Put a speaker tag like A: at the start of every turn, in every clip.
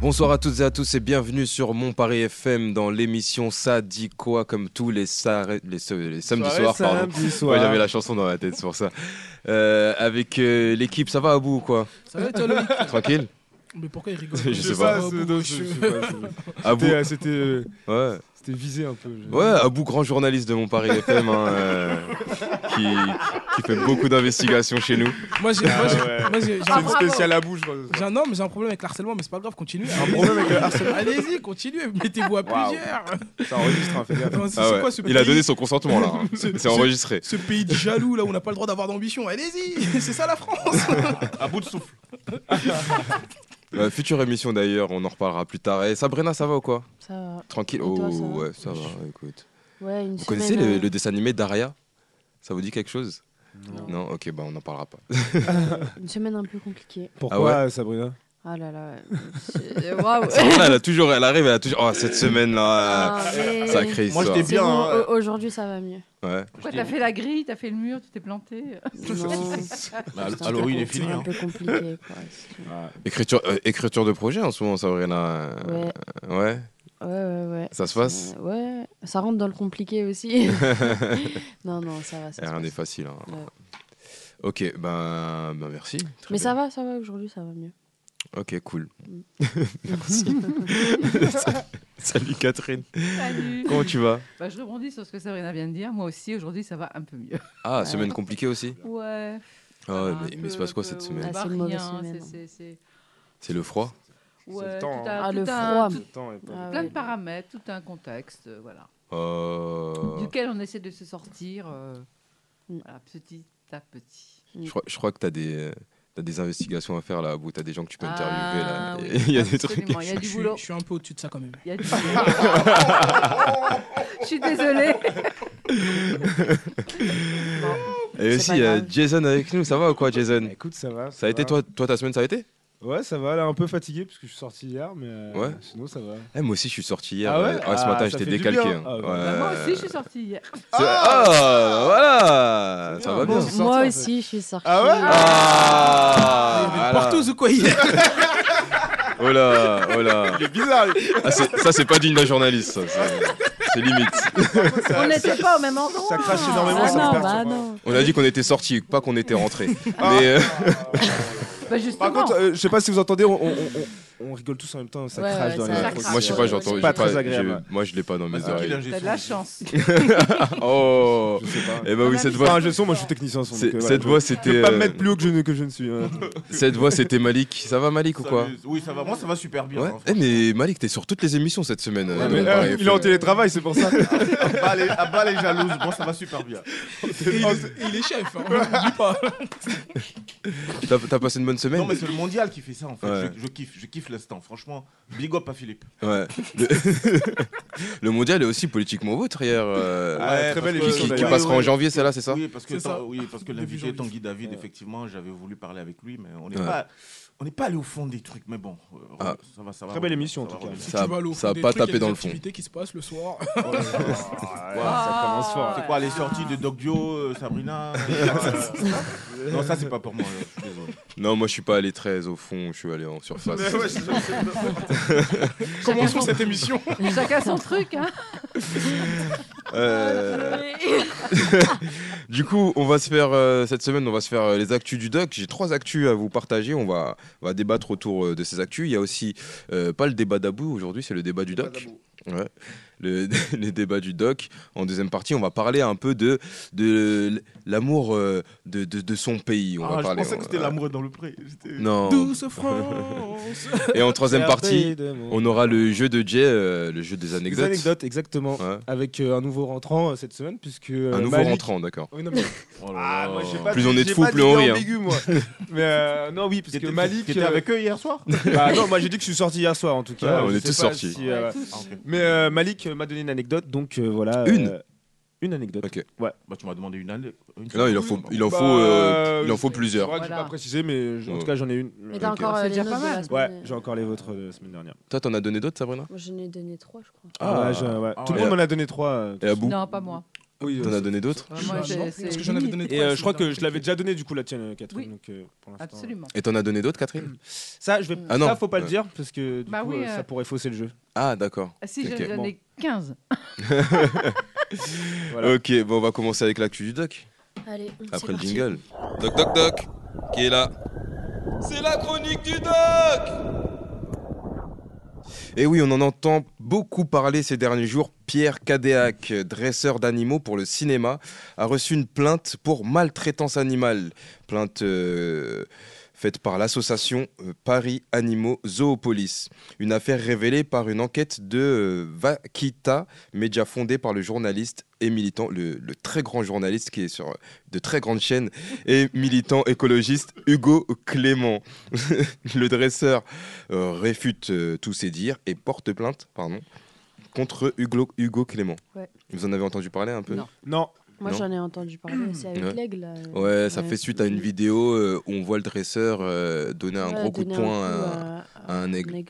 A: Bonsoir à toutes et à tous et bienvenue sur Mon Paris FM dans l'émission Ça dit quoi comme tous les, sa- les se- les samedis
B: Soirée
A: soirs. pardon.
B: samedi soir.
A: Ouais, J'avais la chanson dans la tête, c'est pour ça. Euh, avec euh, l'équipe, ça va à bout ou quoi
C: Ça va, toi, Loïc
A: Tranquille
C: Mais pourquoi il rigole
A: Je sais
B: pas,
C: Ah,
B: c'est-
C: bon,
B: non,
C: bon,
B: je-
C: je-
B: je sais pas, c'est-
A: À bout.
B: C'était, euh, C'était euh,
A: Ouais.
B: c'était visé un peu. je-
A: Ouais, Abou, grand journaliste de Mon Paris FM, hein, euh, qui, qui fait beaucoup d'investigations chez nous.
C: Moi, j'ai. moi,
A: Ah
C: j'ai-
B: ouais.
C: moi, j'ai- j'ai
B: C'est
C: un
B: une
C: pro-
B: spéciale à bout, je crois.
C: j'ai un- non, mais j'ai un problème avec l'harcèlement, mais c'est pas grave, continuez.
B: Un problème avec le harcèlement.
C: Allez-y, continuez, mettez-vous à
B: Waouh.
C: plusieurs.
B: Ça enregistre, hein, fais gaffe.
C: Non, C'est
A: Ah
C: c'est
A: ouais.
C: quoi ce
A: Il
C: pays
A: a donné son consentement là, hein.
C: C'est-
A: c'est enregistré.
C: Ce pays de jaloux là où on n'a pas le droit d'avoir d'ambition, allez-y, c'est ça la France.
B: À bout de souffle.
A: Euh, future émission d'ailleurs, on en reparlera plus tard. Et Sabrina, ça va ou quoi
D: Ça va.
A: Tranquille
D: Et
A: Oh
D: toi, ça va
A: ouais, ça va, écoute.
D: Ouais, une
A: Vous
D: semaine,
A: connaissez le,
D: euh,
A: le dessin animé Daria Ça vous dit quelque chose
D: Non.
A: Non Ok, bah on n'en parlera pas.
D: euh, Une semaine un peu compliquée.
B: Ah, Pourquoi,
A: Ah
B: Sabrina
D: Ah là là. c'est- Waouh.
A: Sabrina, elle, a toujours, elle arrive, elle a toujours... Oh, cette semaine là
D: Ah, mais-
A: Sacrée
B: Moi,
A: histoire.
B: j'étais
D: C'est
B: bien,
D: bon,
B: hein.
D: au- Aujourd'hui, ça va mieux.
A: Ouais.
E: Pourquoi t'as fait la grille, t'as fait le mur, tu t'es planté
B: Bah,
D: Non. c'est un peu
F: Bah, Halloween est
D: com-
F: fini,
D: Un
F: hein.
D: peu compliqué, quoi. c'est tout.
A: Écriture, euh, écriture de projet en ce moment, Sabrina. euh,
D: Ouais,
A: ouais.
D: ouais, ouais. ouais.
A: Ça se passe
D: Euh, Ouais, ça rentre dans le compliqué aussi. non, non, ça va. Ça
A: Eh,
D: se
A: Rien n'est
D: passe.
A: facile. hein.
D: Ouais.
A: Ok, ben ben merci. Très
D: Mais
A: bien.
D: ça va, ça va, aujourd'hui, ça va mieux.
A: Ok, cool.
D: Mm.
A: Merci. Salut Catherine.
E: Salut
A: Comment tu vas
E: bah, Je rebondis sur ce que Sabrina vient de dire. Moi aussi, aujourd'hui, ça va un peu mieux.
A: Ah,
D: Ouais.
A: semaine compliquée aussi.
E: Ouais.
A: Ah ouais, mais, mais il se passe quoi cette
D: ouais.
A: semaine
D: Ah, c'est une mauvaise semaine,
A: C'est le froid
B: C'est
E: Ouais,
B: le
E: tout
B: temps,
E: un-
D: hein. Ah, le
E: tout un-
D: froid.
E: tout-
B: Attends, et pas-
D: Ah
E: Plein de
D: ouais.
E: paramètres, tout un contexte, euh, voilà.
A: Euh,
E: Duquel on essaie de se sortir, euh,
D: Mm.
E: voilà, petit à petit.
A: je, crois, je crois que t'as des, t'as des investigations à faire là, tu t'as des gens que tu peux
E: Ah,
A: interviewer là.
E: oui,
A: il y a des trucs.
E: absolument, Il y a
C: Je
E: du
C: suis-
E: boulot.
C: Je suis un peu au-dessus de ça quand même.
E: Il y a du boulot. Je suis désolée.
A: Et
D: C'est
A: aussi,
D: pas
A: il y a
D: grave.
A: Jason avec nous. Ça va ou quoi, Jason
B: Bah, Écoute, ça va.
A: Ça a été
B: va.
A: toi, toi ta semaine, ça a été
B: Ouais, ça va. Là, un peu fatigué parce que je suis sorti hier, mais euh,
A: Ouais.
B: sinon ça va.
A: Eh, Moi aussi, je suis sorti hier.
B: Ah ouais
A: ce
B: Ah,
A: matin,
B: ça
A: j'étais
B: fait du
A: décalqué.
B: bien.
A: hein.
B: Ah ouais.
E: Bah, moi
A: Ouais.
E: aussi, je suis sortie hier.
A: Ah, voilà,
B: C'est
A: ça
B: bien.
A: va bien.
B: Bon, c'est
D: Moi
B: sorti, en
D: aussi, je suis sortie.
B: Ah ouais
A: Ah,
C: Mais Partout ou quoi hier
A: Oh là, oh là.
B: C'est bizarre.
A: Ah, c'est- ça, c'est pas digne d'un journaliste. ça, C'est c'est limite.
E: On n'était pas au même endroit.
B: ça crache
D: Ah
B: énormément, ça me
D: non,
B: perturbe.
D: bah non.
A: On a dit qu'on était sorti, pas qu'on était rentré.
B: Ah.
A: Mais euh,
E: Bah,
B: Par
E: justement.
B: contre, euh, je sais pas si vous entendez, on, on- on- on rigole tous en même temps, ça
D: Ouais,
B: crache
D: ouais,
B: dans
D: ça
B: les
D: crache.
B: micros.
A: moi, je sais pas, j'entends.
D: C'est
B: pas
A: j'ai
B: très
A: j'ai-
B: agréable. Ah,
A: Moi, je l'ai pas dans mes
F: Ah,
A: oreilles.
E: T'as de la chance.
A: Oh.
B: Je sais pas.
A: Eh ben oui, cette
B: Enfin,
A: voix.
B: un jeu son, moi je suis technicien son.
A: c'est-
B: donc, euh,
A: Cette
B: voilà,
A: voix,
B: je peux
A: c'était.
B: pas
A: euh,
B: me mettre plus haut que je ne, que je ne suis. hein.
A: Cette voix, c'était Malik. Ça va, Malik ou quoi
F: Salut. Oui, ça va. Moi, ça va super bien.
A: Ouais.
F: hein,
A: Eh, mais Malik, t'es sur toutes les émissions cette semaine. euh,
B: Ouais,
A: de
B: mais,
A: Paris
B: euh, il est
A: FM.
B: en télétravail, c'est pour ça.
F: franchement. à, bas les, à bas les jalouses. Moi, ça va super bien.
C: Il est chef, hein, on l'oublie pas.
A: T'as t'as passé une bonne semaine
F: Non, mais c'est le mondial qui fait ça, en fait.
A: Ouais.
F: Je, je kiffe, je kiffe l'instant. Franchement, big up à Philippe.
A: Ouais. Le... le mondial est aussi politiquement vôtre hier. euh,
B: Ah, très
F: parce
B: belle
F: que-
A: qui,
B: émission,
A: qui- qui
B: d'ailleurs.
A: passera
F: Oui,
A: en
F: oui.
A: janvier, celle-là, c'est ça
F: Oui, parce que,
C: C'est ça.
F: tant- oui, parce que
C: Début
F: l'invité
C: janvier.
F: étant Guy David,
B: Ouais.
F: effectivement, j'avais voulu parler avec lui, mais on n'est
A: Ouais.
F: pas. On n'est pas allé au fond des trucs, mais bon, euh,
A: Ah.
F: ça va, ça va.
B: Très belle
F: revenir,
B: émission,
F: ça
B: en
F: va
B: tout cas.
C: Si
A: Ça-
C: tu vas aller au fond
A: ça a
C: des
A: pas
C: trucs, il y
A: tapé
C: des
A: dans le fond.
C: activités qui se passent le soir.
F: revenir.
B: ça commence fort.
F: C'est quoi les sorties de Doc Dio, euh, Sabrina euh, Non, ça c'est pas pour moi, je suis désolé.
A: Non, moi je suis pas allé très au fond, je suis allé en surface.
C: Commençons cette émission.
E: Chacun son truc, hein.
A: Euh, du coup, on va se faire euh, cette semaine, on va se faire euh, les actus du doc. J'ai trois actus à vous partager. On va, on va débattre autour euh, de ces actus. Il y a aussi euh, pas le débat d'Abou aujourd'hui, c'est le débat du doc. Ouais. le- les débats du doc. En deuxième partie, on va parler un peu de, de l'amour euh, de, de- de son pays. On
F: Ah,
A: va
F: je
A: parler. euh,
F: pensais que c'était
A: on-
F: l'amoureux dans le pré. J'étais-
A: Non.
C: Douce France.
A: Et en troisième partie,
B: on
A: on aura le jeu de Jay, euh, le jeu des anecdotes.
B: anecdotes, exactement.
A: Ouais.
B: Avec euh, un nouveau rentrant euh, cette semaine, puisque. euh,
A: Un nouveau
B: Malik-
A: rentrant, d'accord.
B: Oui, non, mais-
F: Oh là
B: Ah,
F: là.
B: moi, j'ai pas
A: Plus
B: de-
A: on est de
B: j'ai
A: fous,
B: pas
A: plus on
B: d'idée
A: rit, hein.
B: ambiguë, moi. Mais euh, non, oui, parce que
F: T'étais-
B: Malik.
F: t'étais
B: euh,
F: avec eux hier soir
B: bah, non, moi j'ai dit que je suis sorti hier soir en tout cas.
A: Ouais, on
B: Je
A: est
B: sais
A: tous
B: pas
A: sortis.
B: si, euh,
F: Ah, ok.
B: Mais euh, Malik euh, m'a donné une anecdote, donc euh, voilà.
A: Une
B: euh, Une anecdote.
A: Ok.
F: Bah, tu m'as demandé une année.
B: Ah,
F: une
A: Non,
F: seule.
A: il en faut, il en
B: Bah,
A: faut, euh,
B: euh,
A: il en faut
B: Je
A: plusieurs.
B: crois que j'ai
D: Voilà.
B: pas précisé, mais je- en
A: Ouais.
B: tout cas j'en ai une.
D: Mais t'as
A: Ok.
D: encore
C: Ah,
D: euh,
C: c'est
D: les
C: déjà
D: notes
C: pas
D: de
C: mal.
D: la semaine,
B: Ouais,
D: euh,
B: j'ai encore les vôtres euh, de la semaine dernière.
A: Toi, t'en as donné d'autres, Sabrina
D: Moi, j'en ai donné trois, je crois.
B: Ouais, je- ouais.
F: Ah
B: Tout le
A: ouais.
B: monde m'en a donné trois. euh,
A: Et Abou,
E: Non, pas moi.
B: oui, euh,
A: t'en as donné d'autres
E: Moi, j'ai- c'est-
C: Parce que j'en avais donné
B: Et
C: trois,
B: euh,
C: c'est
B: je crois que
C: bizarre.
B: je l'avais déjà donné du coup la tienne, Catherine.
E: Oui.
B: Donc, euh, pour l'instant,
E: Absolument.
A: Et t'en as donné d'autres, Catherine
B: Ça, je vais.
A: Ah non.
B: Ça, faut pas
A: Ouais.
B: le dire parce que du
E: Bah
B: coup,
E: oui,
B: euh,
E: euh.
B: ça pourrait fausser le jeu.
A: Ah, d'accord.
E: Ah, Si, j'en
A: Ok.
E: ai donné 15.
B: Voilà.
A: Ok, bon, on va commencer avec l'actu du doc.
D: Allez, c'est
A: Après le
D: parti.
A: jingle. Doc, doc, doc, qui est là C'est la chronique du doc Et oui, on en entend beaucoup parler ces derniers jours. Pierre Cadéac, dresseur d'animaux pour le cinéma, a reçu une plainte pour maltraitance animale. Plainte euh, faite par l'association euh, Paris Animaux Zoopolis. Une affaire révélée par une enquête de euh, Vaquita, média fondé par le journaliste et militant, le, le très grand journaliste qui est sur de très grandes chaînes et militant écologiste Hugo Clément. le dresseur euh, réfute euh, tous ces dires et porte plainte pardon, contre Hugo, Hugo Clément.
D: Ouais.
A: Vous en avez entendu parler un peu
E: Non.
B: Non,
D: Moi,
A: Non.
D: j'en ai entendu parler aussi avec
A: Ouais.
D: l'aigle. là.
A: Ouais, ça fait suite à une vidéo euh, où on voit le dresseur euh, donner un
D: Ouais,
A: gros coup de
D: donner
A: poing
D: coup
A: à,
D: à-
A: à un aigle.
D: ouais.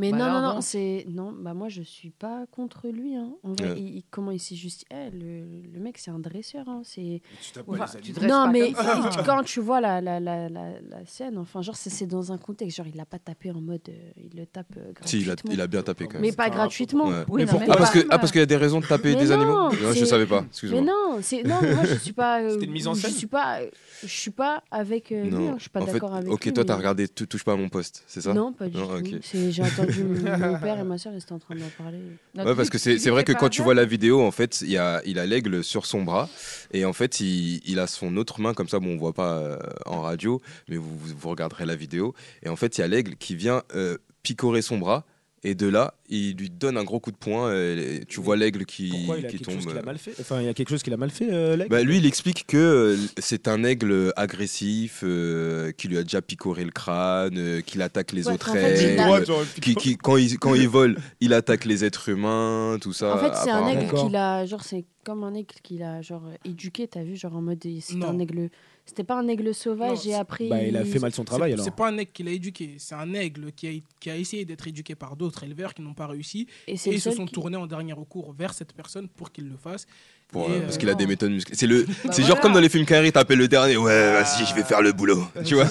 D: Mais
E: Bah
D: non,
E: alors,
D: non, non,
E: bon.
D: c'est. Non, bah moi, je suis pas contre lui. Hein. En vrai,
A: Ouais.
D: il- il- comment il s'est juste. eh, le, le mec, c'est un dresseur. Hein. C'est.
C: Tu tapes
E: Enfin,
C: pas les
E: tu
C: animaux.
E: dresses
D: Non,
E: pas
D: mais
E: comme ça.
D: il- quand tu vois la, la, la, la, la scène, enfin, genre, c'est- c'est dans un contexte. Genre, il l'a pas tapé en mode. euh, il le tape euh, gratuitement.
A: Si, il a, il a bien tapé quand même.
D: Mais pas
C: un-
D: gratuitement.
A: Ouais.
E: Oui,
B: Mais
E: non,
B: pourquoi
A: Ah, parce
E: pas.
A: que- ah, parce qu'il y a des raisons de taper
D: Mais
A: des
D: non,
A: animaux Non, Je
D: c'est-
A: savais pas,
D: Mais
A: excuse-moi.
D: non, c'est non, mais moi je suis pas. euh,
C: C'était une mise en scène
D: Je suis pas, euh, je suis pas avec euh, lui.
A: Non.
D: hein, Je suis pas
A: En fait,
D: d'accord avec
A: Ok,
D: lui.
A: toi,
D: mais-
A: t'as regardé Tou- Touche pas à mon poste, c'est ça
D: Non, pas du
A: Non,
D: tout.
A: ok.
D: C'est- J'ai entendu mon mon père et ma soeur, ils étaient en train d'en parler.
E: Non,
A: Ouais,
E: tu
A: parce
E: dis-
A: que c'est
E: dis
A: c'est vrai que
E: pas
A: quand tu
E: aveugle.
A: vois la vidéo, en fait, il, y a, il a l'aigle sur son bras et en fait, il, il a son autre main, comme ça, bon, on voit pas euh, en radio, mais vous, vous vous regarderez la vidéo. Et en fait, il y a l'aigle qui vient euh, picorer son bras et de là, il lui donne un gros coup de poing. Et tu vois l'aigle qui,
B: pourquoi il a
A: qui
B: quelque
A: tombe. euh,
B: chose qu'il a mal fait Enfin, il y a quelque chose qu'il a mal fait, euh, Leg
A: Bah, lui, il explique que euh, c'est un aigle agressif euh, qui lui a déjà picoré le crâne, euh, qu'il attaque les
D: Ouais,
A: autres
D: qu'en fait, il
A: aigles.
D: a-
B: Droite, genre,
A: qui, qui- quand, il, quand il vole, il attaque les êtres humains, tout ça.
D: en fait, c'est un
A: apparemment.
D: aigle
B: D'accord.
D: qu'il a, genre, c'est comme un aigle qu'il a, genre, euh, éduqué, t'as vu, genre en mode, il- c'était
C: Non.
D: un aigle, c'était pas un aigle
C: Non,
D: sauvage,
C: c'est-
D: et après.
B: Bah, il a fait mal son travail
C: C'est-
B: alors.
C: C'est pas un aigle qui l'a éduqué, c'est un aigle qui a, qui a essayé d'être éduqué par d'autres éleveurs qui n'ont pas réussi.
D: Et
C: Et
D: c'est le
C: ils se
D: seul
C: sont
D: qui-
C: tournés en dernier recours vers cette personne pour qu'il le fasse.
A: Pour,
C: Et,
A: euh,
C: euh,
A: parce qu'il a des
E: non.
A: méthodes musclées. C'est le,
D: Bah
A: c'est genre
E: voilà.
A: comme dans les films Carrie, t'appelles le dernier. Ouais, vas-y, je vais faire le boulot. Tu vois.
D: Ouais,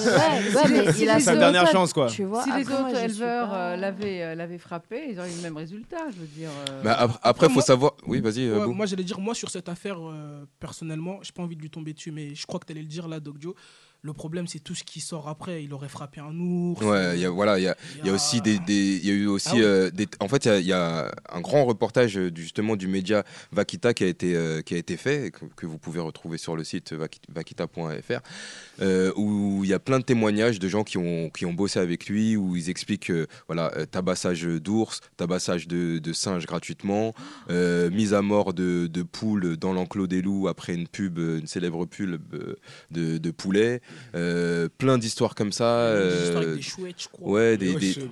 D: ouais, mais
E: si
D: il a
E: les
D: fait
E: autres-
B: Sa
D: autre-
B: dernière chance, quoi.
D: Tu vois,
E: Si les
D: après, moi,
E: autres
D: je suis
E: éleveurs
D: pas-
E: euh, l'avaient euh, l'avaient frappé, ils auraient eu le même résultat, je veux dire. euh.
A: Bah, ap- après, faut
C: Moi-
A: savoir. Oui, vas-y. euh,
C: Ouais,
A: Bou.
C: moi, j'allais dire, moi, sur cette affaire, euh, personnellement, j'ai pas envie de lui tomber dessus, mais je crois que t'allais le dire là, Doc Joe. Le problème, c'est tout ce qui sort après. Il aurait frappé un ours.
A: Ouais, il y a, voilà, il y a, euh, il y a aussi des, des- il y a eu aussi,
C: Ah ouais.
A: euh, des, en fait, il y a- il y, a un grand reportage euh, du- justement du média Vakita qui a été, euh, qui a été fait, et que, que vous pouvez retrouver sur le site vaki- vakita.fr, euh, où il y a plein de témoignages de gens qui ont, qui ont bossé avec lui, où ils expliquent, euh, voilà, euh, tabassage d'ours, tabassage de, de singes gratuitement, euh, mise à mort de, de poules dans l'enclos des loups après une pub, euh, une célèbre pub euh, de, de poulet, euh, plein d'histoires comme ça.
C: Des histoires
A: euh,
C: avec des chouettes, je crois.
A: Ouais, des, des- ouais,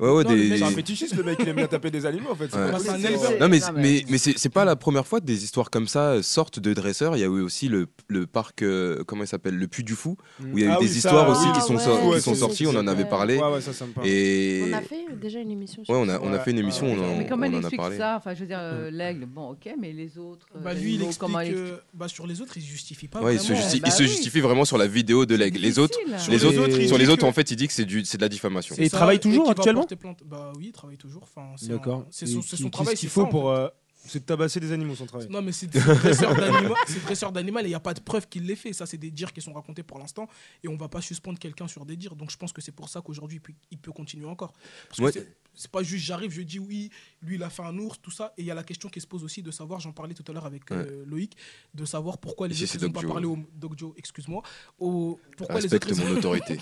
A: ouais,
B: Non,
A: des-
B: le mec, C'est un
A: des-
B: fétichiste, le mec, il aime bien taper des animaux en fait.
A: Ouais.
C: Bah, c'est un
B: possible.
C: éleveur.
A: Non, mais,
E: Non, mais-
A: mais, mais c'est c'est pas la première fois que des histoires comme ça euh, sortent de dresseurs. Il y a eu aussi le, le parc, euh, comment il s'appelle Le Puy du Fou, où il y a eu
B: Ah
A: des
B: oui, ça,
A: histoires
B: oui.
A: aussi qui
D: Ah
A: sont,
D: ouais,
A: sor-
B: ouais,
A: qui sont
B: c'est-
A: sorties.
D: c'est-
A: On en avait
D: ouais.
A: parlé.
B: Ouais, ouais, ça, ça me parle.
A: Et.
D: On a fait euh, déjà une émission. sur
A: Ouais, on a,
D: ça.
A: on a fait une émission,
B: Ouais.
A: on, en-
E: Mais comment
A: on
E: il
A: en a
E: explique
A: parlé.
E: ça Enfin, je veux dire, euh, l'aigle, bon, ok, mais les autres. euh,
C: Bah, lui, il
E: animaux,
C: explique.
E: comment il explique
C: euh, bah, sur les autres, il se justifie pas.
A: Ouais, il se,
C: vraiment.
A: justi-
E: bah
A: il se
E: oui.
A: justifie vraiment sur la vidéo de l'aigle. Les autres,
E: Difficile.
B: Sur
A: les
B: les
A: autres,
B: autres, il
A: sur les
B: dit
A: autres
B: que-
A: en fait, il dit que c'est du- c'est de la diffamation.
B: Et il
C: ça,
B: travaille
C: qu'il
B: toujours
C: va
B: actuellement
C: porter plainte. Bah oui, il travaille toujours. Enfin, c'est un- C'est son,
B: Et
C: c'est
B: qui-
C: son
B: qui-
C: travail.
B: Qu'est-ce qu'il
C: c'est ça,
B: faut
C: en
B: pour. euh, C'est de tabasser des animaux son travail.
C: Non, mais c'est des dresseurs d'anima- c'est dresseurs d'animal et il n'y a pas de preuve qu'il l'ait fait. Ça, c'est des dires qui sont racontés pour l'instant et on va pas suspendre quelqu'un sur des dires. Donc je pense que c'est pour ça qu'aujourd'hui, il peut- il peut continuer encore. Parce que
A: Ouais.
C: c'est- c'est pas juste j'arrive, je dis oui, lui il a fait un ours, tout ça. Et il y a la question qui se pose aussi de savoir, j'en parlais tout à l'heure avec euh, Loïc, de savoir pourquoi les
A: Ici,
C: autres
A: c'est
C: ils ont
A: Doc
C: pas
A: Joe.
C: parlé au Doc Joe, excuse-moi. Au... Pourquoi
A: Respecte
C: les autres ils
A: mon
C: ont-
A: autorité.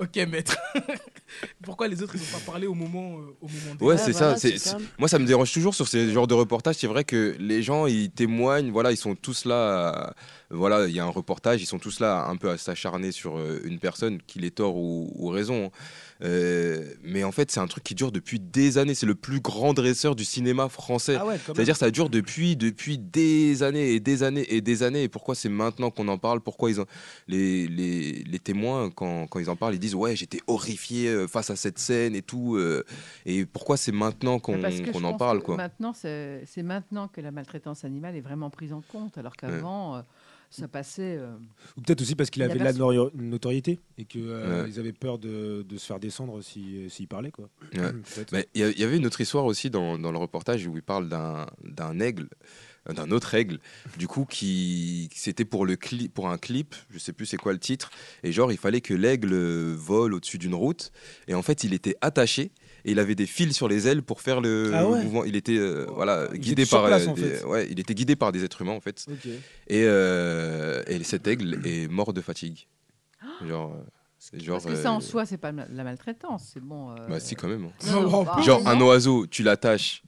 C: ok, maître. pourquoi les autres ils ont pas parlé au moment, euh, au moment des-
A: Ouais,
D: Ouais,
A: c'est
D: Ah, voilà,
A: ça. c'est-
D: c'est ça.
A: c'est- Moi, ça me dérange toujours sur ces genres de reportages. C'est vrai que les gens, ils témoignent. Voilà, ils sont tous là. à- Voilà, il y a un reportage. Ils sont tous là un peu à s'acharner sur euh, une personne, qu'il ait tort ou, ou raison. hein. Euh, mais en fait, c'est un truc qui dure depuis des années. C'est le plus grand dresseur du cinéma français.
B: Ah ouais, quand
A: C'est-à-dire ça dure depuis, depuis des années et des années et des années. Et pourquoi c'est maintenant qu'on en parle Pourquoi ils ont, les, les, les témoins, quand, quand ils en parlent, ils disent Ouais, j'étais horrifié euh, face à cette scène et tout. euh, et pourquoi c'est maintenant qu'on
E: Parce que
A: qu'on
E: je
A: en
E: pense
A: parle
E: que
A: quoi
E: Maintenant, c'est c'est maintenant que la maltraitance animale est vraiment prise en compte, alors qu'avant, euh, ça passait. euh,
B: Ou peut-être aussi parce qu'il
E: Il y
B: avait de
E: avait
B: la nori- notoriété et qu'ils
A: Ouais.
B: avaient peur de, de se faire descendre si- s'il parlait. Quoi.
A: Ouais. Bah,
B: Peut-être.
A: Mais Il y, a- il y avait une autre histoire aussi dans, dans le reportage où il parle d'un- d'un aigle, euh, d'un autre aigle, du coup, qui c'était pour, le cli- pour un clip, je sais plus c'est quoi le titre, et genre il fallait que l'aigle euh, vole au-dessus d'une route, et en fait il était attaché. Et il avait des fils sur les ailes pour faire le
B: Ah ouais
A: mouvement. Il était euh, voilà
B: Il
A: guidé
B: était sur
A: par euh,
B: place, en
A: des-
B: fait.
A: ouais, il était guidé par des êtres humains en fait.
B: Ok.
A: Et, euh, et cet aigle est mort de fatigue. Genre, euh, c'est genre.
E: parce que ça,
A: euh,
E: en soi, c'est pas ma- la maltraitance. C'est bon. euh,
A: Bah si quand même. hein.
E: non, non,
C: Oh,
E: bah,
A: Genre
E: non.
A: un oiseau, tu l'attaches,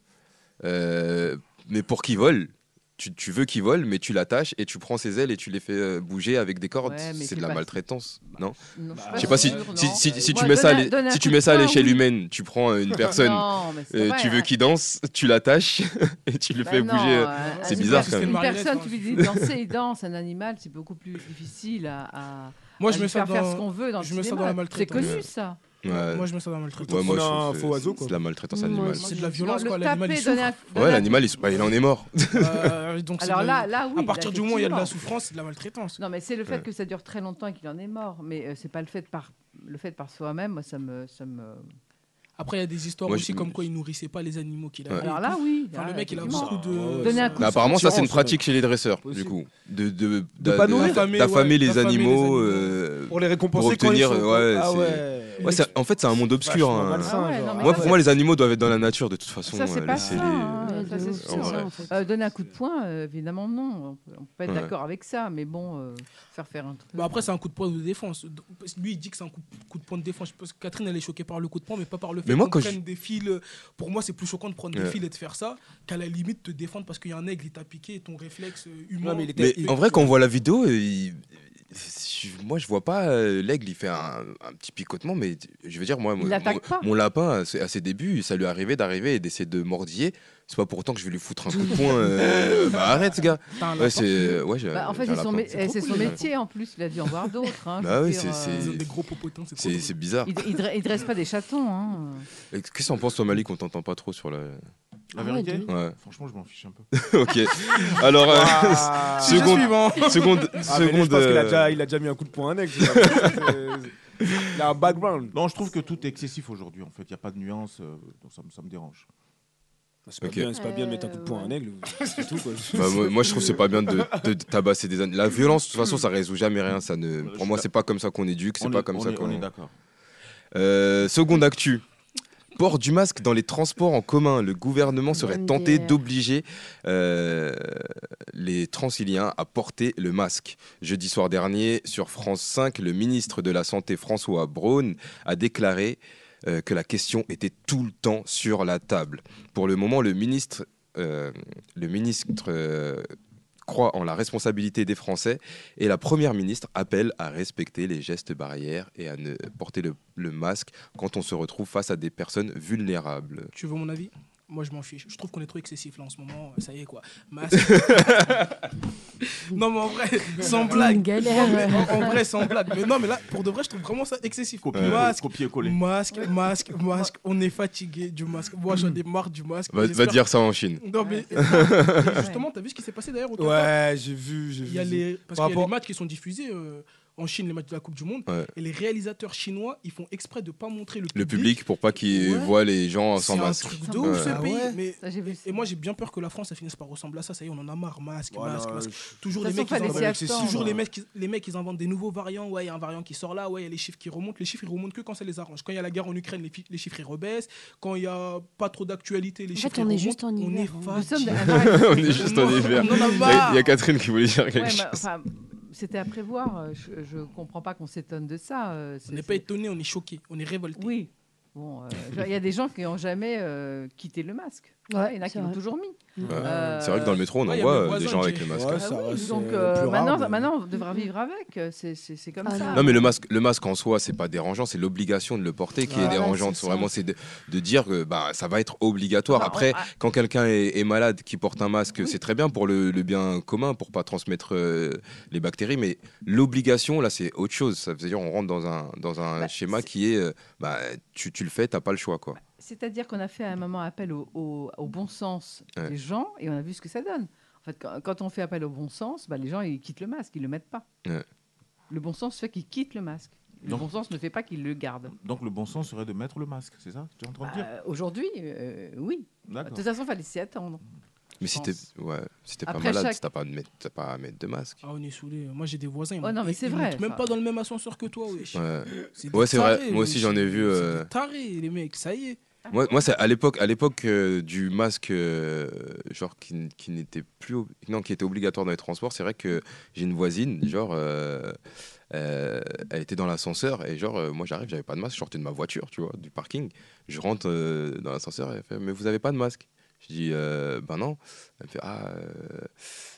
A: euh, mais pour qu'il vole, tu, tu veux qu'il vole, mais tu l'attaches et tu prends ses ailes et tu les fais euh, bouger avec des cordes.
E: Ouais, mais
A: c'est
E: c'est
A: de la
E: pas-
A: maltraitance, non
E: Non,
B: Bah,
A: Je sais pas si,
E: sûre,
A: si,
E: non.
A: si, si tu
E: Ouais,
A: mets ça à
E: donne un-
A: l'é-
E: donne un
A: si tu
E: coup
A: mets
E: de
A: ça à
E: poing,
A: l'échelle
E: oui.
A: humaine, tu prends une personne,
E: Non, mais c'est
A: euh,
E: vrai,
A: tu veux
E: hein.
A: qu'il danse, tu l'attaches et tu le
E: Bah
A: fais
E: non,
A: bouger. euh,
E: un-
A: C'est
E: un-
A: bizarre,
E: une
C: quand même.
E: personne, tu lui dis de danser, il danse. Un animal, c'est beaucoup plus difficile à, à-
C: Moi,
E: à
C: je
E: lui
C: mets ça
E: faire faire ce
C: dans.
E: qu'on veut dans le
C: je mets ça
E: cinéma.
C: dans la
E: C'est
C: maltraitance.
E: connu, ça.
A: Ouais.
C: Moi, je mets ça dans la maltraitance.
A: Ouais, moi,
B: On a
A: je
B: un
A: trouve
B: faux
A: que
B: oiseau,
A: C'est
B: quoi.
A: de la maltraitance
D: Moi
A: animale.
D: aussi.
C: C'est de la
D: Le
C: violence,
E: Le
C: quoi. L'animal, il
E: taper,
C: souffre.
E: donner un-
A: Ouais,
E: donner un-
A: l'animal, il, s- bah, il en est mort.
C: Euh, donc c'est
E: Alors
C: de-
E: là, là, oui.
C: à partir
E: là,
C: du moment où il y a de la
E: effectivement.
C: souffrance, c'est de la maltraitance. Euh.
E: Non, mais c'est le fait
A: Ouais.
E: que ça dure très longtemps et qu'il en est mort. Mais euh, c'est pas le fait par le fait par soi-même. Moi, ça me, ça me.
C: Après, il y a des histoires
A: Moi,
C: aussi
A: je-
C: comme quoi il nourrissait pas les animaux qu'il avait.
A: Ouais.
E: Alors là, oui.
C: Enfin,
E: là,
C: le mec, il a
E: effectivement.
C: beaucoup de.
B: Donner
E: un
C: ça-
E: coup
A: Mais apparemment, ça, c'est une
B: Assurance,
A: pratique chez les dresseurs, du
B: Aussi.
A: coup. De, de,
B: De pas nourrir.
A: d'affamer,
C: D'affamer
A: les
C: les
A: animaux.
C: animaux.
A: euh,
B: Pour les récompenser
A: Pour obtenir,
B: quand ils sont-
A: ouais,
B: ah
A: c'est-
B: ouais.
A: ouais, c'est- en fait, c'est un monde obscur.
B: Vachement
A: hein.
B: malsain,
E: Ah ouais,
B: genre.
E: non, mais
A: Moi,
E: Ah
A: pour
E: ouais.
A: moi, les animaux doivent être dans la nature de toute façon.
E: Ça, c'est
A: euh,
E: pas
A: laissez-les-
E: ça, hein.
D: Ouais,
E: Ça,
D: de
E: c'est
D: ouf,
E: sûr,
D: c'est
A: ouais.
D: ça, en fait.
E: Euh, donner un coup de poing, euh, évidemment, non. On peut- on peut être
A: Ouais.
E: d'accord avec ça, mais bon, euh, faire faire un truc.
C: Bah après, c'est un coup de poing de défense. Donc, Lui, il dit que c'est un coup, coup de poing de défense. Je pense que Catherine, elle est choquée par le coup de poing, mais pas par le fait
A: moi,
C: qu'on
A: quand
C: prenne des fils. Pour moi, c'est plus choquant de prendre
A: Ouais.
C: des fils et de faire ça qu'à la limite te défendre parce qu'il y a un aigle, il t'a piqué et ton réflexe euh, humain.
B: Non, mais il était-
A: Mais
B: il-
A: en vrai, quand on voit la vidéo, euh, il- je- moi, je vois pas euh, l'aigle, il fait un, un petit picotement, mais je veux dire, moi, mon,
E: Il l'attaque
A: mon-
E: pas.
A: mon lapin, à ses, à ses débuts, ça lui arrivait d'arriver et d'essayer de mordiller. C'est pas pourtant que je vais lui foutre un coup de poing. euh, bah arrête, ce gars.
C: T'as un
A: Ouais,
C: lapin.
A: c'est. Euh, Ouais, j'ai-
E: Bah, en fait,
A: j'ai un
E: c'est son,
A: lapin.
E: mé- eh,
C: trop
E: c'est son
C: cool.
E: métier en plus. Il a dû en voir d'autres. hein,
A: Bah
E: je veux
A: oui,
E: dire,
A: c'est-
E: euh,
A: c'est-
C: Ils ont des gros popotins, c'est trop
A: C'est
C: drôle.
A: c'est bizarre.
E: Il, il dre- il dresse pas des chatons. hein.
A: Et Qu'est-ce que t'en penses, toi, Mali, qu'on t'entend pas trop sur la.
F: La
D: Ah ouais,
F: vérité
D: de ouf.
A: Ouais.
F: Franchement, je m'en fiche un peu.
A: ok. Alors, euh,
F: Ah,
A: Sujet Seconde-
C: suivant.
A: seconde.
B: Ah, mais là, je
A: seconde.
B: pense qu'il a
A: euh,
B: déjà- il a déjà mis un coup de poing à un aigle, c'est pas possible, c'est- Il a un background.
F: Non, je trouve que tout est excessif aujourd'hui. En fait, il n'y a pas de nuance, euh, donc ça, me- ça me dérange.
B: Bah, C'est pas,
A: Ok.
B: bien, c'est pas bien de mettre un coup de poing à un
D: Euh,
B: aigle. C'est tout, quoi.
A: Bah, moi, moi, je trouve que c'est pas bien de, de- de tabasser des animaux. La violence, de toute façon, ça résout jamais rien. Ça ne...
F: Mm. Bah, je
A: Pour
F: suis
A: moi,
F: d'ac-
A: c'est pas comme ça qu'on éduque, c'est
F: On
A: pas
F: est-
A: comme
F: on
A: ça
F: est- On est
A: qu'on.
F: d'accord.
A: Euh, seconde actu. Port du masque dans les transports en commun. Le gouvernement serait
D: Bonne
A: tenté
D: bière.
A: d'obliger euh, les transiliens à porter le masque. Jeudi soir dernier, sur France 5, le ministre de la Santé François Braun a déclaré euh, que la question était tout le temps sur la table. Pour le moment, le ministre, euh, le ministre euh, croit en la responsabilité des Français et la Première ministre appelle à respecter les gestes barrières et à ne porter le, le masque quand on se retrouve face à des personnes vulnérables.
C: Tu veux mon avis Moi, je m'en fiche. Je trouve qu'on est trop excessif là en ce moment. Ça y est, quoi. Masque. non, mais en vrai, sans blague.
D: Une galère.
C: Non, mais en, en vrai, sans blague. Mais non, mais là, pour de vrai, je trouve vraiment ça excessif.
F: Copier,
C: Masque,
A: euh,
F: copier coller.
C: masque, masque, masque. On est fatigué du masque. Moi, j'en ai marre du masque.
A: Va, va
C: J'espère-
A: dire ça en Chine.
C: Non, mais justement, t'as vu ce qui s'est passé d'ailleurs au Qatar
B: Ouais, j'ai vu, j'ai vu.
C: Il y a les... Parce
B: Par
C: qu'il y a les
B: rapport-
C: matchs qui sont diffusés. euh, en Chine les matchs de la Coupe du Monde.
A: Ouais.
C: Et les réalisateurs chinois, ils font exprès de pas montrer le public.
A: Le public pour pas qu'ils
C: Ouais.
A: voient les gens sans
C: C'est un
A: masque.
C: truc de ouf
A: Ouais.
C: ce pays. Mais-
E: Ça, j'ai vu.
C: et moi j'ai bien peur que la France ça finisse par ressembler à ça. Ça y est, on en a marre. Masque,
B: Voilà,
C: masque, masque.
B: je-
C: Toujours
E: De
C: les
E: toute
C: mecs,
E: façon,
C: ils
E: fallait
C: inventent,
E: s'y
B: excessif,
E: attendre.
C: toujours
B: hein.
C: les, mecs, ils- les mecs ils inventent des nouveaux variants. Ouais, il y a un variant qui sort là. Ouais, il y a les chiffres qui remontent. Les chiffres ils remontent que quand ça les arrange. Quand il y a la guerre en Ukraine, les, fi- les chiffres ils rebaissent. Quand il y a pas trop d'actualité, les
D: En fait,
C: chiffres
D: on
C: ils
D: est
C: remontent.
D: juste en hiver, hein.
C: On
E: Nous
C: est
E: sommes-
C: fatigué.
E: Ah,
A: On est juste en hiver.
C: On en a
A: Il y a-
C: marre.
A: il y a Catherine qui voulait dire
E: ouais,
A: quelque
E: mais
A: chose.
E: enfin, C'était à prévoir. euh, Je, je comprends pas qu'on s'étonne de ça. euh,
C: On
E: c'est-
C: n'est pas
E: c'est-
C: étonné, on est choqué, on est révolté.
E: Oui. Bon, euh, je- il y a des gens qui n'ont jamais euh, quitté le masque.
D: Ouais,
E: il y en a qui
D: c'est
E: l'ont
D: vrai.
E: toujours mis.
A: Ouais.
E: Euh,
A: Bah, C'est vrai que dans le métro, on en
C: ouais, y a
A: voit
C: mes
A: euh, des
C: voisins
A: gens
C: qui-
B: Ouais,
A: avec le masque.
B: ça
C: Ah oui,
B: reste,
E: Donc
B: euh,
E: euh,
B: plus rare,
E: maintenant,
B: mais-
E: maintenant, on devra vivre avec. euh, C'est c'est- c'est comme
D: Ah
E: ça.
D: non.
A: Non mais le masque, le masque en soi, c'est pas dérangeant, c'est l'obligation de le porter qui est
D: Voilà,
A: dérangeante.
D: c'est
A: C'est
D: ça.
A: Vraiment, c'est de, de dire que bah ça va être obligatoire.
E: Enfin,
A: Après,
E: on- ah,
A: quand quelqu'un est, est malade, qui porte un masque,
E: Oui.
A: c'est très bien pour le, le bien commun, pour pas transmettre euh, les bactéries. Mais l'obligation, là, c'est autre chose. Ça veut dire on rentre dans un dans un
E: Bah,
A: schéma
E: c'est- Bah,
A: qui est euh, bah tu, tu le fais, t'as pas le choix quoi.
E: C'est-à-dire qu'on a fait à un moment appel au, au- au bon sens
A: Ouais.
E: des gens et on a vu ce que ça donne. En fait, quand, quand on fait appel au bon sens, bah, les gens ils quittent le masque, ils le mettent pas.
A: Ouais.
E: Le bon sens fait qu'ils quittent le masque. Le
F: Non.
E: bon sens ne fait pas qu'ils le gardent.
F: Donc le bon sens serait de mettre le masque, c'est ça Tu es en train de dire
E: Bah, Aujourd'hui, euh, oui. De
F: D'accord.
E: toute façon, fallait s'y attendre.
A: Mais si t'es
E: pense.
A: ouais, si t'es pas
E: Après,
A: malade,
E: chaque-
A: t'as pas à mettre t'as pas à mettre de masque.
C: Ah, on est saoulé. Moi j'ai des voisins. ils
E: Oh non,
C: montent-
E: mais c'est
C: ils
E: vrai,
C: montent même
E: ça.
C: pas dans le même ascenseur que toi, wesh.
A: Ouais.
C: des
A: Ouais, c'est vrai.
C: tarés,
A: Moi aussi,
C: wesh.
A: j'en ai
C: C'est
A: vu, euh,
C: des tarés, les mecs, ça y est.
A: Moi, moi c'est à l'époque, à l'époque euh, du masque, euh, genre qui, n- qui n'était plus, ob- non, qui était obligatoire dans les transports. C'est vrai que j'ai une voisine, genre, euh, euh, elle était dans l'ascenseur et genre, euh, moi j'arrive, j'avais pas de masque, je sortais de ma voiture, tu vois, du parking. Je rentre euh, dans l'ascenseur et elle fait, mais vous avez pas de masque Je dis, euh, ben non. Elle me fait, ah, euh,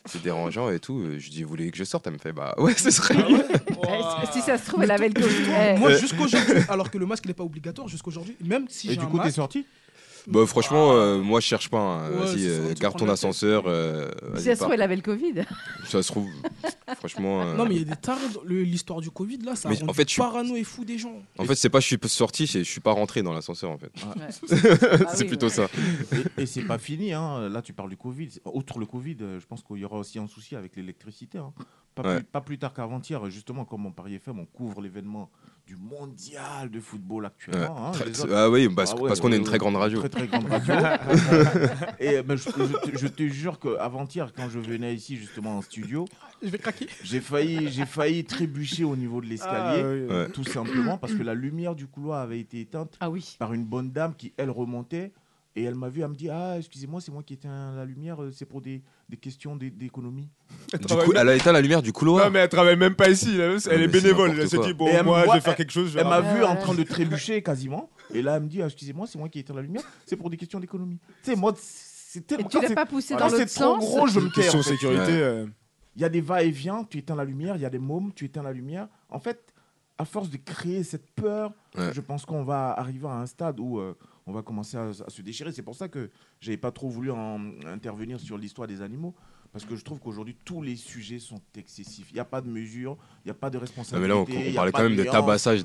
A: c'est dérangeant et tout. Je dis, vous voulez que je sorte Elle me fait, bah ouais, ce
C: Ah
A: serait.
E: Eh, Si ça se trouve, elle avait le Covid. Eh,
C: Moi jusqu'aujourd'hui, alors que le masque n'est pas obligatoire jusqu'aujourd'hui, même si
F: Et
C: j'ai
F: du
C: un
F: coup, t'es
C: masque.
F: sorti
A: Bah franchement, euh, moi je cherche pas. hein.
C: Ouais,
A: Vas-y,
C: c'est ça,
A: euh,
C: tu te
A: garde
C: prends
A: ton
C: la tête.
A: ascenseur. euh, vas-y,
E: si ça se
A: pars.
E: trouve, elle avait le Covid.
A: Ça se trouve, franchement. euh,
C: Non mais il y a des tarés. dans- le- L'histoire du Covid là, ça a
A: Mais en
C: rendu
A: fait, je suis-
C: parano et fou des gens.
A: En fait, c'est pas je suis sorti, c'est je suis pas rentré dans l'ascenseur en fait.
E: Ouais. Ah
A: c'est
E: oui,
A: plutôt
E: ouais.
A: ça.
F: Et, et c'est pas fini, hein. là tu parles du Covid. C'est- Outre le Covid, euh, je pense qu'il y aura aussi un souci avec l'électricité. hein. Pas,
A: Ouais.
F: plus, pas plus tard qu'avant-hier, justement, comme mon pari FM, on couvre l'événement du mondial de football
A: Ouais.
F: actuellement. hein.
A: Très-
F: Les
A: très-
F: autres-
A: ah oui, parce,
F: Ah ouais,
A: parce qu'on est une
F: ouais,
A: très grande radio.
F: Très très grande radio. et euh, mais je, je te- je te jure qu'avant-hier, quand je venais ici justement en studio,
C: Je vais craquer.
F: j'ai failli, j'ai failli trébucher au niveau de
B: Ah,
F: l'escalier,
B: oui.
A: Ouais.
F: tout simplement parce que la lumière du couloir avait été éteinte
E: Ah oui.
F: par une bonne dame qui, elle, remontait. Et elle m'a vu, elle me dit Ah, excusez-moi, c'est moi qui éteins la lumière, euh, c'est pour des, des questions d'é- d'économie.
A: Du coup, elle a éteint la lumière du couloir.
G: Non, mais elle travaille même pas ici. Ah, Elle, elle
A: mais
G: est
A: c'est
G: bénévole.
A: n'importe
G: Elle se
A: quoi.
G: dit,
F: Et
G: bon,
F: elle
G: moi,
F: me
G: je vais
F: voit-
G: faire quelque chose. je
F: Elle
G: vais
F: m'a
G: ramener.
F: vu en train de trébucher quasiment. Et là, elle me dit Ah, excusez-moi, c'est moi qui éteins la lumière, c'est pour des questions d'économie. Tu sais, moi, c'est
E: Et
F: tellement.
E: tu
F: quand
E: l'as
F: c'est-
E: pas poussé
F: quand
E: dans
F: c'est
E: l'autre
F: trop
E: sens.
F: gros, je me perds.
G: Question
F: en fait.
G: sécurité.
A: Ouais.
G: euh,
F: Il y a des va-et-vient, tu éteins la lumière, il y a des mômes, tu éteins la lumière. En fait, à force de créer cette peur,
A: Ouais.
F: je pense qu'on va arriver à un stade où euh, on va commencer à, à se déchirer. C'est pour ça que j'avais pas trop voulu en- intervenir sur l'histoire des animaux. Parce que je trouve qu'aujourd'hui, tous les sujets sont excessifs. Il n'y a pas de mesure, il n'y a pas de
A: Non, Ah, mais là, on,
F: responsabilité. il y
A: on
F: a
A: parlait
F: pas
A: quand même de
F: nuance.
A: tabassage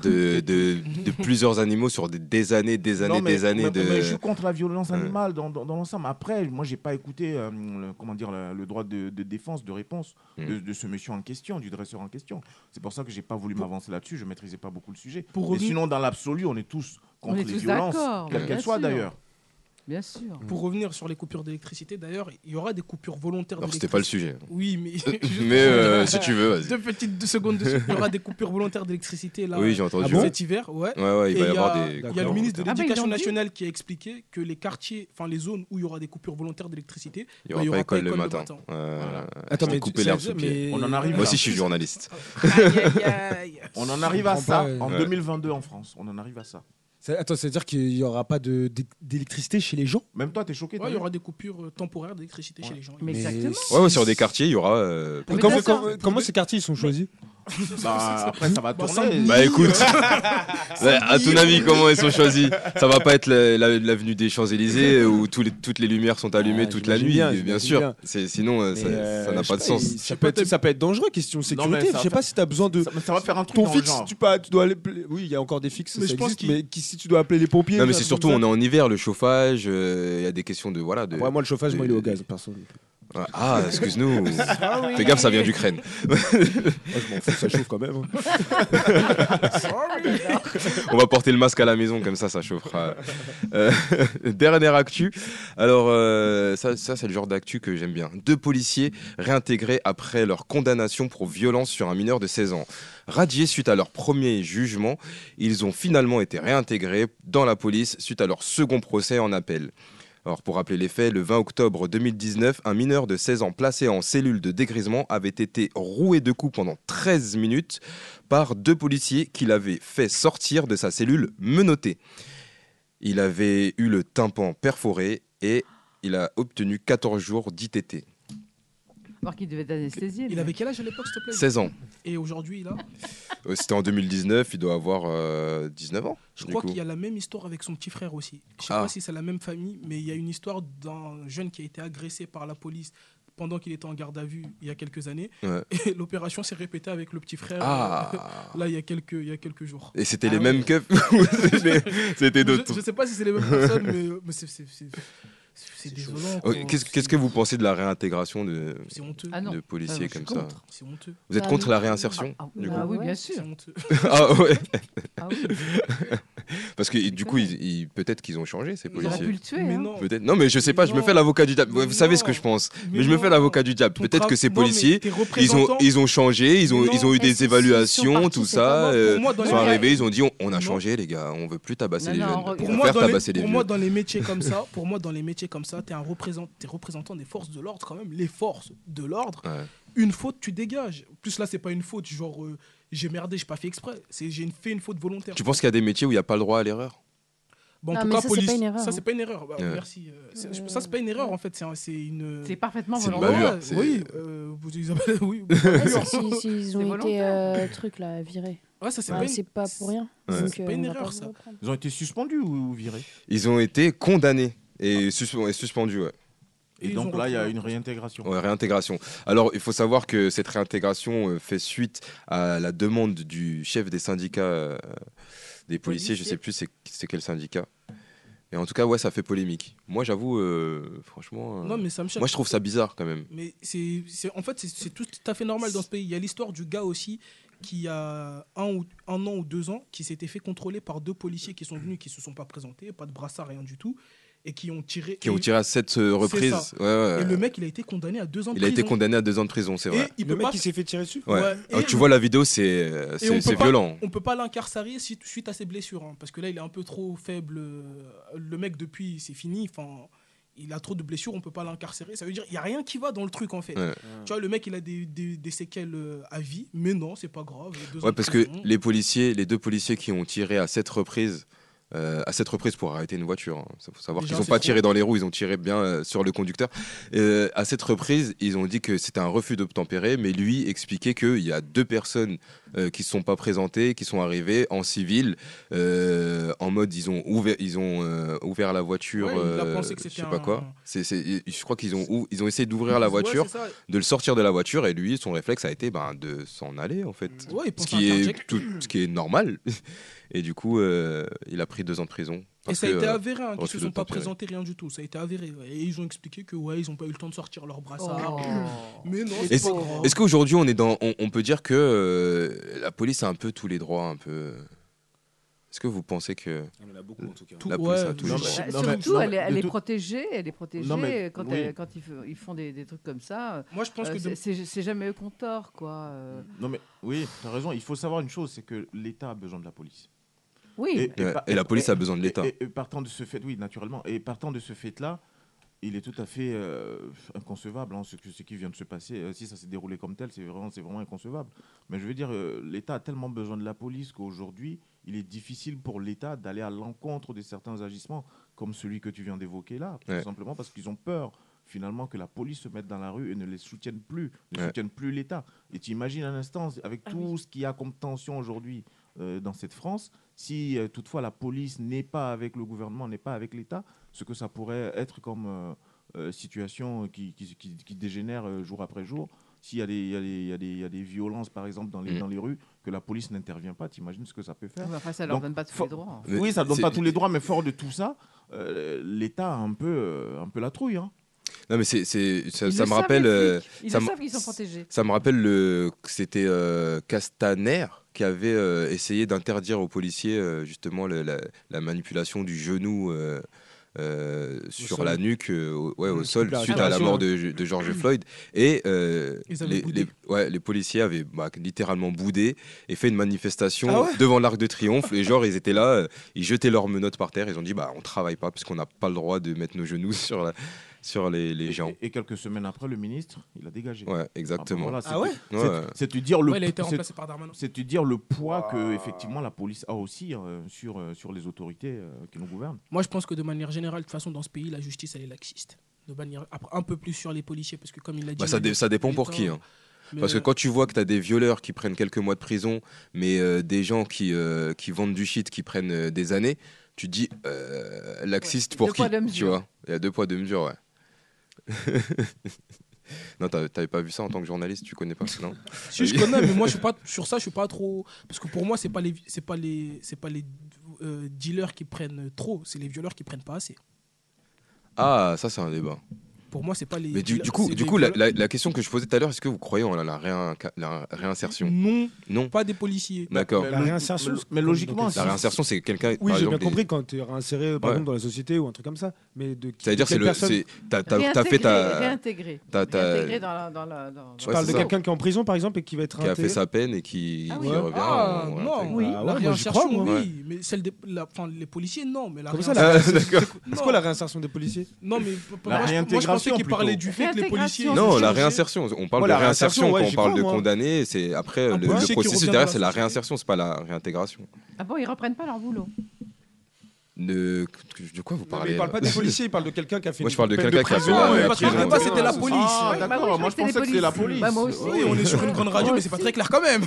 A: de, de, de plusieurs animaux sur des, des années, des années,
F: Non, mais-
A: des années
F: mais-
A: de.
F: mais je suis contre la violence
A: Ouais.
F: animale dans, dans- dans l'ensemble. Après, moi, j'ai pas écouté euh, le, comment dire, le, le droit de, de défense, de réponse
A: Mm.
F: de, de ce monsieur en question, du dresseur en question. C'est pour ça que j'ai pas voulu m'avancer là-dessus. Je maîtrisais pas beaucoup le sujet.
C: Pour
F: Mais
C: revenir-
F: sinon, dans l'absolu, on est tous contre
E: On est
F: les
E: tous
F: violences,
E: d'accord,
F: quelles
E: bien
F: qu'elles soient
E: sûr.
F: d'ailleurs.
E: Bien sûr.
C: Pour revenir sur les coupures d'électricité, d'ailleurs, il y aura des coupures volontaires
A: Alors,
C: d'électricité.
A: c'était pas le sujet.
C: Oui, mais.
A: Mais euh, si tu veux, vas-y.
C: Deux petites deux secondes de Il y aura des coupures volontaires d'électricité là.
A: Oui, j'ai
C: euh,
A: entendu.
B: bon
A: ouais,
C: cet hiver, ouais.
A: ouais, il
C: Et
A: va y
C: il y a-
A: avoir des.
C: Il y a le ministre de
E: Ah, bah, ils l'ont
C: l'Éducation
E: dit.
C: nationale qui a expliqué que les quartiers, enfin les zones où il y aura des coupures volontaires d'électricité, bah,
A: Il y aura
C: il y
A: pas
C: aura pas
A: école le
C: école le
A: matin.
C: matin.
A: Euh,
F: Voilà.
A: je
B: Attends, mais
A: vais couper l'herbe
B: ça-
A: sous le pied.
B: mais-
F: On en arrive
A: Moi
F: là.
A: aussi, je suis journaliste.
C: Aïe, aïe, aïe.
F: On en arrive à
B: comprends
F: ça
B: pas,
E: bah,
B: ouais.
F: en
A: Ouais.
F: 2022 en France. On en arrive à ça.
B: Ça- Attends, ça veut dire qu'il n'y aura pas de- d'é- d'électricité chez les gens
F: Même toi, t'es choqué.
C: Ouais, il y
F: d'ailleurs.
C: aura des coupures euh, temporaires d'électricité chez
F: Ouais.
C: les gens.
E: Mais
B: Mais-
E: exactement.
A: Ouais, ouais, sur des quartiers, il y aura. euh,
E: Mais
B: Comment,
E: t'as ça.
B: comment- comment ces quartiers ils sont choisis
F: Bah, après, ça va
C: Bah,
F: tourner.
C: sans-
A: Bah écoute, ouais, Bah, à ton avis, comment ils sont choisis Ça va pas être la- la- l'avenue des Champs-Élysées euh, où tous les- toutes les lumières sont allumées
B: Ah,
A: toute la nuit,
B: j'imagine bien,
A: bien,
B: j'imagine
A: sûr.
B: bien.
A: C'est- Sinon, euh, ça-
B: Mais, euh,
A: ça n'a
B: je
A: pas de
B: sais
A: sens.
B: il- Ça peut, être, ça peut être dangereux, question
F: mais
B: sécurité.
F: ça
B: Je
F: va
B: sais pas si tu as besoin de.
F: Ça, ça va faire un truc
B: Ton
F: dans le
B: fixe,
F: genre.
B: tu, peux- tu dois aller. Oui, il y a encore des fixes,
C: Mais
B: ça
C: je pense
B: existe,
C: qu'il-
B: mais qui- si tu dois appeler les pompiers.
A: Non mais
B: ou
A: c'est
B: un truc
A: surtout
B: comme
A: on est en hiver, le chauffage, euh, il y a des questions de voilà de.
B: ça. Ouais, moi, le chauffage, moi, il est au gaz, perso.
A: Ah, Ah, excuse-nous.
E: Ah oui.
A: Fais gaffe, ça vient d'Ukraine.
B: je m'en fous, ça chauffe quand même.
A: hein.
B: hein.
A: On va porter le masque à la maison, comme ça, ça chauffera. Euh, dernière actu. Alors, euh, ça, ça, c'est le genre d'actu que j'aime bien. Deux policiers réintégrés après leur condamnation pour violence sur un mineur de 16 ans. Radiés suite à leur premier jugement, ils ont finalement été réintégrés dans la police suite à leur second procès en appel. Alors, pour rappeler les faits, le 20 octobre 2019, un mineur de 16 ans placé en cellule de dégrisement avait été roué de coups pendant 13 minutes par deux policiers qui l'avaient fait sortir de sa cellule menottée. Il avait eu le tympan perforé et il a obtenu 14 jours d'ITT.
E: Alors qu'il devait être anesthésié.
C: Il
E: lui.
C: avait quel âge à l'époque, s'il te plaît
A: 16 ans.
C: Et aujourd'hui, là
A: Euh, C'était en 2019, il doit avoir euh, 19 ans.
C: Je
A: du
C: crois
A: coup.
C: qu'il y a la même histoire avec son petit frère aussi. Je sais
A: Ah.
C: pas si c'est la même famille, mais il y a une histoire d'un jeune qui a été agressé par la police pendant qu'il était en garde à vue il y a quelques années.
A: Ouais.
C: Et l'opération s'est répétée avec le petit frère euh,
A: Ah
C: là il y a quelques, il y a quelques jours.
A: Et c'était
C: Ah
A: les
C: ouais.
A: mêmes keufs ou c'était- C'était
C: Je,
A: d'autres.
C: je sais pas si c'est les mêmes personnes, mais, mais c'est- c'est- c'est c'est- c'est désolant.
A: Oh,
C: quoi.
A: Qu'est-ce qu'est-ce que vous pensez de la réintégration de,
C: C'est honteux.
E: Ah non.
A: de
E: Ah, je
A: policiers
E: suis
A: comme ça
E: contre.
C: C'est honteux.
A: Vous êtes
D: Bah,
A: contre
D: non.
A: la réinsertion
E: Ah,
C: bah
A: du
E: ah
A: coup.
E: oui, bien
C: C'est
E: sûr.
C: honteux.
A: Ah ouais
E: Ah oui.
A: Parce que du coup, ils- ils- peut-être qu'ils ont changé ces
E: Ils
C: Ils
E: auraient
A: policiers.
E: pu le tuer.
C: Mais
E: hein.
C: non.
A: Peut-être. Non, mais je sais pas, je me
C: Non.
A: fais l'avocat du diable.
C: Mais
A: Vous savez ce
C: non.
A: que je pense. Mais,
C: Mais
A: je me
C: non.
A: fais l'avocat du diable.
C: Ton
A: Peut-être
C: tra-
A: que ces
C: Non, mais
A: policiers,
C: tes
A: ils ont,
C: représentants-
A: ils ont changé, ils ont,
C: Mais non,
A: ils ont eu
D: est-ce
A: des
D: qu'ils sont
A: évaluations,
D: partis,
A: tout
D: c'est
A: ça.
D: comment Pour
A: euh,
C: Pour moi, dans
A: ils
C: les
A: sont
D: mais-
A: arrivés, ils ont dit on, on a
C: Non.
A: changé, les gars, on veut plus tabasser
E: Non,
A: les
E: non,
A: jeunes.
E: on
A: On
E: regarde.
C: pour
A: préfère
C: moi, dans les,
A: tabasser les
C: pour
A: vieux.
C: moi, dans les métiers comme ça, pour moi, dans les métiers comme ça, t'es un représentant, t'es représentant des forces de l'ordre quand même, les forces de l'ordre.
A: Ouais.
C: Une faute, tu dégages. Plus là, c'est pas une faute, genre euh, j'ai merdé, j'ai pas fait exprès. C'est j'ai une- fait une faute volontaire.
A: Tu penses qu'il y a des métiers où il n'y a pas le droit à l'erreur
C: Bon, en
D: Non,
C: tout
D: mais
C: cas,
D: ça, c'est
C: police,
D: pas une erreur,
C: ça
D: hein.
C: c'est pas une erreur. Bah,
A: Ouais.
C: Merci. euh, c'est- je- ça c'est pas une erreur en fait, c'est un- c'est une.
E: C'est parfaitement
A: C'est une
E: volontaire.
A: bavure.
C: Ouais,
A: c'est-
C: Oui, euh, vous- hein. ils appellent- oui.
D: Ouais,
C: bavure.
D: c'est- si- si ils
E: C'est
D: ont été
E: volontaire.
D: euh, truc là virés.
C: Ouais, ça c'est
D: Ouais,
C: pas une-
D: C'est pas pour rien.
A: Ouais.
D: Donc,
C: C'est
D: euh,
C: pas une
D: on va
C: erreur,
D: pas
C: ça.
D: vous reprendre.
F: Ils ont été suspendus ou virés
A: Ils ont été condamnés et, suspe- et suspendus, ouais.
C: Et
F: Et
C: ils
F: donc
C: ont
F: là, il y a
C: retrouvé-
F: une réintégration.
A: Ouais, réintégration. Alors, il faut savoir que cette réintégration euh, fait suite à la demande du chef des syndicats euh, des policiers. Je
C: Policiers.
A: sais plus c'est c'est quel syndicat. Et en tout cas, ouais, ça fait polémique. Moi, j'avoue, euh, franchement, euh,
C: Non, mais ça me choque.
A: moi, je trouve ça bizarre quand même.
C: Mais c'est, c'est- en fait, c'est, c'est tout à fait normal dans ce pays. Il y a l'histoire du gars aussi qui a un, ou, un an ou deux ans qui s'était fait contrôler par deux policiers qui sont venus, qui se sont pas présentés, pas de brassard, rien du tout, et qui ont tiré.
A: Qui ont
C: et,
A: tiré à sept euh, reprises.
C: ça.
A: Ouais, ouais.
C: et le mec, il a été condamné à deux ans de
A: il a été
C: prison.
A: condamné à deux ans de prison, c'est vrai.
C: Et il
B: le
C: peut
B: mec
C: pas.
B: qui s'est fait tirer dessus
A: Ouais.
C: Ouais,
A: Ah,
C: et-
A: tu vois la vidéo, c'est euh,
C: on
A: c'est
C: peut
A: c'est
C: pas-
A: violent.
C: On peut pas l'incarcérer si- suite à ses blessures, hein, parce que là, il est un peu trop faible. euh, Le mec, depuis, c'est fini. Enfin, il a trop de blessures, on peut pas l'incarcérer. Ça veut dire, il y a rien qui va dans le truc en fait.
A: Ouais.
C: Tu vois, le mec, il a des, des- des séquelles euh, à vie, mais non, c'est pas grave. deux ans
A: Ouais,
C: de
A: parce que
C: prison.
A: les policiers, les deux policiers qui ont tiré à sept reprises, euh, à sept reprises pour arrêter une voiture, il faut savoir
C: Déjà,
A: qu'ils n'ont
C: c'est
A: pas
C: trop.
A: tiré dans les roues, ils ont tiré bien euh, sur le conducteur. Euh, à cette reprise, ils ont dit que c'était un refus d'obtempérer, mais lui expliquait qu'il y a deux personnes euh, qui ne se sont pas présentées, qui sont arrivées en civil, euh, en mode ils ont ouvert, ils ont, euh, ouvert la voiture,
C: Ouais, il a
A: euh,
C: pensé que
A: je sais
C: c'était
A: pas
C: un-
A: quoi. C'est- c'est- je crois qu'ils ont, ou- ils ont essayé d'ouvrir la
C: Ouais,
A: voiture,
C: c'est ça.
A: de le sortir de la voiture, et lui, son réflexe a été ben, de s'en aller en fait
C: Ouais, il pense
A: ce
C: à un
A: qui est
C: cardiaque.
A: tout, ce qui est normal. Et du coup, euh, il a pris deux ans de prison.
C: Et
A: Parce
C: ça a
A: que,
C: été
A: euh,
C: avéré, hein, qu'ils
A: refus
C: se sont pas
A: d'obtempérer.
C: présentés, rien du tout. Ça a été avéré. ouais. Et ils ont expliqué que, ouais, ils ont pas eu le temps de sortir leur brassard. Mais non,
A: Et
C: c'est pas
A: c'est-
C: grave.
A: Est-ce qu'aujourd'hui, on est dans, on, on peut dire que euh, la police a un peu tous les droits, un peu. euh, Est-ce que vous pensez que
B: Il y en a beaucoup en tout cas.
C: Tout-
A: la
C: ouais,
A: police a tous les
F: non,
A: droits
F: mais-
E: Bah,
F: non,
E: surtout,
F: non,
E: elle, est,
F: mais
E: elle
F: de
E: est
F: tout-
E: protégée, elle est protégée
F: Non, mais-
E: quand,
F: oui.
E: elle- quand ils, f- ils font des, des trucs comme ça. euh,
C: Moi, je pense que.
E: c'est-
C: de-
E: c'est c'est jamais eux qu'on tort, quoi. euh.
F: Non mais oui, tu as raison, il faut savoir une chose, c'est que l'État a besoin de la police.
E: Oui,
A: et,
F: par-
A: la police a besoin de
F: et-
A: l'État.
F: et- et partant de ce fait, oui, naturellement, et partant de ce fait-là, il est tout à fait euh, inconcevable hein, ce, que- ce qui vient de se passer. Euh, si ça s'est déroulé comme tel, c'est vraiment, c'est vraiment inconcevable. Mais je veux dire, euh, l'État a tellement besoin de la police qu'aujourd'hui, il est difficile pour l'État d'aller à l'encontre de certains agissements comme celui que tu viens d'évoquer là, tout
A: Ouais.
F: simplement parce qu'ils ont peur finalement que la police se mette dans la rue et ne les soutienne plus, ne
A: Ouais.
F: soutienne plus l'État. Et tu imagines un instant, avec
D: Ah
F: tout ce qu'il y a comme tension aujourd'hui euh, dans cette France, si euh, toutefois la police n'est pas avec le gouvernement, n'est pas avec l'État, ce que ça pourrait être comme euh, euh, situation qui, qui- qui- qui dégénère euh, jour après jour. S'il y, a des- il y a des- il y a des- il y a des violences, par exemple, dans les,
A: Mm.
F: dans les rues, que la police n'intervient pas, t'imagines ce que ça peut faire
E: Ouais, enfin, ça leur
F: Donc,
E: donne pas tous
F: faut-
E: les droits.
A: Mais
F: Oui, ça ne donne
A: c'est-
F: pas tous les droits, mais fort de tout ça, euh, l'État a un peu, euh, un peu la trouille. hein.
A: Non, mais c'est, c'est- ça,
E: Ils
A: ça
E: le
A: me
E: savent,
A: rappelle.
E: les
A: euh,
E: flics. Ils
A: ça
E: le
A: me-
E: savent qu'ils sont protégés.
A: Ça me rappelle le, que c'était euh, Castaner qui avait euh, essayé d'interdire aux policiers euh, justement le- la, la manipulation du genou euh, euh, sur
B: sol.
A: la nuque, euh, au- ouais, au
B: Mmh,
A: sol,
B: la
A: suite à la
B: réparation,
A: mort
B: hein.
A: de, de George Floyd. Et euh,
C: Ils avaient
A: les,
C: boudé.
A: les- ouais, les policiers avaient bah, littéralement boudé et fait une manifestation
B: Ah ouais
A: devant l'Arc de Triomphe. Et genre, ils étaient là, euh, ils jetaient leurs menottes par terre. Ils ont dit, bah, on travaille pas parce qu'on n'a pas le droit de mettre nos genoux sur, la- sur les, les gens.
F: Et, et quelques semaines après, le ministre, il a dégagé.
A: Ouais,
F: Ah, bah,
A: exactement.
F: voilà, c'est-
C: Ah ouais
F: c'est-
A: Ouais.
F: C'est te dire le
C: Ouais, il a été
F: c'est-
C: remplacé par Darmanin.
F: c'est te dire le poids que
B: Waouh.
F: effectivement la police a aussi euh, sur euh, sur les autorités euh, qui nous gouvernent.
C: Moi, je pense que de manière générale, de toute façon, dans ce pays, la justice, elle est laxiste. De manière après, un peu plus sur les policiers, parce que comme il l'a dit.
A: Bah, ça, dé-
C: Manu,
A: ça dépend
C: les
A: pour qui.
C: temps,
A: hein.
C: mais- euh,
A: Parce que quand tu vois que tu as des violeurs qui prennent quelques mois de prison, mais euh, des gens qui, euh, qui vendent du shit qui prennent euh, des années, tu te dis euh, laxiste
E: Ouais.
A: pour
E: Deux
A: qui
E: poids, deux
A: Tu
E: mesures.
A: vois Il y a deux poids, deux mesures, ouais. non, t'as- t'avais pas vu ça en tant que journaliste, tu connais pas ça, non
C: Si je connais, mais moi, je suis pas sur ça, je suis pas trop. Parce que pour moi, c'est pas les, c'est pas les, c'est pas les euh, dealers qui prennent trop, c'est les violeurs qui prennent pas assez.
A: Ah, ça c'est un débat.
C: Pour moi, c'est pas les.
A: Mais du,
C: dealers-
A: du coup,
C: c'est
A: du
C: les
A: coup la,
C: violeurs-
A: la- la question que je posais tout à l'heure, est-ce que vous croyez en la, la réinca- la réinsertion
C: non,
A: Non
C: pas des policiers.
A: D'accord.
F: Mais-
H: La
F: mais-
H: réinsertion,
F: mais-
H: c'est
F: Mais
H: comme
F: logiquement,
H: dans
F: si-
A: La réinsertion, c'est quelqu'un.
H: Oui,
A: par
H: j'ai bien
A: exemple, des-
H: compris quand tu es réinséré par
A: Ouais.
H: exemple dans la société ou un truc comme ça, mais de qui-
A: C'est-à-dire,
H: de
A: c'est
H: quelle
A: le.
H: personne
A: c'est- T'as t'as- t'as fait
E: Réintégrer,
A: ta.
E: Réintégrer.
A: t'as- t'as-
E: Réintégrer dans la. Dans la dans-
H: Tu
A: Ouais,
H: parles
A: c'est
H: de
A: ça.
H: quelqu'un qui est en prison par exemple et qui va être
A: qui a fait
H: réintégré
A: sa peine et qui,
E: Ah
A: qui
E: oui.
A: revient.
C: Ah,
A: on- on
C: non,
A: réintègre.
H: Oui.
C: la
H: Ah ouais, moi, j'y
C: réinsertion,
H: crois, moi.
C: oui, mais celle des, la- enfin, les policiers, non, mais la
H: Comme ça, la
A: Ah,
C: réinsertion-
H: réinsertion,
A: d'accord.
H: c'est
C: Non.
H: quoi la réinsertion des policiers
C: Non, mais p- p-
F: La
C: moi, je- moi, je pensais
F: réintégration,
C: qu'il parlait
F: plutôt.
C: du fait que les
E: Réintégration,
C: policiers.
E: c'est
A: Non,
E: changer.
A: la réinsertion. On parle
H: Ouais,
A: de
H: la réinsertion,
A: réinsertion,
H: ouais,
A: quand on
H: j'y
A: parle
H: crois,
A: de
H: moi.
A: condamné. et C'est après le,
C: Un
A: le
C: policier qui
A: processus
C: revient
A: derrière,
C: dans la
A: c'est la
C: société.
A: réinsertion, c'est pas la réintégration.
E: Ah bon, ils reprennent pas leur boulot.
A: Ne- De quoi vous
H: Mais
A: parlez
H: il parle
A: là
H: pas des policiers, il parle de quelqu'un qui a fait
A: euh, Moi,
H: une
A: je parle de
H: peine
A: quelqu'un qui a
H: prison,
A: fait la-
H: ouais,
A: la
H: parce que
A: prison.
H: je crois pas,
C: c'était la police.
F: Ah,
E: Ouais, bah
F: d'accord.
E: oui, je
F: moi, je
E: crois que
F: pensais que c'était la police.
E: Bah, moi aussi.
C: Oui, on est sur une grande radio,
E: Moi
C: mais c'est pas
E: aussi.
C: très clair quand même.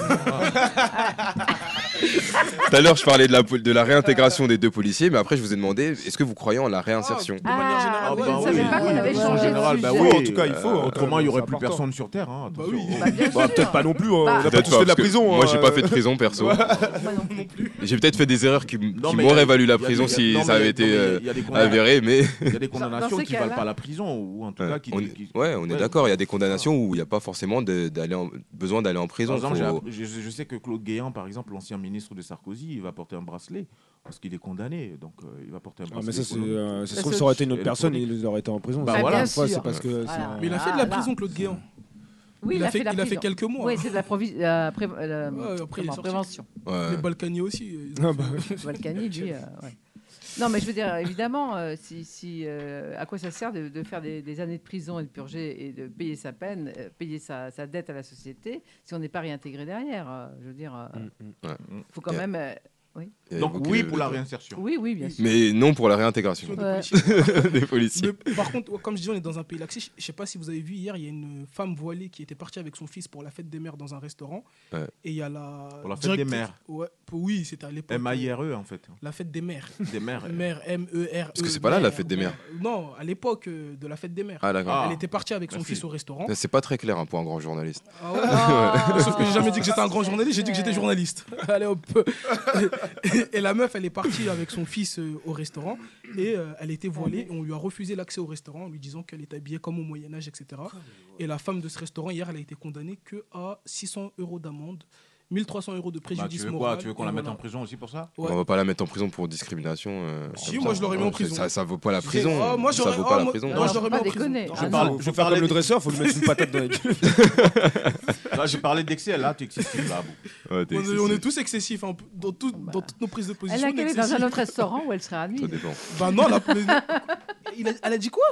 A: Tout à l'heure, je parlais de la, pol- de la réintégration des deux policiers, mais après, je vous ai demandé est-ce que vous croyez en la réinsertion
C: De manière générale,
F: Ah,
C: ouais,
F: bah
C: je
F: oui,
C: savais pas
F: oui,
C: qu'on avait
F: oui,
D: changé
F: en
D: de
F: général,
E: sujet.
F: bah
H: Oui,
F: oui,
H: en tout cas, il faut,
F: euh,
H: hein,
F: autrement, il n'y aurait
H: c'est
F: plus
H: important.
F: personne sur Terre. hein,
C: Bah
F: attention.
C: oui.
E: Bah, bien
H: Bah,
E: sûr.
H: peut-être pas non plus, hein, on
E: Bah,
H: a pas
A: Peut-être
H: tous
A: pas,
H: fait de la
A: parce que
H: prison.
A: Moi,
H: hein,
A: j'ai pas fait
H: euh.
A: de prison perso.
E: Moi non plus.
A: J'ai peut-être fait des erreurs qui, m-
F: Non,
A: qui
F: mais il y a-
A: m'auraient valu la
F: il y a-
A: prison
F: il y a-
A: si
F: non, mais
A: ça avait
F: il y a-
A: été euh,
F: Il y a des condamnations-
A: avéré, mais.
F: il y a des
E: Dans
F: condamnations
E: ces
F: qui valent
E: cas-là-
F: pas la prison, ou en tout cas qui.
A: on est,
F: qui-
A: ouais, on est
F: ouais.
A: d'accord. Il y a des condamnations où il n'y a pas forcément de- d'aller en- besoin d'aller en prison.
F: Par exemple,
A: faut-
F: j'ai appris- je, je sais que Claude Guéant, par exemple, l'ancien ministre de Sarkozy, il va porter un bracelet parce qu'il est condamné. Donc, euh, il va porter un
H: Ah,
F: bracelet.
H: mais ça, c'est,
F: économique.
H: euh, ça se
E: Ça,
H: trouve,
E: c'est
H: ça aurait été une
F: autre-
H: autre personne, il aurait été en prison.
C: Ah,
F: Bah,
H: c'est-
F: voilà.
H: des fois,
E: Bien
H: c'est parce que.
E: Voilà.
H: c'est-
C: Mais il a fait de
E: Ah,
C: la
E: là.
C: prison, Claude Guéant.
E: Oui,
C: il, a fait,
E: de la
C: il a fait
E: prison.
C: quelques mois.
E: Oui, c'est de la, provi- la pré- la-
C: Ouais, après, il
E: comment,
C: est sorti.
E: prévention.
A: ouais.
C: Les Balkany aussi. euh, ils ont
H: Ah, bah,
C: fait-
E: Balkany, lui, euh, ouais. Non, mais je veux dire, évidemment, euh, si, si, euh, à quoi ça sert de, de faire des, des années de prison et de purger et de payer sa peine, euh, payer sa, sa dette à la société, si on n'est pas réintégré derrière euh, Je veux dire, euh,
A: Mm, Ouais.
E: faut quand
A: Et-
E: même. euh,
A: Il y a
F: Donc,
A: évoqué
F: oui
A: le-
F: pour la réinsertion.
E: oui, oui, bien sûr.
A: Mais non pour la réintégration
C: des
E: Ouais.
C: policiers.
A: des policiers.
C: Mais par contre, ouais, comme je dis, on est dans un pays laxiste. Je sais pas si vous avez vu hier, il y a une femme voilée qui était partie avec son fils pour la fête des mères dans un restaurant.
A: Ouais.
C: Et il y a la.
F: Pour la fête des mères.
C: Ouais, pour- oui, c'était à l'époque. euh,
F: M.A.I.R.E. E, en fait.
C: La fête des mères.
F: Des mères. euh.
C: Mère, E M-E-R.
A: Parce que c'est pas là, la fête des mères.
C: Non, à l'époque euh, de la fête des mères.
A: Ah d'accord.
F: Ah.
C: Elle était partie avec son
F: Merci.
C: fils au restaurant.
A: C'est pas très clair hein, pour un grand journaliste.
C: Ah ouais. Sauf que j'ai jamais dit que j'étais un grand journaliste, j'ai dit que j'étais journaliste. Allez hop. Et la meuf, elle est partie avec son fils euh, au restaurant et euh, elle était voilée. et on lui a refusé l'accès au restaurant en lui disant qu'elle est habillée comme au Moyen-Âge, etc. Et la femme de ce restaurant, hier, elle a été condamnée que à 600 euros d'amende, 1300 euros de
F: Bah,
C: préjudice
F: tu veux quoi
C: moral.
F: Tu veux qu'on la
C: et
F: mette en
C: voilà.
F: prison aussi pour ça
C: Ouais.
A: On va pas la mettre en prison pour discrimination. euh,
C: Si,
A: comme
C: moi,
A: ça.
C: je l'aurais mis
A: Non,
C: en prison.
A: Ça, ça vaut pas la
C: Je
A: prison.
C: dirais, ah, moi,
A: ça
C: j'aurais-
A: vaut
C: ah,
A: pas la
C: moi-
A: prison.
E: Ah,
C: Non, je
E: faut
C: l'aurais
E: pas
C: mis en prison.
E: déconner.
C: Non,
E: Ah,
H: Faut
E: non.
H: faire-
F: non.
H: faut faire comme le dresseur, faut lui mettre une patate dans la gueule.
F: Là, j'ai parlé d'excès, là, tu excessives, là. bon.
A: Ouais, t'es
C: On est, on est
A: excessif.
C: tous excessifs hein, dans, tout- dans toutes nos prises de
E: Elle
C: position.
E: a
C: on est
E: qu'elle est dans un
C: excessifs.
E: autre restaurant où elle serait
A: Ça
E: admise.
A: dépend.
C: Bah non, la- mais- Il a- elle a dit quoi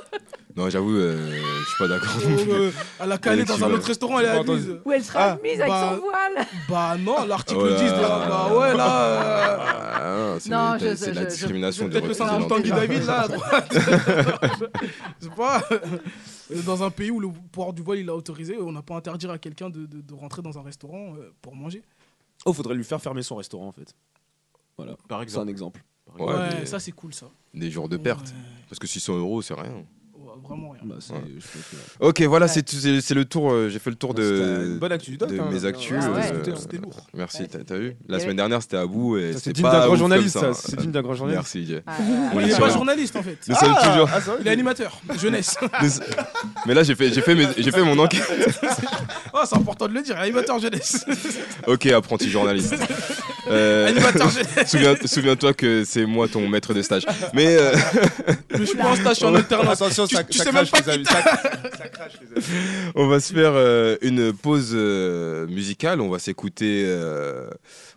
A: Non, j'avoue, euh, je suis pas d'accord. non plus.
C: Euh, Elle a calé
A: Elle a dit,
C: dans un
A: ouais.
C: autre restaurant, elle est
H: J'ai pas
C: admise.
E: Où elle serait
H: Ah,
E: admise avec
C: bah,
E: son voile.
C: Bah non, l'article
A: Oh là
C: 10 de la...
A: là.
C: Bah ouais, là... euh,
A: Ah, c'est
E: Non,
A: c'est-
E: je-
A: c'est de la
E: je- je-
A: discrimination
E: je-
A: de
C: Peut-être que c'est un
E: Non,
C: Tanguy
E: non.
C: David, là, à droite. Je sais pas. On est Euh, Dans un pays où le pouvoir du voile, il est autorisé, on n'a pas à interdire à quelqu'un de, de- de rentrer dans un restaurant euh, pour manger.
H: Oh, faudrait lui faire fermer son restaurant en fait.
F: Par
H: C'est un
F: exemple.
H: exemple.
A: Ouais,
C: Ouais,
A: mais-
C: ça, c'est cool, ça.
A: des jours de perte. Parce que 600 euros, c'est rien.
C: Ouais. quoi. Vraiment rien.
H: Bah, c'est-
A: Ouais.
H: je pense que- Bah,
A: Ok, voilà,
E: Ouais.
A: c'est tout- c'est c'est le tour. euh, J'ai fait le tour
H: C'était
A: de.
H: une bonne actu doc,
A: de
H: hein.
A: mes actus,
E: Ah ouais.
A: euh,
C: C'était lourd.
A: Merci,
E: Ouais,
A: t'as t'as vu La
E: avait-
A: semaine dernière, c'était à bout. et
H: Ça,
A: c'était
H: C'est digne
A: pas
H: d'un
A: à
H: grand
A: ouf
H: journaliste, ça.
A: comme ça.
H: C'est digne d'un grand journaliste. Ah,
A: Merci, Dieu.
E: Ah, ah,
A: On
C: Il
A: est
C: n'est pas
A: sur-
C: journaliste en fait. Ah,
A: Nous sommes toujours.
C: Il est animateur, jeunesse.
A: nous- Mais là, j'ai fait, j'ai fait, mes- j'ai fait mon enquête.
C: Oh, c'est important de le dire, animateur jeunesse.
A: Ok, apprenti journaliste. Euh,
C: Animateur jeunesse.
A: souviens- Souviens-toi que c'est moi ton maître de stage. Mais euh,
C: Je suis pas en stage, je suis en alternance.
G: Attention,
C: Tu-
G: ça,
C: tu
G: ça
C: sais même
G: crache,
C: pas
G: les amis.
A: on va se faire euh, une pause euh, musicale. On va s'écouter, euh,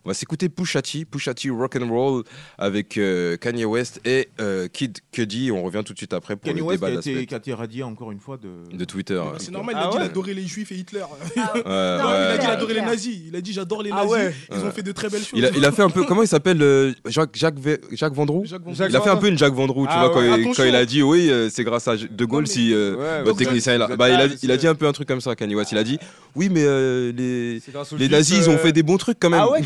A: on va s'écouter Pushati, Pushati Rock and Roll avec euh, Kanye West et euh, Kid Cudi. On revient tout de suite après pour
F: Kanye
A: le
F: West
A: débat
F: qui a,
A: de la
F: été,
A: semaine.
F: qui a été radié encore une fois de.
A: De Twitter.
C: Bah, C'est normal,
H: Ah
C: il a dit qu'il
H: ouais.
C: adorait les juifs et Hitler.
E: ah,
A: Ouais,
C: Non, il a
A: ouais.
C: dit qu'il
E: Ouais.
C: adorait les nazis. Il a dit j'adore les
H: Ah
C: nazis.
H: ouais.
C: Ils
A: Ouais.
C: ont fait de très belles choses.
A: Il a, il a fait un peu. Comment il s'appelle euh, Jacques, Jacques, Ve- Jacques Vendroux
C: Jacques Van-
H: Jacques-
A: Il a fait un peu une Jacques Vendroux, tu
H: Ah
A: vois,
H: ouais.
A: quand, il-
C: Attention.
A: quand il a dit oui, euh, c'est grâce à De Gaulle
C: Non, mais-
A: si euh,
H: Ouais,
A: votre
H: vous
A: technicien est là.
H: êtes- vous
A: Bah, il, a,
H: êtes là,
A: il a dit
H: monsieur.
A: un peu un truc comme ça, Kanye West. Il a dit oui, mais euh, les,
H: C'est grâce aux
A: les
H: juifs,
A: nazis, ils ont
H: euh,
A: fait des bons trucs quand même.
H: Ah ouais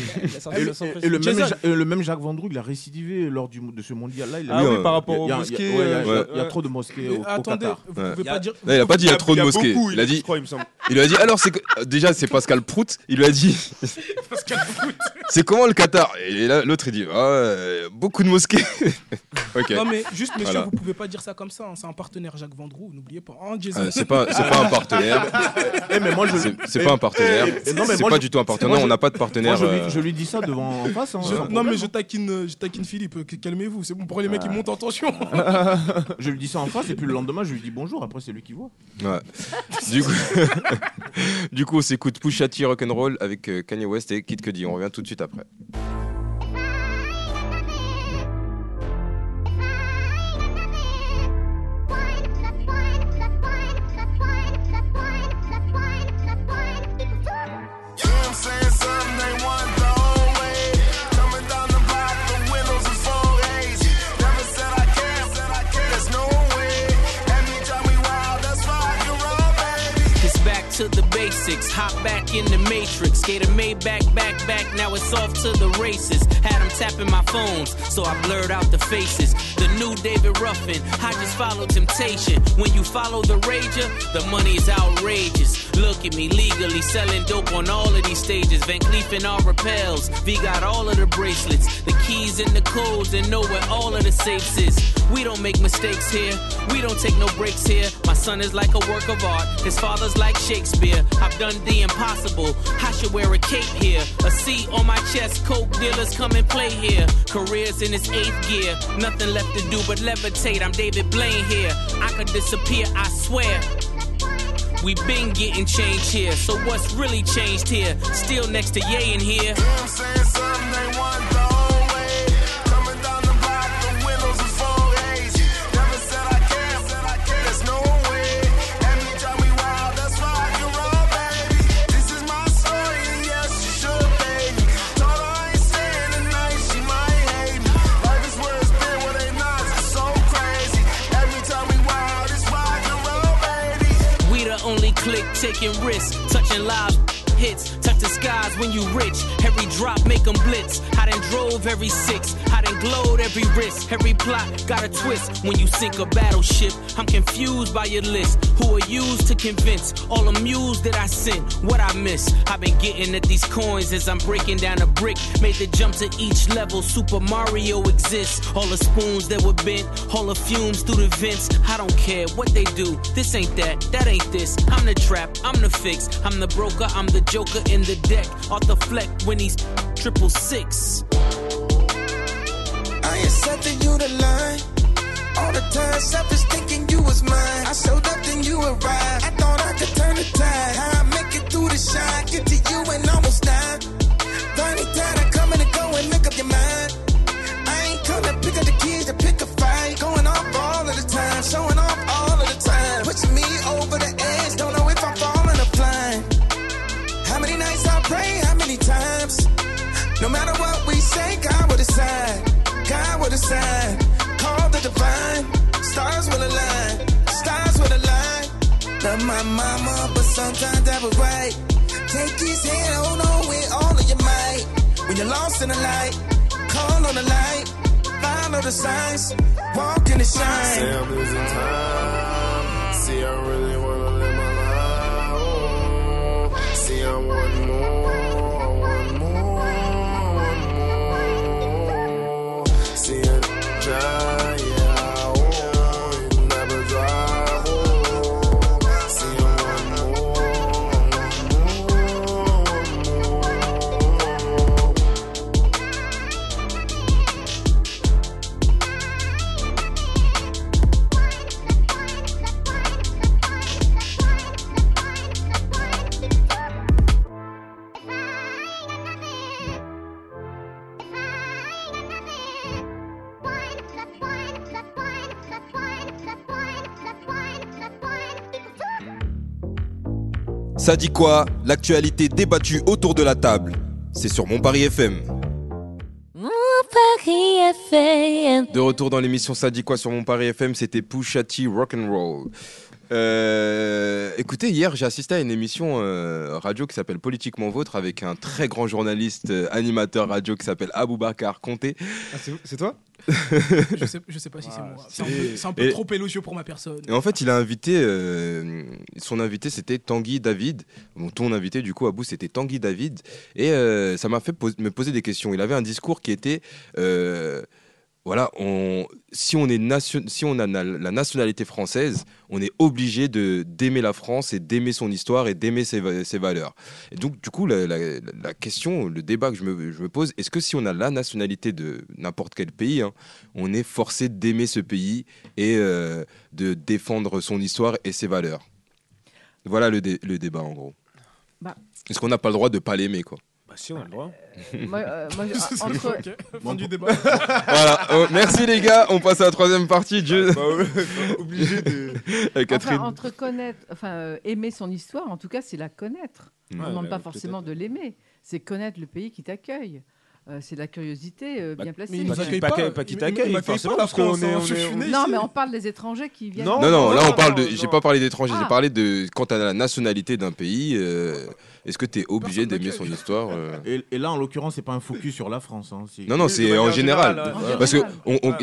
F: Et, le- et- et le même Ja- et le même Jacques Vendroux, il a récidivé lors du, de ce mondial-là. Il a-
H: Ah
A: Oui,
H: oui,
A: euh,
H: par
F: Il y
H: rapport
F: a-
H: aux
F: il y a-
H: mosquées.
F: ouais, il y a-
H: euh,
F: Il y a trop de mosquées
C: Mais
F: au, au
C: Attendez,
F: Qatar.
C: vous
A: Ouais.
C: pouvez
F: Il y
C: pas
F: a-
C: dire.
A: Là, il a pas dit il y a trop de mosquées.
H: beaucoup,
A: Il a dit,
H: je crois, il me semble.
A: il lui a dit alors c'est que- déjà c'est Pascal Prout. Il lui a dit c'est comment le Qatar Et là l'autre il dit ah, euh, beaucoup de mosquées. ok.
C: Non mais juste messieurs,
A: Voilà.
C: vous pouvez pas dire ça comme ça. hein. C'est un partenaire Jacques Vendroux, n'oubliez pas. Hein, Jason.
A: Euh, c'est pas c'est pas un partenaire.
F: Eh, mais moi, je,
A: C'est- C'est pas un partenaire.
F: eh, non, mais
A: C'est
F: moi,
A: pas
F: je-
A: du tout un
F: moi,
A: partenaire.
F: je-
A: On n'a pas de
F: moi,
A: partenaire.
F: je,
A: euh,
F: lui, je lui dis ça devant en face. hein,
C: Je-
F: sans
C: non
F: problème.
C: mais je taquine, euh, je taquine Philippe. euh, Calmez-vous, c'est bon pour les mecs qui montent en tension.
A: Ah.
F: Je lui dis ça en face et puis le lendemain, je lui dis bonjour. Après, c'est lui qui voit.
A: Ouais. du coup, du coup, on s'écoute Pusha T Rock'n'Roll avec euh, Kanye West et Kid Cudi. On revient tout de suite après.
I: It's back to the basics. Hop back in the matrix. Get a Maybach back back. Now it's off to the races. Had them tapping my phones, so I blurred out the faces. The new David Ruffin. I just follow temptation. When you follow the rager, the money is outrageous. Look at me legally selling dope on all of these stages. Van Cleef and all repels. V got all of the bracelets, the keys and the codes, and know where all of the safes is. We don't make mistakes here. We don't take no breaks here. My son is like a work of art. His father's like Shakespeare. I've done the impossible. I should wear a cape here. A C on my chest. Coke dealers come and play here. Careers in its eighth gear. Nothing left to do but levitate. I'm David Blaine here. I could disappear, I swear. We been getting changed here, so what's really changed here? Still next to Ye in here. We the only click taking risks, touching live hits, touch the skies when you rich. Every drop make 'em blitz. I done drove every six, I done glowed every wrist. Every plot got a twist when you sink a battleship. I'm confused by your list. Who are used to convince? All amused that I sent, what I miss. I've been getting at these coins as I'm breaking down a brick. Made the jump to each level, Super Mario exists. All the spoons that were bent, all the fumes through the vents. I don't care what they do, this ain't that, that ain't this. I'm the trap, I'm the fix. I'm the broker, I'm the joker in the deck. Off the fleck when he's triple six.
J: I accepted you to line. All the time, selfish thinking you was mine. I showed up, then you arrived. I thought I could turn the tide. How I make it through the shine, get to you and almost die. Finally tired of coming and going, make up your mind. I ain't come to pick up the kids to pick a fight. Going off all of the time, showing off all of the time. Pushing me over the edge, don't know if I'm falling or flying. How many nights I pray, how many times? No matter what we say, God will decide. God will decide. Call the divine. Stars will align. Stars will align. Love my mama, but sometimes that was right. Take his hand, hold on with all of your might. When you're lost in the light, call on the light. Follow the signs. Walk in the shine.
G: I'm losing time.
K: See, I really wanna live my life. Oh, see, I want more. I want more. I want more. See, I try. Yeah, oh, it never dry. Oh, see, I want more.
A: Ça dit quoi L'actualité débattue autour de la table. C'est sur Mon Paris FM.
L: Paris FM.
A: De retour dans l'émission Ça dit quoi sur Mon Paris FM, c'était Pouchati Rock'n'Roll. Euh, écoutez, hier j'ai assisté à une émission euh, radio qui s'appelle Politiquement Vôtre avec un très grand journaliste euh, animateur radio qui s'appelle Aboubacar Conté.
C: c'est toi je, sais, je sais pas si c'est moi. C'est un peu, c'est un peu
A: Et-
C: trop élogieux pour ma personne.
A: Et en fait, il a invité, euh, son invité c'était Tanguy David. Bon, ton invité du coup à bout c'était Tanguy David. Et euh, ça m'a fait pos- me poser des questions. Il avait un discours qui était, euh, voilà, on, si, on est nation- si on a na- la nationalité française, on est obligé de- d'aimer la France et d'aimer son histoire et d'aimer ses, va- ses valeurs. Et donc du coup, la, la- la question, le débat que je me, je me pose, est-ce que si on a la nationalité de n'importe quel pays, hein, on est forcé d'aimer ce pays et euh, de défendre son histoire et ses valeurs. Voilà le, dé- le débat en gros.
E: Bah.
A: Est-ce qu'on n'a pas le droit de pas l'aimer quoi
B: Bah si, on a le droit.
E: Moi, euh, moi, je-
C: C'est
E: entre-
C: ok, fin du débat.
A: Voilà, oh, merci les gars, on passe à la troisième partie. Dieu.
F: obligé de.
A: Avec Catherine.
E: Enfin, entre connaître, enfin, euh, aimer son histoire, en tout cas, c'est la connaître.
A: Ouais,
E: On ne demande
A: ouais,
E: pas
A: ouais,
E: forcément de l'aimer. C'est connaître le pays qui t'accueille. Euh, c'est de la curiosité euh,
B: Bah,
E: bien
B: mais
E: placée.
B: il nous Pas accueille qu'il- pas, pas qu'il- pas qu'il il- il t'accueille, m'accueille forcément, pas, la parce qu'on France, est- hein, on je est- suis né
E: Non, mais on parle des étrangers qui viennent.
A: Non, non, là on parle de.
E: non,
A: J'ai
E: non.
A: pas parlé d'étrangers,
E: Ah.
A: j'ai parlé de. Quand t'as la nationalité d'un pays, euh, est-ce que t'es obligé d'aimer son histoire euh
F: Et, et là, en l'occurrence, c'est pas un focus sur la France. hein, c'est-
A: Non, non, c'est en général.
F: Voilà.
A: Parce qu'il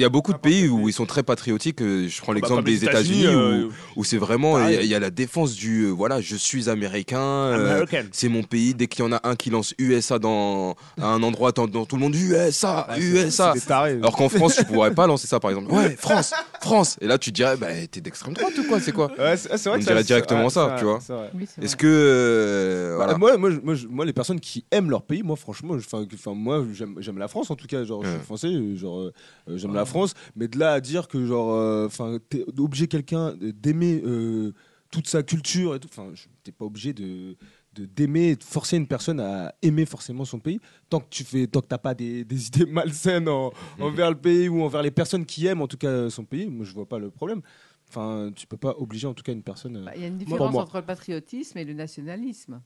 A: y a beaucoup de pays où ils sont très patriotiques. euh,
B: Bah,
A: Je prends l'exemple
F: comme les
A: des États-Unis
F: États-Unis,
A: où,
F: euh,
A: où c'est
B: ah,
A: vraiment. Il
F: pareil.
A: y a- il y, a la défense du. euh, voilà, je suis américain. euh,
B: American.
A: c'est mon pays. Dès qu'il y en a un qui lance USA dans, à un endroit, dans, tout le monde USA,
B: Ouais, c'est-
A: USA.
B: c'est des tarés.
A: Alors qu'en France, tu pourrais pas lancer ça par exemple. Ouais, France, France. Et là, tu te dirais, bah, t'es d'extrême droite ou quoi C'est quoi
B: Ouais, c'est- c'est vrai
A: On
B: que ça-
A: dirait
B: c'est-
A: directement
B: ouais,
A: ça,
B: c'est
A: tu
B: vrai,
A: vois.
B: c'est vrai. Oui, c'est
A: Est-ce
B: vrai.
A: que. euh,
B: Bah,
A: voilà.
B: moi, moi, je- moi, je- moi, les personnes qui aiment leur pays, moi, franchement, je- enfin, que- enfin, moi, j'aime j'aime la France en tout cas. Genre, je suis français, euh, genre, euh, euh, j'aime la France. Mais de là à dire que, genre, euh, enfin, t'es obligé quelqu'un euh, d'aimer euh, toute sa culture et tout. Enfin, je- t'es pas obligé de de- d'aimer, de forcer une personne à aimer forcément son pays, tant que tu fais, tant que t'as pas des, des idées malsaines en- envers le pays ou envers les personnes qui aiment en tout cas son pays, moi je vois pas le problème. Enfin, tu peux pas obliger en tout cas une personne. euh,
E: Bah, Il y a une
B: pour
E: différence
B: moi.
E: entre le patriotisme et le nationalisme.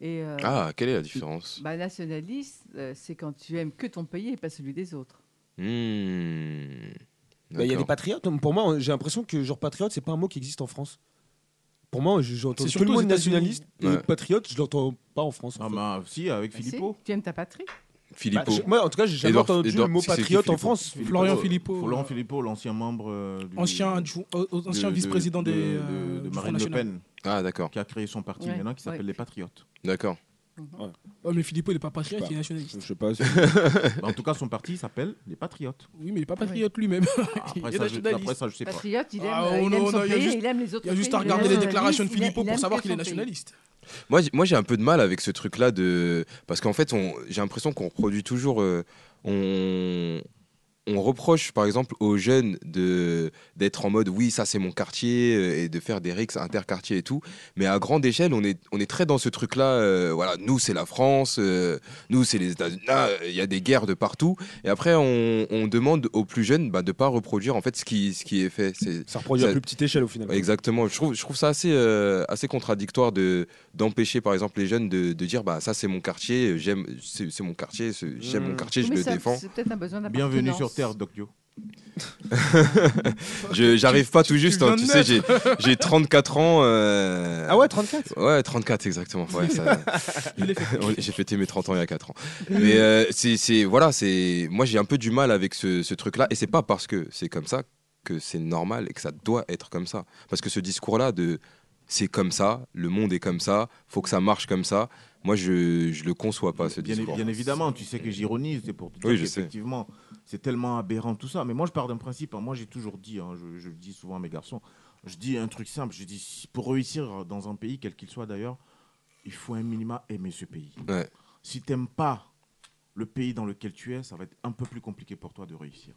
E: Et, euh,
A: Ah, quelle est la différence
E: bah, Nationaliste, euh, c'est quand tu aimes que ton pays et pas celui des autres.
A: Hmm.
B: Bah, Il y a
A: D'accord.
B: des patriotes. Pour moi, j'ai l'impression que genre patriote, c'est pas un mot qui existe en France. Pour moi, j'ai j'ai entendu
F: C'est
B: tout le
F: surtout
B: monde
F: aux États-Unis.
B: nationaliste, et
F: Ouais.
B: patriote, je l'entends pas en France. En
F: Ah, bah, si, avec
E: Bah, si,
F: Philippot.
E: tu aimes ta patrie.
A: Philippot.
B: Bah, je- moi, en tout cas, j'ai jamais
F: Edouard-
B: entendu
F: Edouard-
B: le mot
F: c'est- c'est qui,
B: patriote en
F: Philippot
B: France. euh,
C: Florian Philippot.
F: Florent Philippot, euh, l'ancien membre. euh, du-
C: Ancien adjou- euh, euh, ancien
F: de-
C: vice-président
F: de-
C: des,
F: de-
C: euh,
F: de
C: du Front
F: Marine Le
C: National.
F: Pen.
A: Ah, d'accord.
F: Qui a créé son parti
C: Ouais,
F: maintenant qui s'appelle
C: ouais.
F: les Patriotes.
A: D'accord.
C: Ouais, mais Philippot, il est pas patriote,
F: Bah,
C: il est nationaliste.
B: sais pas.
F: Bah, en tout cas, son parti s'appelle les Patriotes. Ah,
C: Oui, mais il est pas patriote lui-même. il
F: Après
C: est
F: ça, je,
C: nationaliste.
F: après ça, je sais pas.
E: Patriote, il aime,
C: Ah,
E: euh,
C: oh
E: il
C: non,
E: aime son
C: non, il y a
E: pays,
C: juste-
E: et il aime les autres.
C: Il y a juste
E: pays,
C: à regarder les
E: nationaliste,
C: déclarations de
E: il a-
C: Philippot
E: il
C: pour
E: aime
C: savoir
E: que
C: qu'il est
E: son pays.
C: nationaliste.
A: Moi, j'ai- moi j'ai un peu de mal avec ce truc-là de. Parce qu'en fait, on... j'ai l'impression qu'on reproduit toujours. euh, On... on reproche, par exemple, aux jeunes de... d'être en mode oui, ça c'est mon quartier euh, et de faire des rixes interquartiers et tout. Mais à grande échelle, on est, on est très dans ce truc-là. euh, voilà, nous c'est la France, euh, nous c'est les États-Unis. Ah, Il y a des guerres de partout. Et après, on, on demande aux plus jeunes bah, de ne pas reproduire en fait ce qui, ce qui est fait. C'est-
B: Ça reproduit à plus petite échelle au final.
A: Ouais, Exactement. Je trouve, je trouve ça assez, euh, assez contradictoire de d'empêcher, par exemple, les jeunes de, de dire bah ça c'est mon quartier, euh, j'aime, c'est c'est mon quartier, c'est- j'aime mon quartier,
E: Hmm. Oui,
A: je
E: mais
A: le
E: ça-
A: défends.
E: C'est peut-être un besoin d'appartenance.
F: Bienvenue sur Terre, Doc Dio.
A: Je- J'arrive pas tout juste, hein,
E: viens
A: tu
E: de
A: sais, j'ai
E: naître.
A: j'ai 34 ans. euh,
B: Ah ouais, 34
A: Ouais, 34 exactement. ouais, ça-
C: Il est fait.
A: Ouais, J'ai fêté mes 30 ans il y a 4 ans. Mais euh, c'est c'est- voilà, c'est moi j'ai un peu du mal avec ce, ce truc-là et c'est pas parce que c'est comme ça que c'est normal et que ça doit être comme ça. Parce que ce discours-là de c'est comme ça, le monde est comme ça, faut que ça marche comme ça, moi je, je le conçois pas ce
F: Bien,
A: discours.
F: bien évidemment, tu sais que j'ironise, c'est pour te dire
A: Oui, je sais.
F: qu'effectivement, c'est tellement aberrant tout ça. Mais moi, je pars d'un principe. hein. Moi, j'ai toujours dit, hein, je, je le dis souvent à mes garçons, je dis un truc simple. Je dis, si- pour réussir dans un pays, quel qu'il soit d'ailleurs, il faut un minima aimer ce pays.
A: Ouais.
F: Si tu n'aimes pas le pays dans lequel tu es, ça va être un peu plus compliqué pour toi de réussir.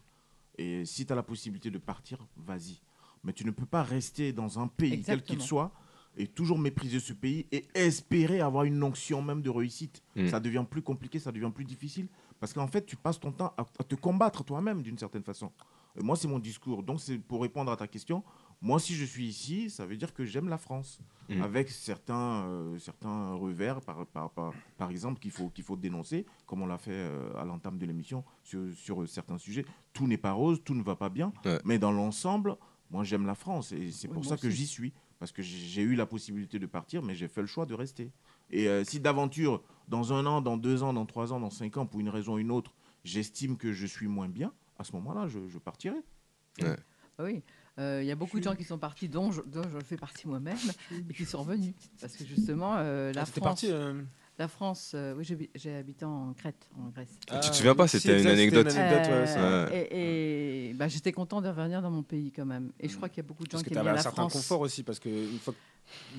F: Et si tu as la possibilité de partir, vas-y. Mais tu ne peux pas rester dans un pays, quel
E: Exactement.
F: qu'il soit, et toujours mépriser ce pays et espérer avoir une onction même de réussite.
A: Mm.
F: Ça devient plus compliqué, ça devient plus difficile, parce qu'en fait, tu passes ton temps à, à te combattre toi-même d'une certaine façon. Et moi, c'est mon discours. Donc, c'est pour répondre à ta question. Moi, si je suis ici, ça veut dire que j'aime la France,
A: Mm.
F: avec certains, euh, certains revers, par, par, par, par exemple, qu'il faut, qu'il faut dénoncer, comme on l'a fait euh, à l'entame de l'émission, sur, sur euh, certains sujets. Tout n'est pas rose, tout ne va pas bien,
A: Ouais.
F: mais dans l'ensemble, moi, j'aime la France, et c'est
A: Oui,
F: pour
A: moi
F: ça que
A: aussi.
F: j'y suis. Parce que j'ai j'ai eu la possibilité de partir, mais j'ai fait le choix de rester. Et euh, si d'aventure, dans un an, dans deux ans, dans trois ans, dans cinq ans, pour une raison ou une autre, j'estime que je suis moins bien, à ce moment-là, je, je partirai.
E: Ah Oui, Euh, il y a beaucoup de gens qui sont partis, dont je, dont je fais partie moi-même, et qui sont revenus. Parce que justement, euh, la,
C: Ah,
E: France,
C: c'était parti, euh.
E: la France. euh, oui, j'ai- j'ai habité en Crète, en Grèce.
A: Ah, tu te souviens pas,
E: si,
A: c'était une
E: exact,
A: anecdote.
E: Euh,
A: Ouais.
E: Et, et, bah, j'étais content de revenir dans mon pays quand même. Et je crois qu'il y a beaucoup de gens
H: Parce que
E: qui
H: tu
E: aiment
H: avais
E: bien
H: un
E: la
H: certain
E: France.
H: confort aussi, parce que, une fois que-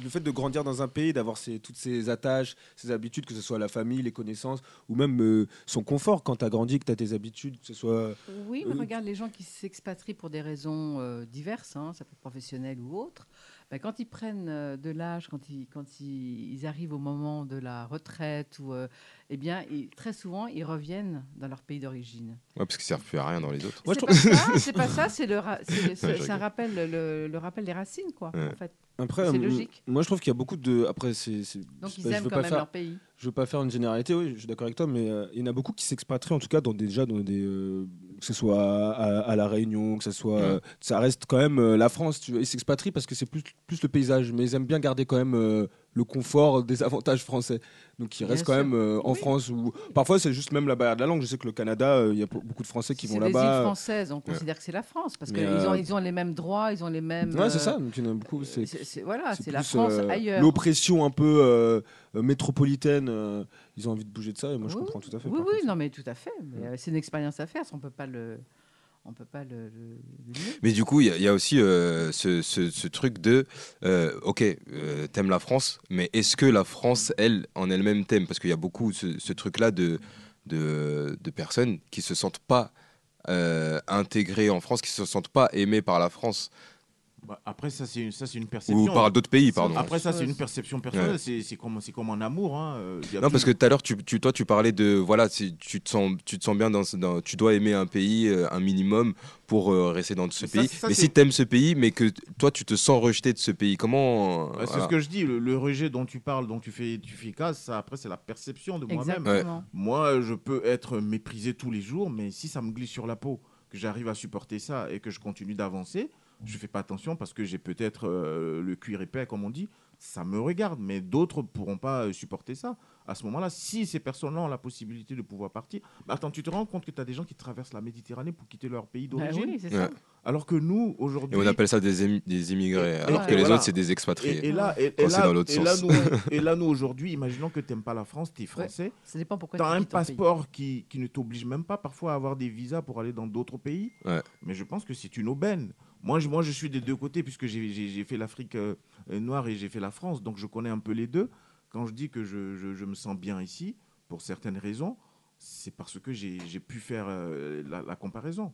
H: le fait de grandir dans un pays, d'avoir ses- toutes ses attaches, ses habitudes, que ce soit la famille, les connaissances, ou même euh, son confort quand tu as grandi, que tu as tes habitudes, que ce soit...
E: Oui, mais
H: Euh,
E: regarde les gens qui s'expatrient pour des raisons euh, diverses, hein, ça peut être professionnel ou autre. ben, quand ils prennent euh, de l'âge, quand, ils, quand ils, ils arrivent au moment de la retraite, ou, euh, eh bien, ils- très souvent, ils reviennent dans leur pays d'origine.
A: Ouais, parce qu'ils servent plus à rien dans les autres.
E: c'est pas, ça, c'est pas ça, c'est le ra- c'est le-
A: Ouais,
E: c'est-
A: je
E: ça
A: rigole.
E: rappelle le, le rappel des racines, quoi.
A: Ouais.
E: En fait.
H: Après,
E: c'est
H: euh,
E: logique.
H: Moi, je trouve qu'il y a beaucoup de. Après, c'est. c'est-
E: Donc,
H: je sais
E: ils
H: pas, je
E: aiment
H: veux
E: quand
H: pas
E: même
H: faire-
E: leur pays.
H: Je veux pas faire une généralité. Oui, je suis d'accord avec toi, mais euh, il y en a beaucoup qui s'expatrient en tout cas dans des, déjà dans des. euh, que ce soit à, à- à la Réunion, que ce soit. euh, ça reste quand même euh, la France. Tu vois, ils s'expatrient parce que c'est plus plus le paysage, mais ils aiment bien garder quand même. euh, le confort des avantages français. Donc ils
A: Bien
H: restent quand
A: sûr.
H: même euh, en France. Ou... Parfois c'est juste même la barrière de la langue. Je sais que le Canada, euh, il y a beaucoup de Français qui
E: C'est
H: vont
E: des îles
H: là-bas. euh,
E: françaises, on
H: Ouais.
E: considère que c'est la France, parce
H: Mais,
E: qu'ils
H: euh,
E: ont, ils ont les mêmes droits, ils ont les mêmes...
H: Ouais, c'est
E: euh,
H: ça. Donc, il y en a beaucoup. C'est,
E: c'est- c'est- voilà, c'est la
H: plus,
E: France
H: euh,
E: ailleurs.
H: L'oppression un peu euh, euh, métropolitaine. euh, ils ont envie de bouger de ça et moi je comprends tout à fait.
E: Oui,
H: par Mm.
E: oui, non, mais tout à fait. Mais, euh, c'est une expérience à faire. ça, On peut pas le, on peut pas le. le- le nier.
A: Mais du coup, il y, a- il y a aussi euh, ce, ce- ce truc de, euh, ok, euh, t'aimes la France, mais est-ce que la France, elle, en elle-même t'aime Parce qu'il y a beaucoup ce, ce truc-là de, de, de personnes qui se sentent pas euh, intégrées en France, qui se sentent pas aimées par la France.
F: Bah, après, ça, c'est une, ça, c'est une perception.
A: par d'autres pays, pardon.
F: Après, ça, c'est une
A: Ouais.
F: perception personnelle.
A: Ouais.
F: C'est, c'est comme, c'est comme en amour. hein, euh, il y a
A: Non, parce que
F: toujours-
A: tout à l'heure, tu, tu- toi, tu parlais de, voilà, si tu te sens, tu te sens bien dans, ce- dans- tu dois aimer un pays, euh, un minimum, pour euh, rester dans ce
F: Mais ça,
A: pays.
F: ça,
A: mais
F: c'est-
A: si t'aimes ce pays, mais que t- toi, tu te sens rejeté de ce pays, comment... euh,
F: Bah, c'est
A: voilà.
F: ce que je dis, le, le rejet dont tu parles, dont tu fais, tu fais casse, ça, après, c'est la perception de moi-même.
A: Exactement. Ouais.
F: Moi, je peux être méprisé tous les jours, mais si ça me glisse sur la peau, que j'arrive à supporter ça et que je continue d'avancer, je fais pas attention parce que j'ai peut-être euh, le cuir épais, comme on dit, ça me regarde, mais d'autres pourront pas euh, supporter ça. À ce moment-là, si ces personnes-là ont la possibilité de pouvoir partir, bah, attends, tu te rends compte que tu as des gens qui traversent la Méditerranée pour quitter leur pays
E: Bah
F: d'origine
E: oui, c'est ça. Ouais.
F: Alors que nous,
A: Et
F: aujourd'hui...
A: on appelle ça des, émi- des immigrés, alors
F: Et-
A: que
F: et
A: les
F: voilà.
A: autres, c'est des expatriés.
F: Et, et là, et, et
A: Quand c'est
F: là-
A: dans l'autre
F: et là, nous,
A: sens.
F: et là, nous, aujourd'hui, imaginons que tu n'aimes pas la France, tu es français.
E: Ça dépend pourquoi
F: tu as
E: tu
F: un
E: quittes ton pays.
F: passeport qui, qui ne t'oblige même pas parfois à avoir des visas pour aller dans d'autres pays.
A: Ouais.
F: Mais je pense que c'est une aubaine. Moi je, moi, je suis des deux côtés, puisque j'ai- j'ai j'ai fait l'Afrique euh, euh, noire et j'ai fait la France, donc je connais un peu les deux. Quand je dis que je, je- je me sens bien ici, pour certaines raisons, c'est parce que j'ai j'ai pu faire euh, la, la comparaison.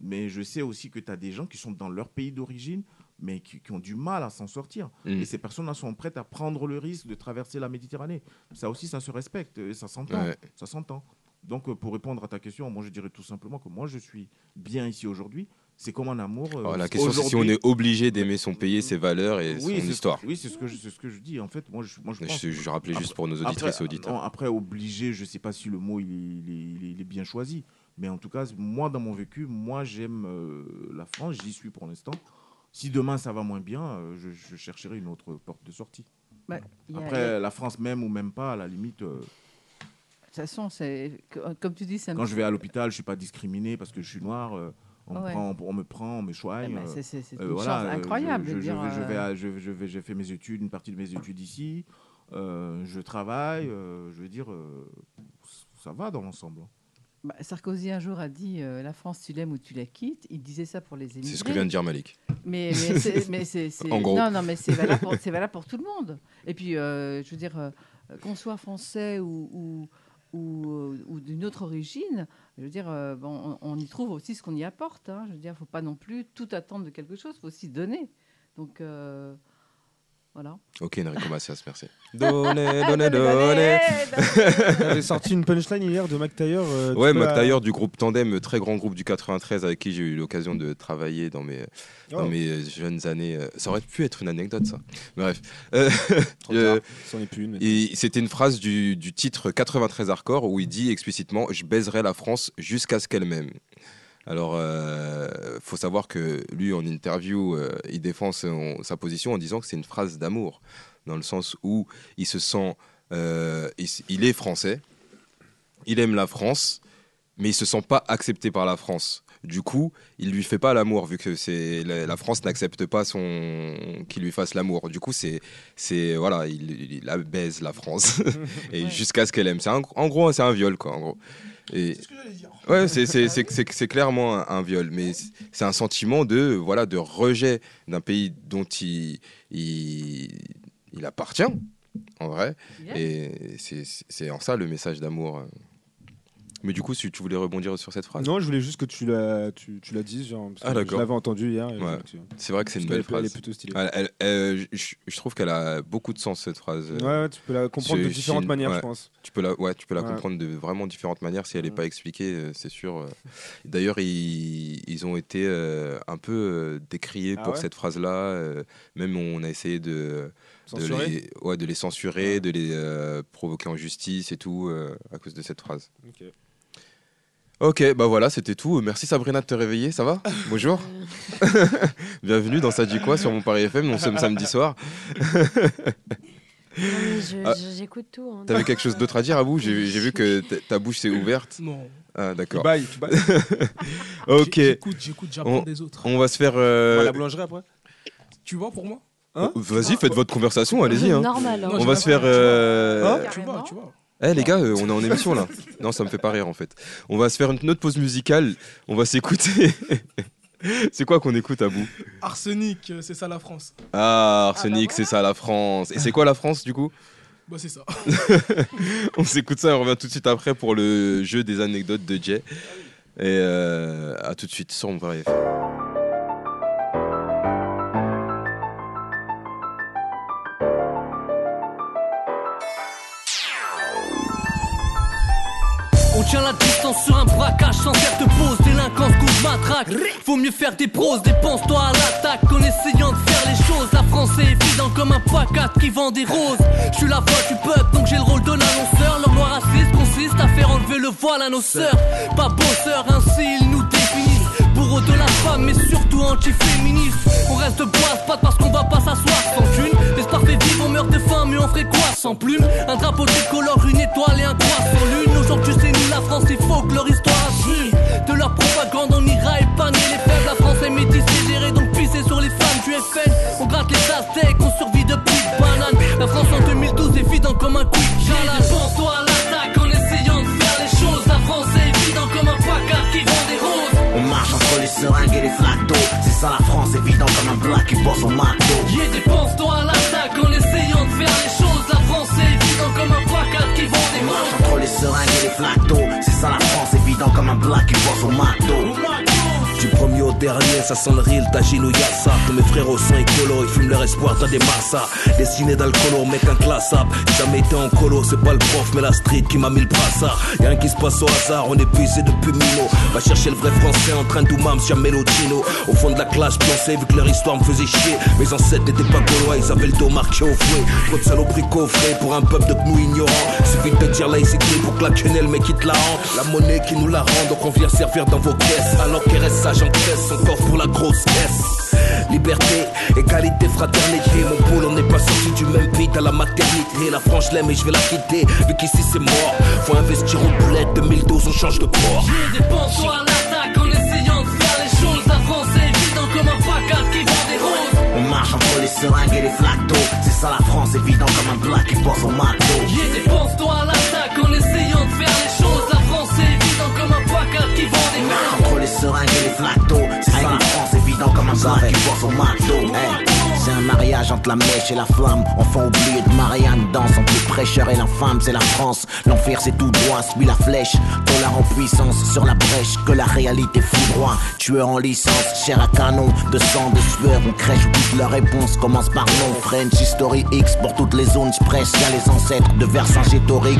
F: Mais je sais aussi que tu as des gens qui sont dans leur pays d'origine, mais qui, qui ont du mal à s'en sortir.
A: Mm.
F: Et ces personnes-là sont prêtes à prendre le risque de traverser la Méditerranée. Ça aussi, ça se respecte, et ça s'entend.
A: Ouais.
F: Ça s'entend. Donc, euh, pour répondre à ta question, moi, je dirais tout simplement que moi, je suis bien ici aujourd'hui. C'est comme un amour. euh,
A: Alors, Oh, la question, c'est si on
F: aujourd'hui-
A: est obligé d'aimer son pays, ses valeurs et
F: oui,
A: son
F: c'est-
A: histoire.
F: Oui, c'est ce, que je- c'est ce que je dis. En fait, moi, je, moi, je
A: Je-
F: pense-
A: je rappelais juste pour nos
F: après-
A: auditrices et auditeurs.
F: non, après, obligé, je ne sais pas si le mot il est, il est- il est- il est bien choisi. Mais en tout cas, moi, dans mon vécu, moi, j'aime euh, la France. J'y suis pour l'instant. Si demain, ça va moins bien, euh, je, je chercherai une autre porte de sortie.
E: Bah, il y a-
F: après,
E: il y a-
F: la France même ou même pas, à la limite... euh,
E: De toute façon, c'est que- comme tu dis, c'est un
F: quand
E: petit-
F: je vais à l'hôpital, je suis pas discriminé parce que je suis noir. euh, On, me
E: Ouais.
F: prend- on- on me prend, on me soigne.
E: Eh ben,
F: euh,
E: c'est- c'est- c'est
F: euh,
E: une chance
F: euh, je-
E: incroyable de
F: Je, je
E: dire,
F: vais- je vais,
E: euh,
F: à- je, je vais, j'ai fait mes études, une partie de mes études ici. euh, je travaille. euh, je veux dire, euh, ça va dans l'ensemble. hein.
E: Bah, Sarkozy un jour a dit euh, la France tu l'aimes ou tu la quittes. Il disait ça pour les émigrés.
A: C'est ce que vient de dire Malik.
E: Mais, mais c'est- mais c'est c'est-
A: En gros.
E: non non mais c'est valable pour, c'est valable pour tout le monde. Et puis euh, je veux dire euh, qu'on soit français ou ou, ou, euh, ou d'une autre origine, je veux dire euh, bon, on, on y trouve aussi ce qu'on y apporte. hein. Je veux dire faut pas non plus tout attendre de quelque chose, faut aussi donner. Donc euh, voilà.
A: Ok, Enrico Macias, merci.
F: euh,
H: Donnez, donnez, donnez. J'avais sorti une punchline hier de Mac Taylor. euh, tu
A: Ouais,
H: peux la-
A: Mac Taylor du groupe Tandem, très grand groupe du 93 avec qui j'ai eu l'occasion de travailler dans mes, dans
H: Oh.
A: mes jeunes années. euh, Ça aurait pu être une anecdote, ça. Bref. Euh,
H: Trop tard, c'en est plus une, mais-
A: et C'était une phrase du, du titre 93 Hardcore où il dit explicitement Je baiserai la France jusqu'à ce qu'elle m'aime. Alors, euh, faut savoir que lui, en interview, euh, il défend son- sa position en disant que c'est une phrase d'amour, dans le sens où il se sent. euh, il s- il est français, il aime la France, mais il se sent pas accepté par la France. Du coup, il lui fait pas l'amour vu que c'est la, la France n'accepte pas son qu'il lui fasse l'amour. Du coup, c'est c'est voilà, il, il la baise la France et jusqu'à ce qu'elle aime. C'est un- en gros, c'est un viol quoi, en gros. Et ouais, c'est c'est c'est c'est- c'est clairement un, un viol, mais c'est- c'est un sentiment de voilà de rejet d'un pays dont il il, il appartient en vrai. Et c'est- c'est c'est en ça le message d'amour. Mais du coup, si tu voulais rebondir sur cette phrase.
H: Non, je voulais juste que tu l'as tu, tu l'as dit, genre, parce que
A: Ah,
H: je
A: d'accord.
H: l'avais entendu hier. et
A: Ouais.
H: donc, tu-
A: C'est vrai que c'est
H: parce qu'elle
A: une belle
H: est- elle
A: phrase.
H: est plutôt stylée.
A: Elle- elle- euh, je, je trouve qu'elle a beaucoup de sens cette phrase.
H: Ouais, ouais, tu peux la comprendre de
A: C'est-
H: différentes
A: c'est-
H: manières, je
A: ouais.
H: pense.
A: Tu peux la, ouais, tu peux la
H: Ouais.
A: comprendre de vraiment différentes manières si elle n'est pas expliquée, euh, c'est sûr. euh. D'ailleurs, ils, ils ont été euh, un peu euh, décriés
H: Ah
A: pour
H: ouais
A: cette phrase-là. euh, même on a essayé de, de,
H: Censurer
A: les, ouais, de les censurer, de les euh, provoquer en justice et tout euh, à cause de cette phrase.
H: Ok.
A: Ok, bah voilà, c'était tout. Merci Sabrina de te réveiller, ça va Bonjour. Bienvenue dans Ça dit quoi sur mon Paris FM, nous sommes samedi soir.
D: mais je-
A: Ah,
D: je- j'écoute tout, hein.
A: T'avais quelque chose d'autre à dire à vous J'ai j'ai vu que ta- ta bouche s'est ouverte.
C: Non.
A: Ah, d'accord.
H: Tu bailles, tu bailles.
A: ok.
C: J'écoute, j'écoute, j'apprends
A: On-
C: des autres.
A: On va se faire. euh,
H: On va à la boulangerie après
C: Tu vois pour moi
A: Hein Vas-y, faites votre conversation, allez-y. hein.
C: Normal, hein.
A: On va se faire. euh,
C: Tu vois, tu vois.
A: Eh les gars, euh, on est en émission là. Non, ça me fait pas rire en fait. On va se faire une autre pause musicale. On va s'écouter. C'est quoi qu'on écoute à bout
C: Arsenic, euh, c'est ça la France.
A: Ah, Arsenic, c'est ça la France. Et c'est quoi la France du coup
C: Bah c'est ça.
A: on s'écoute ça et on revient tout de suite après pour le jeu des anecdotes de Jay. Et euh, à tout de suite sur mon Paris FM.
M: On tient la distance sur un braquage sans faire de pause. Délinquance, couche, matraque. Faut mieux faire des pros, dépense-toi à l'attaque. En essayant de faire les choses, la France est évidente comme un pacat qui vend des roses. Je suis la voix du peuple, donc j'ai le rôle d'un annonceur. Leur noir raciste consiste à faire enlever le voile à nos sœurs. Pas bosseurs, ainsi ils nous définissent. Bourreau de la femme, mais surtout anti-féministe. On reste boise, pas parce qu'on va pas s'asseoir sans thune. Laisse parfait vivre, on meurt de faim, mais on ferait quoi sans plume Un drapeau tricolore, une étoile et un croissant sur lune. Aujourd'hui, c'est nous la France, il faut que leur histoire assume. De leur propagande, on ira épargner les faibles. La France est métissée, gérée, donc pissée sur les femmes du FN. On gratte les aztèques, on survit de petites bananes. La France en 2012 est vidant comme un quick challenge. Pense-toi à l'attaque en essayant de faire les choses. La France est évident comme un placard qui vend des roses.
N: On marche entre les seringues et les flaques d'eau. C'est ça la France, évident comme un black qui bosse au McDo.
M: Yeah, dépense-toi à l'attaque en essayant de faire les choses. La France est évident comme un placard qui vend des roses.
N: Entre les seringues et les flaques d'eau. C'est ça la France, évident comme un black qui bosse au
A: Euh,
N: McDo.
O: Du premier au dernier, ça sent le reel, d'Agile ou Yassa. Tous mes frérots sont écolos, ils fument leur espoir dans des massas. Dessiné d'alcoolo, mec inclassable. Jamais été en colo, c'est pas le prof, mais la street qui m'a mis le brassard. Y'a rien qui se passe au hasard, on est puisé depuis Mino. Va chercher le vrai français en train d'oumam sur Melodino. Au fond de la classe, pensais vu que leur histoire me faisait chier. Mes ancêtres n'étaient pas gaulois, ils avaient le dos marqué au fouet. Trop de saloperies coffrées pour un peuple de nous ignorants. Suffit de dire là, laïcité pour que la quenelle me quitte la rend. La monnaie qui nous la rend, donc on vient servir dans vos caisses. Alors qu'RSA, j'encaisse son coffre pour la grosse caisse. Liberté, égalité, fraternité. Mon poule, on n'est pas sorti du même pays à la maternité. La France, je l'aime et je vais la quitter. Vu qu'ici, c'est mort. Faut investir au poulet 2012, on change de port.
M: Dépense-toi à l'attaque en essayant de faire les
N: les seringues et les flactos. C'est ça la France, évident comme un black qui boit au matos.
M: Yeah, dépense-toi à l'attaque en essayant de faire les choses. La France est évident comme un placard qui vend des
N: Nah, Entre les seringues et les flactos, c'est ça la France, évident comme un black qui boit au matos. Hey, C'est un mariage entre la mèche et la flamme. Enfant oublié de Marianne danse entre le prêcheur et l'infâme. C'est la France, l'enfer c'est tout droit. Suis la flèche, ton en puissance sur la brèche que la réalité foudroie. Tueur en licence, cher à canon, de sang, de sueur, on crèche toute la réponse. Commence par non, French History X pour toutes les zones. Je prêche, y'a les ancêtres de Vercingétorix.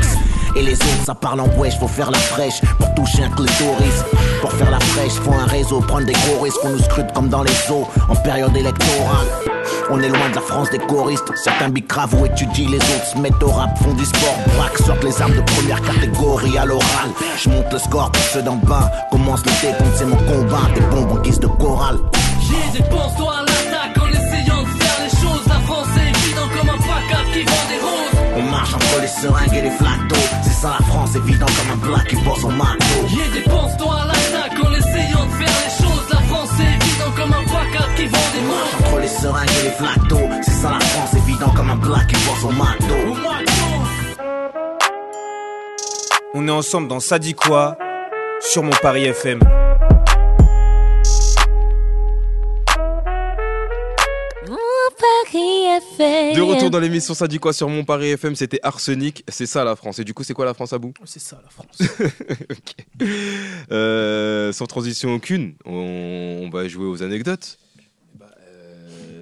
N: Et les autres, ça parle en wesh, faut faire la fraîche pour toucher un clitoris. Pour faire la fraîche, faut un réseau, prendre des gros risques, on nous scrute comme dans les eaux en période électorale. On est loin de la France des choristes. Certains bicravent ou étudient, les autres se mettent au rap, font du sport, braque, sortent les armes de première catégorie à l'oral. Je monte le score pour ceux d'en bas. Commence le décompte, c'est mon combat. Des bombes en guise de chorale.
M: Yeah, dépense-toi à l'attaque en essayant de faire les choses. La France est évident comme un placard qui vend des roses.
N: On marche entre les seringues et les flactos. C'est ça la France, évident comme un black qui bosse au marteau.
M: Yeah, dépense-toi à l'attaque en essayant de faire les choses. La France est évident comme un placard qui vend des roses.
N: Entre les seringues et les flactos. C'est ça la France, évident comme un black qui bosse au marteau.
P: On est ensemble dans Ça dit quoi sur mon Paris FM.
B: Euh,
A: De retour dans l'émission, ça dit quoi sur mon Paris FM C'était Arsenic, c'est ça la France. Et du coup, c'est quoi la France à bout
C: C'est ça la France.
A: Ok. Euh, sans transition aucune, on, on va jouer aux anecdotes.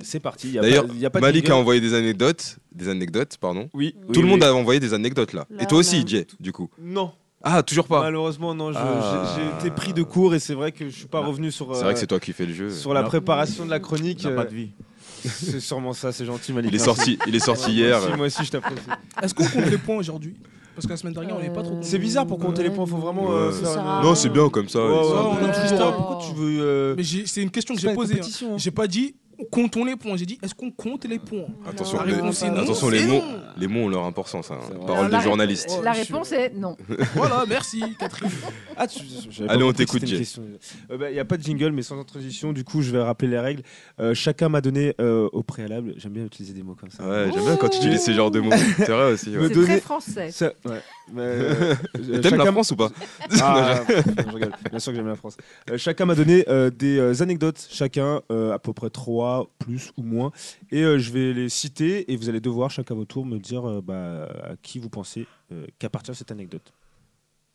Q: C'est parti. y a
A: D'ailleurs,
Q: pas- y a pas de
A: Malik
Q: jingle.
A: a envoyé des anecdotes, des anecdotes, pardon.
Q: Oui,
A: Tout
Q: oui,
A: le monde
Q: oui.
A: a envoyé des anecdotes là.
Q: Là,
A: Et toi aussi,
Q: là.
A: Jay, du coup.
B: Non.
A: Ah, toujours pas.
B: Malheureusement, non. je-
A: Ah.
B: J'ai j'ai été pris de court et c'est vrai que je suis pas revenu sur. euh,
A: C'est vrai que c'est toi qui fais le jeu.
B: Sur la
A: Non.
B: préparation de la chronique.
A: On n'a pas de
B: vie. C'est sûrement ça, c'est gentil, Malik.
A: Il est
B: Merci.
A: sorti- il est sorti
B: Ouais,
A: hier.
B: Moi aussi, moi aussi, je t'apprécie.
C: Est-ce qu'on compte les points aujourd'hui Parce que la semaine dernière, on n'avait pas trop compté.
B: C'est bizarre pour compter les points, faut vraiment.
A: Ouais.
B: euh, faire une-
A: Non, c'est bien comme ça.
B: Ouais, ouais, on est
C: Ouais.
B: toujours, euh, Pourquoi tu veux. euh,
C: Mais j'ai- c'est une question que
B: C'est pas
C: j'ai
B: une
C: posée. hein.
B: compétition, hein.
C: J'ai pas dit comptons les points. J'ai dit est-ce qu'on compte les points
A: Attention,
C: La
A: les,
C: réponse est non,
A: attention,
C: c'est
A: les mots,
C: non.
A: les mots ont leur importance. hein. Parole
E: La
A: de
E: ré-
A: journaliste.
E: La réponse est non.
C: Voilà, Oh, merci Catherine.
B: Ah, tu- j'avais
A: Allez,
B: pas
A: on
B: compris que
A: t'écoute,
B: c'était
A: Jay.
B: une question. Euh, bah, Il n'y a pas de jingle, mais sans transition, du coup, je vais rappeler les règles. Euh, chacun m'a donné euh, au préalable. J'aime bien utiliser des mots comme ça.
A: Ouais, j'aime bien quand tu utilises ces genres de mots. C'est vrai aussi, ouais.
B: Me
A: C'est
B: donner-
E: très français.
B: Ça- ouais. Mais, euh,
A: Et t'aimes la
B: chacun-
A: France ou pas
B: Ah,
A: Non, je-
B: je rigole. Bien sûr que j'aime la France. Euh, chacun m'a donné euh, des euh, anecdotes, chacun euh, à peu près trois, plus ou moins. Et euh, je vais les citer et vous allez devoir, chacun à votre tour, me dire euh, bah, à qui vous pensez euh, qu'appartient cette anecdote.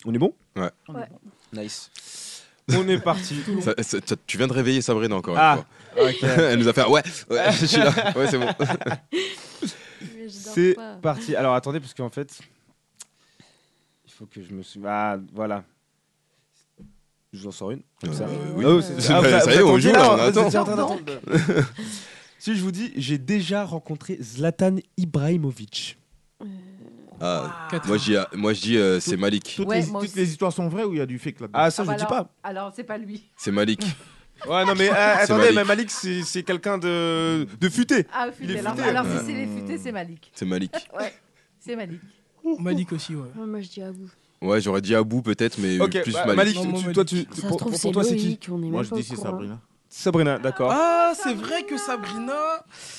B: On est bon
A: Ouais.
E: On est bon.
B: Nice. On est parti.
A: Ça- ça- ça- tu viens de réveiller Sabrina encore
B: Ah,
A: une
B: ok.
A: fois. Elle nous a fait ah, ouais, ouais, je suis là. Ouais, c'est bon.
B: C'est parti. Alors attendez, parce qu'en fait, il faut que je me souvienne. Ah, voilà. Je vous en sors une. comme ça.
A: Euh, oui.
B: Ah, c'est-
A: C'est-
B: ah, vous-
A: ça
B: vous
A: y est, on
B: attendiez,
A: joue, là, on
B: vous étiez
A: attend.
B: en train d'attendre. si je vous dis, j'ai déjà rencontré Zlatan Ibrahimovic.
A: Ah, moi, je dis, ah, moi, je dis euh, c'est Malik.
F: Toutes,
E: Ouais,
F: les,
E: moi
F: toutes les histoires sont vraies ou il y a du fake là-dedans
B: Ah, ça,
E: Ah
B: je
E: bah
B: le dis
E: alors-
B: pas.
E: Alors, c'est pas lui.
A: C'est Malik.
B: Ouais, non, mais euh,
A: C'est
B: attendez,
A: Malik.
B: mais Malik, c'est c'est quelqu'un de, de futé.
E: Ah,
B: Il
E: futé.
B: est
E: Alors,
B: futé.
E: alors, si c'est les futés, c'est Malik.
A: C'est Malik.
E: Ouais, c'est Malik.
C: Malik aussi, ouais.
D: Oh, Moi, je dis à vous.
A: Ouais, j'aurais dit Abou peut-être, mais
B: Ok,
A: plus
B: bah,
A: Malik.
B: Malik, tu- toi, tu,
D: Ça se
B: pour,
D: trouve,
B: pour
D: c'est
B: toi, c'est qui
D: Loïc, on est Moi, même je pas dis au c'est courant. Sabrina.
B: Sabrina, d'accord.
C: Ah, c'est vrai que Sabrina.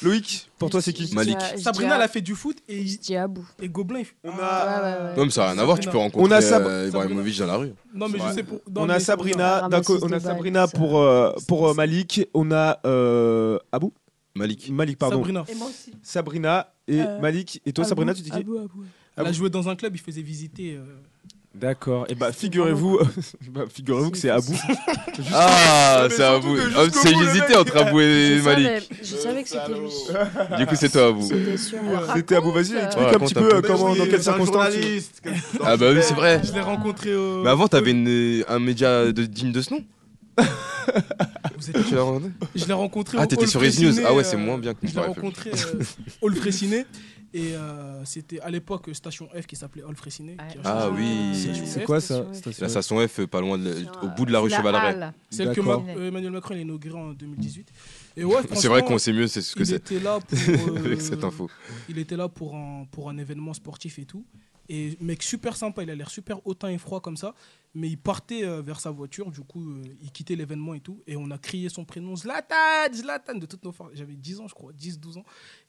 B: Loïc, pour toi, c'est qui
C: Sabrina, elle a fait du foot et. Je Ah,
D: dis à bout.
C: Et Gobelin, il fait. On
A: Non, mais ça n'a rien à voir, tu peux rencontrer
B: On a Sab-
A: euh, Ibrahimovic dans la rue.
C: Non, mais je
A: Ouais.
C: sais pour. non,
B: On
C: mais
B: a
C: c'est-
B: Sabrina, d'un co- on a
C: de balle,
B: Sabrina pour, euh, pour euh, Malik, on a euh, Abou
A: Malik.
B: Malik, pardon.
C: Sabrina. Et moi aussi.
B: Sabrina et
C: Euh,
B: Malik. Et toi,
C: Abou,
B: Sabrina, tu dis qui
C: Abou, Abou. Elle a joué dans un club, il faisait visiter. euh,
B: D'accord.
A: Eh
B: Et
A: ben,
B: bah, figurez-vous
A: euh,
B: bah, figurez que c'est Abou. Juste-
A: Ah,
B: Mais
A: c'est
B: surtout
A: Abou.
B: que
A: Ah,
B: jusqu'au
A: c'est
B: bout, le
A: hésité
B: mec-
A: entre Abou et
D: Je
A: Malik.
D: savais- Je savais que c'était lui.
A: Du coup, c'est toi, Abou.
D: C'était sûr.
B: C'était Abou, vas-y,
A: Ouais,
B: explique un
A: raconte
B: petit
A: un
B: peu euh,
A: peu.
B: comment,
A: Mais
B: dans
A: oui,
B: quelles
A: c'est un
B: circonstances. tu-
A: Ah, bah oui, c'est vrai.
C: Je l'ai rencontré au.
A: Mais avant, t'avais une- un média de, digne de ce nom Tu l'as rencontré
C: Je l'ai rencontré
A: Ah,
C: au
A: t'étais
C: Hall
A: sur His News.
C: Fraissinet,
A: Ah, ouais, c'est
C: euh,
A: moins bien que
C: Je l'ai
A: Paris FM.
C: rencontré euh, Hall Fraissinet. Et euh, c'était à l'époque euh, Station F qui s'appelait Hall Fraissinet. qui a
A: Ah
C: changé
A: oui.
C: en Station F.
A: La station
B: euh,
A: F, pas loin, de la- au bout de la rue
C: La
A: Chevaleret.
C: Halle. Celle que Ma- euh, Emmanuel Macron a inaugurée en 2018. Et ouais,
A: C'est vrai
C: franchement,
A: qu'on sait mieux c'est ce que
C: il
A: c'est.
C: était là pour, euh,
A: Avec cette info.
C: Il était là pour un, pour un événement sportif et tout. Et mec super sympa, il a l'air super hautain et froid comme ça. Mais il partait euh, vers sa voiture, du coup, euh, il quittait l'événement et tout. Et on a crié son prénom, Zlatan, Zlatan, de toutes nos forces. J'avais 10 ans, je crois, 10, 12 ans.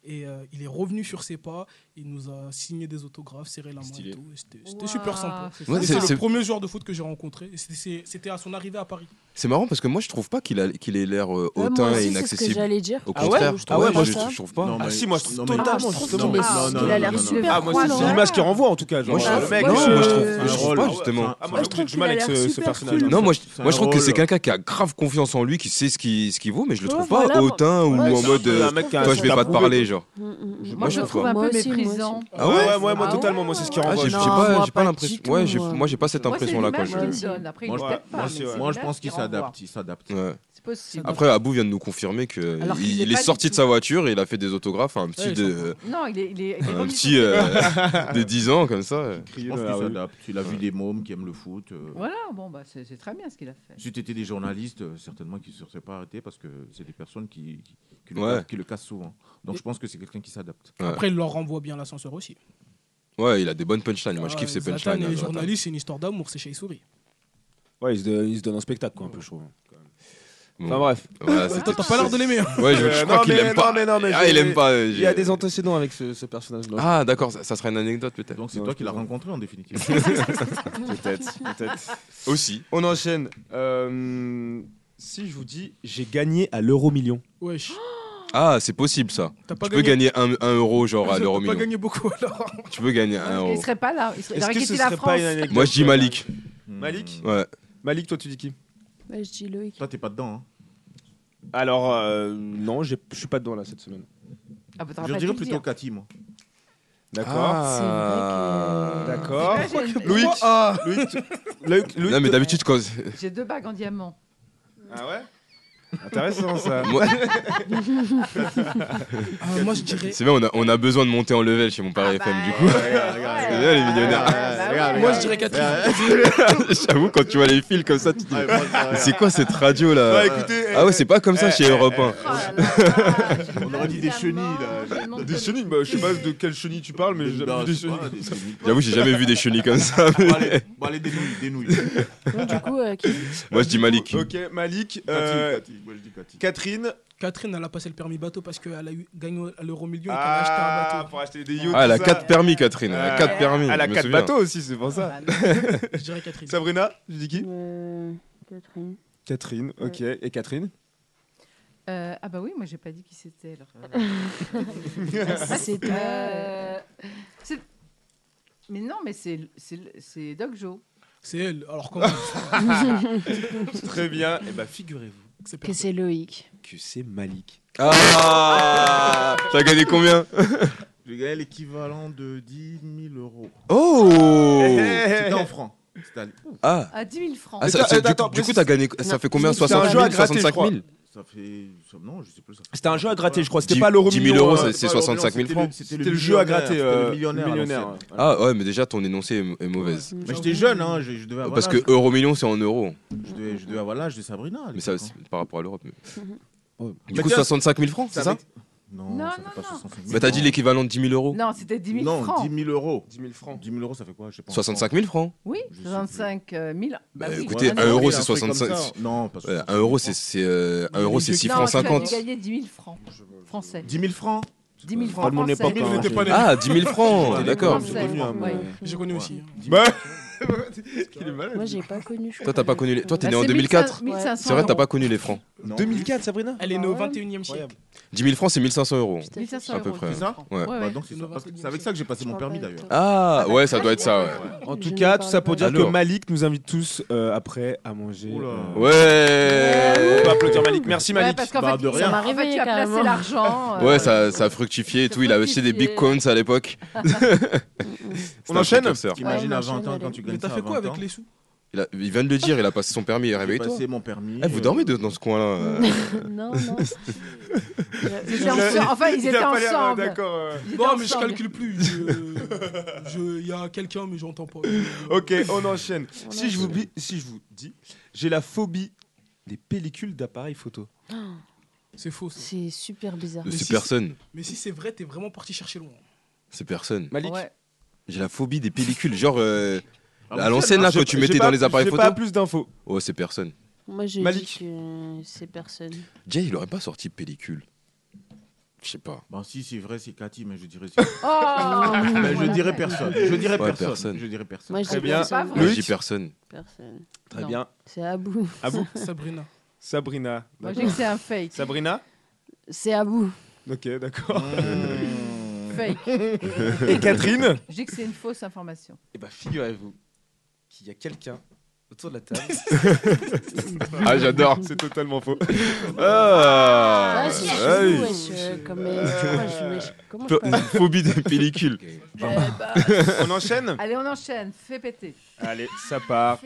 C: Et euh, il est revenu sur ses pas, il nous a signé des autographes, serré la main
A: Stylé.
C: et tout. Et C'était c'était
E: Waouh,
C: super sympa.
A: c'est Ouais,
C: Et
A: c'est-
C: c'est
A: c'est-
C: le premier joueur de foot que j'ai rencontré. Et c'est- c'est- C'était à son arrivée à Paris.
A: C'est marrant parce que moi je trouve pas qu'il a- qu'il ait l'air euh,
C: Ouais, moi
A: hautain
C: aussi,
A: et
C: c'est ce que
A: inaccessible.
C: j'allais dire.
A: Au
C: Ah ouais
A: contraire,
C: Ah ouais, moi,
A: je,
C: je-
A: je trouve pas.
C: Non,
A: Ah,
C: mais-
A: si,
B: moi, je-
A: non, mais-
B: totalement,
A: non,
B: justement.
A: mais-
B: Ah,
A: non, non,
B: il a
A: non,
B: l'air
A: non, non.
B: super Ah, moi, froid, c'est- c'est Laurent. l'image qui renvoie, en tout cas, genre,
A: Moi, je
B: euh,
A: trouve-
B: mec,
A: non,
B: euh,
A: moi, je trouve-
B: euh,
A: je trouve
B: rôle.
A: pas,
B: Ah ouais,
A: justement.
B: ah, moi, je trouve qu'il a l'air super cool.
A: Non, moi, je,
B: C'est
A: moi,
B: un
A: je trouve que
B: rôle.
A: c'est quelqu'un qui a grave confiance en lui, qui sait ce qu'il ce qu'il vaut, mais je le
E: Ouais,
A: trouve
E: voilà,
A: pas hautain ou
E: moi,
A: en
E: c'est
A: mode.
E: un peu un
A: euh,
E: mec qui a-
A: Toi, je vais
E: qui a
A: pas te
E: prouvé.
A: parler, genre.
E: Moi, je le trouve un
D: Moi
E: peu
D: aussi, moi aussi.
E: méprisant.
A: Ah ouais
B: ouais, moi, totalement, moi, c'est ce qui
A: Ah,
B: renvoie.
A: j'ai j'ai
B: Non,
A: pas,
B: moi,
A: j'ai pas
B: pas
A: l'impression.
B: du tout,
A: Ouais, j'ai-
B: moi.
A: moi, j'ai pas cette
B: Moi, c'est
A: impression là, quoi.
E: l'image
A: je-
E: qu'il me donne. Après, il
F: Moi,
E: se
F: je-
E: tape pas,
F: moi,
E: mais
F: c'est-
E: c'est
F: moi,
E: l'image
F: je pense qu'il
E: renvoie.
F: s'adapte, il s'adapte.
A: Ouais.
E: C'est possible.
A: Après, Abou vient de nous confirmer que
E: Alors qu'il
A: il,
E: est
A: il est
E: pas du
A: sorti de sa voiture et il a fait des autographes à un
E: Ouais,
A: petit
E: il
A: de,
E: Non, il est. Il est, il est
A: un
E: remis
A: petit
E: sur-
A: euh, de 10 ans comme ça.
F: Je pense qu'il s'adapte. Il a vu des mômes qui aiment le foot. euh,
E: Voilà, bon, bah, c'est c'est très bien ce qu'il a fait.
F: Si tu étais des journalistes, euh, certainement qu'ils ne se seraient pas arrêtés parce que c'est des personnes qui, qui, qui le,
A: Ouais.
F: cassent- qui le cassent souvent. Donc je pense que c'est quelqu'un qui s'adapte.
A: Ouais.
C: Après, il leur renvoie bien l'ascenseur aussi.
A: Ouais, il a des bonnes punchlines. Moi, je kiffe ses
C: Euh, Zlatan
A: punchlines.
C: et
A: hein,
C: les
A: Zlatan.
C: journalistes, c'est une histoire d'amour, c'est chez Souris.
B: Ouais, il se donne, il se donne un spectacle, quoi, un peu, je trouve.
A: Bon.
B: Enfin, bref.
A: Voilà, c'était-
C: Toi, t'as pas l'air de l'aimer, hein.
A: Ouais, je, je
B: Euh,
A: crois
B: non,
A: qu'il
B: mais-
A: aime pas.
B: non, mais non, mais
A: ah,
B: j'ai-
A: il aime pas. euh,
B: Il y
A: j'ai-
B: a des antécédents avec ce, ce personnage-là.
A: Ah, d'accord, ça, ça serait une anecdote peut-être.
F: Donc c'est toi qui l'as rencontré en définitive.
B: peut-être, peut-être.
A: Aussi.
B: On enchaîne. Euh, si je vous dis, j'ai gagné à l'euro million.
C: Wesh.
A: Ah, c'est possible ça.
C: Tu
A: peux
C: pas
A: gagner 1 euro genre à l'euro
C: T'as pas
A: million.
C: gagné beaucoup alors.
A: Tu peux gagner 1
E: Il
A: euro.
E: serait pas là. Il serait, il
B: Est-ce
E: aurait
B: que
E: quitté
B: ce
E: la
B: serait pas
E: France.
B: une anecdote
A: Moi, je dis Malik.
F: Hmm.
B: Malik
A: Ouais.
B: Malik, toi, tu dis qui
D: Ouais, je dis Loïc.
F: Toi, t'es pas dedans. hein.
B: Alors, euh, non, j'ai- je suis pas dedans là cette semaine.
E: Ah, bah,
F: Hein.
E: t'aurais
F: Je
E: pas dû
F: dirais
E: le
F: plutôt
E: dire. Bah
F: Cathy, moi.
B: D'accord.
A: Ah.
B: D'accord.
E: C'est vrai, j'ai-
B: Loïc,
E: Moi,
B: ah, Loïc, tu- Loïc, Loïc,
A: Non, mais
B: tu-
A: d'habitude, quand.
E: J'ai deux bagues en diamant.
B: Ah ouais Intéressant ça.
A: Moi-
C: Ah, moi, je dirais.
A: C'est bien, on a, on a besoin de monter en level chez mon pari FM du coup. C'est bien les
F: Eh,
A: millionnaires.
C: Moi, je dirais Catherine.
A: J'avoue, quand tu vois les fils comme ça, tu te dis Mais C'est quoi cette radio là
F: Ouais, écoutez,
A: Ah ouais,
F: eh,
A: c'est pas comme ça
F: eh,
A: chez
F: eh,
A: Europe
E: Oh
A: 1.
F: On aurait dit des chenilles. Là.
B: Des chenilles, bah, je sais pas de quelle chenille tu parles, mais j'ai jamais
F: Non,
B: vu des
F: c'est pas
B: chenilles.
F: des chenilles.
A: J'avoue, j'ai jamais vu des chenilles comme ça.
F: Bon, allez, bon, allez, des nouilles. Des nouilles.
D: Du coup, euh, qui-
A: Moi, je dis Malik.
B: Ok, Malik,
F: Cathy,
B: euh,
F: Cathy, moi, je dis Cathy.
B: Catherine.
C: Catherine, elle a passé le permis bateau parce qu'elle a eu, gagné à l'euro million et qu'elle a acheté un
B: Ah,
C: bateau.
B: pour acheter des yachts.
A: Ah, elle a
B: tout
A: 4
B: ça.
A: permis, Catherine. Elle a
B: Euh,
A: 4 permis.
B: Elle a
A: je me
B: 4
A: souviens.
B: bateaux aussi, c'est pour ça.
C: Je dirais Catherine.
B: Sabrina, je dis qui
D: Euh, Catherine.
B: Catherine, ok. Et Catherine
E: Euh, ah bah oui, moi j'ai pas dit qui c'était. alors.
D: C'est toi.
E: Euh, c'est- Mais non, mais c'est c'est- c'est Doc Joe.
C: C'est elle. Alors comment
B: Très bien.
F: eh ben,
B: Et bah, figurez-vous
C: C'est
D: Que c'est Loïc.
B: que c'est Malik.
A: Ah T'as gagné combien
F: J'ai gagné l'équivalent de 10 000 euros. Eh,
A: Oh
F: C'était en francs. C'était à l'- Ouh,
A: Ah
E: À 10 000 francs.
A: Ah, ça-
B: Mais
A: ça-
B: attends,
A: du,
B: attends,
A: du coup,
B: précise-
A: t'as gagné. Ça
B: Non,
A: fait combien
B: c'est un jeu à
A: 60 000,
B: gratter, je
A: 65
B: crois.
A: 000
F: Ça fait. ça- Non, je sais plus. ça fait-
B: C'était un jeu à gratter, je crois. C'était
A: Dix-
B: pas l'euro
A: dix mille
B: million.
A: euros,
B: euh,
A: c'est- c'est
B: pas l'euro
A: 65
F: C'était
A: 000
F: le-
A: francs.
F: C'était
B: C'était le jeu à
F: millionnaire,
B: gratter.
F: c'était
B: euh,
F: le millionnaire. à
B: millionnaire.
F: l'ancienne.
A: Ah ouais, mais déjà, ton énoncé est, est mauvaise.
F: Mais j'étais jeune, hein, je, je devais avoir
A: Parce que
F: l'âge.
A: euro million, c'est en euros.
F: Je devais, je devais avoir l'âge de Sabrina. à
A: Mais ça,
F: l'époque,
A: c'est par rapport à l'Europe. mais-
F: hein.
A: Du
F: Bah,
A: coup,
F: tiens,
A: 65 000 francs, c'est ça
F: m'ex- Non,
E: Non,
F: ça fait
E: non,
F: pas
E: non.
F: 65 000
A: Bah, t'as dit
F: francs.
A: l'équivalent de 10 000 euros.
E: Non, c'était 10 000
F: Non,
E: francs.
F: 10 000 euros.
B: 10 000 francs.
F: 10 000 euros, ça fait quoi je sais pas, en
A: 65 000 francs
E: Oui,
F: Je sais plus.
E: 65 000. Bah,
A: Bah,
E: oui,
A: écoutez,
E: un
F: francs.
A: un euro,
F: Il y a
A: c'est
F: un truc comme
A: 65.
F: ça. Non, parce que.
A: Ouais, 1 euro, c'est- c'est euh, un euro, c'est 6
E: Non,
A: francs
E: tu as dû
A: 50.
E: gagner 10 000 francs français.
F: 10 000 francs
E: 10 000
B: Pas
E: francs
B: de mon
E: français.
B: époque. hein.
C: n'était pas né.
A: Ah, 10 000 francs,
F: Ouais,
A: d'accord.
E: Français,
B: connu, hein,
E: ouais.
C: J'ai connu aussi.
B: Bah, il est malade.
D: Moi, j'ai pas connu. je
A: Toi,
D: crois.
A: t'as pas connu les... Toi, t'es
E: Bah,
A: né en
E: c'est
A: 2004.
E: 1500
D: Ouais.
A: C'est vrai, t'as
E: euros.
A: pas connu les francs.
F: Non.
B: 2004, Sabrina
C: Elle est née au 21 e siècle.
A: 10 000 francs, c'est 1500 euros.
D: Putain,
E: 1500
A: à peu
E: euros,
A: près.
E: c'est
F: ça
E: francs.
A: Ouais.
E: Ouais,
F: Bah,
E: ouais.
F: donc, c'est
C: C'est
F: ça, parce que
C: Novakovic.
F: c'est avec ça que j'ai passé
D: Je
F: mon
D: crois
F: permis
D: pas,
F: d'ailleurs.
D: toi.
A: Ah, ouais, ça doit être ça, ouais.
B: En
D: Je
B: tout
D: n'ai
B: cas,
D: pas
B: tout ça pour dire
A: Alors.
B: que Malik nous invite tous euh, après à manger.
F: Oula.
B: euh,
A: Ouais
B: On peut applaudir Malik. Merci
E: Ouais,
B: Malik.
E: parce qu'en
F: Bah,
E: fait,
F: de rien.
E: ça m'arrive,
D: Ça m'arrivait
E: tu as placé
D: carrément.
E: l'argent. euh,
A: Ouais, ça, ça a fructifié et tout. Il a acheté des big cones à l'époque. C'était un
B: enchaîne
A: précurseur.
F: T'imagines
D: Ouais,
F: à
D: on
F: 20
D: enchaîne,
F: ans
D: allez.
F: quand tu
C: Mais
F: gagnes ça
C: t'as
F: à
C: fait quoi
F: 20
C: avec
F: ans.
C: les sous
A: Il, a- il vient de le dire, il a passé son permis.
F: J'ai
A: Réveille-toi.
F: passé mon permis.
A: Eh, vous
F: euh,
A: dormez de- dans ce coin-là euh.
D: Non, non.
C: Euh,
D: J'ai-
E: ils étaient ensemble. Enfin, ils
B: Il a
E: étaient
B: pas l'air, euh,
E: ensemble.
B: D'accord. euh.
E: Ils étaient
C: Non, mais je
E: ensemble.
C: calcule plus. Je- je- Il y a quelqu'un, mais j'entends pas.
B: Ok, on enchaîne. si, je vous bi- si je vous dis, j'ai la phobie des pellicules d'appareils photo.
C: C'est faux. Ça.
D: C'est super bizarre.
A: C'est
C: si-
A: personne.
C: Mais si c'est vrai, t'es vraiment parti chercher loin.
A: C'est personne.
B: Malik
E: Ouais.
A: J'ai la phobie des pellicules. Genre, euh, à l'ancienne, là,
B: Ah, j'ai-
A: que tu
B: j'ai
A: mettais
B: pas-
A: dans les appareils
B: j'ai
A: photo.
B: pas plus d'infos.
A: Oh, c'est personne.
D: Moi, je dis
B: Malik.
D: que c'est personne.
A: Jay, il aurait pas sorti pellicule. Je sais pas.
F: Bon, Bah, si c'est vrai, c'est Cathy, mais je dirais. c'est- Mais je
D: voilà.
F: dirais personne. Je dirais
A: Ouais,
F: personne. Je dirais personne.
D: Moi,
F: Eh
D: je dis personne.
A: Moi, je dis personne.
D: Personne.
B: Très
D: Non.
B: bien.
D: C'est Abou.
B: Abou
C: Sabrina.
B: Sabrina.
D: Moi, je
B: d'accord.
D: dis que c'est un fake.
B: Sabrina
D: C'est Abou.
B: Ok, d'accord.
C: Hmm.
E: Fake.
B: Et Catherine
E: Je dis que c'est une fausse information.
Q: Eh
B: ben,
Q: bah, figurez-vous qu'il y a quelqu'un autour de la table.
A: Ah, j'adore.
B: C'est totalement faux.
A: Ah,
D: Ah, c'est chelou,
A: aïe.
D: wesh, euh, comme, euh, pourquoi je- wesh, comment je peux-
A: Phobie des pellicules.
B: On enchaîne
E: Eh ben. Allez, on enchaîne. Fais péter.
B: Allez, ça part.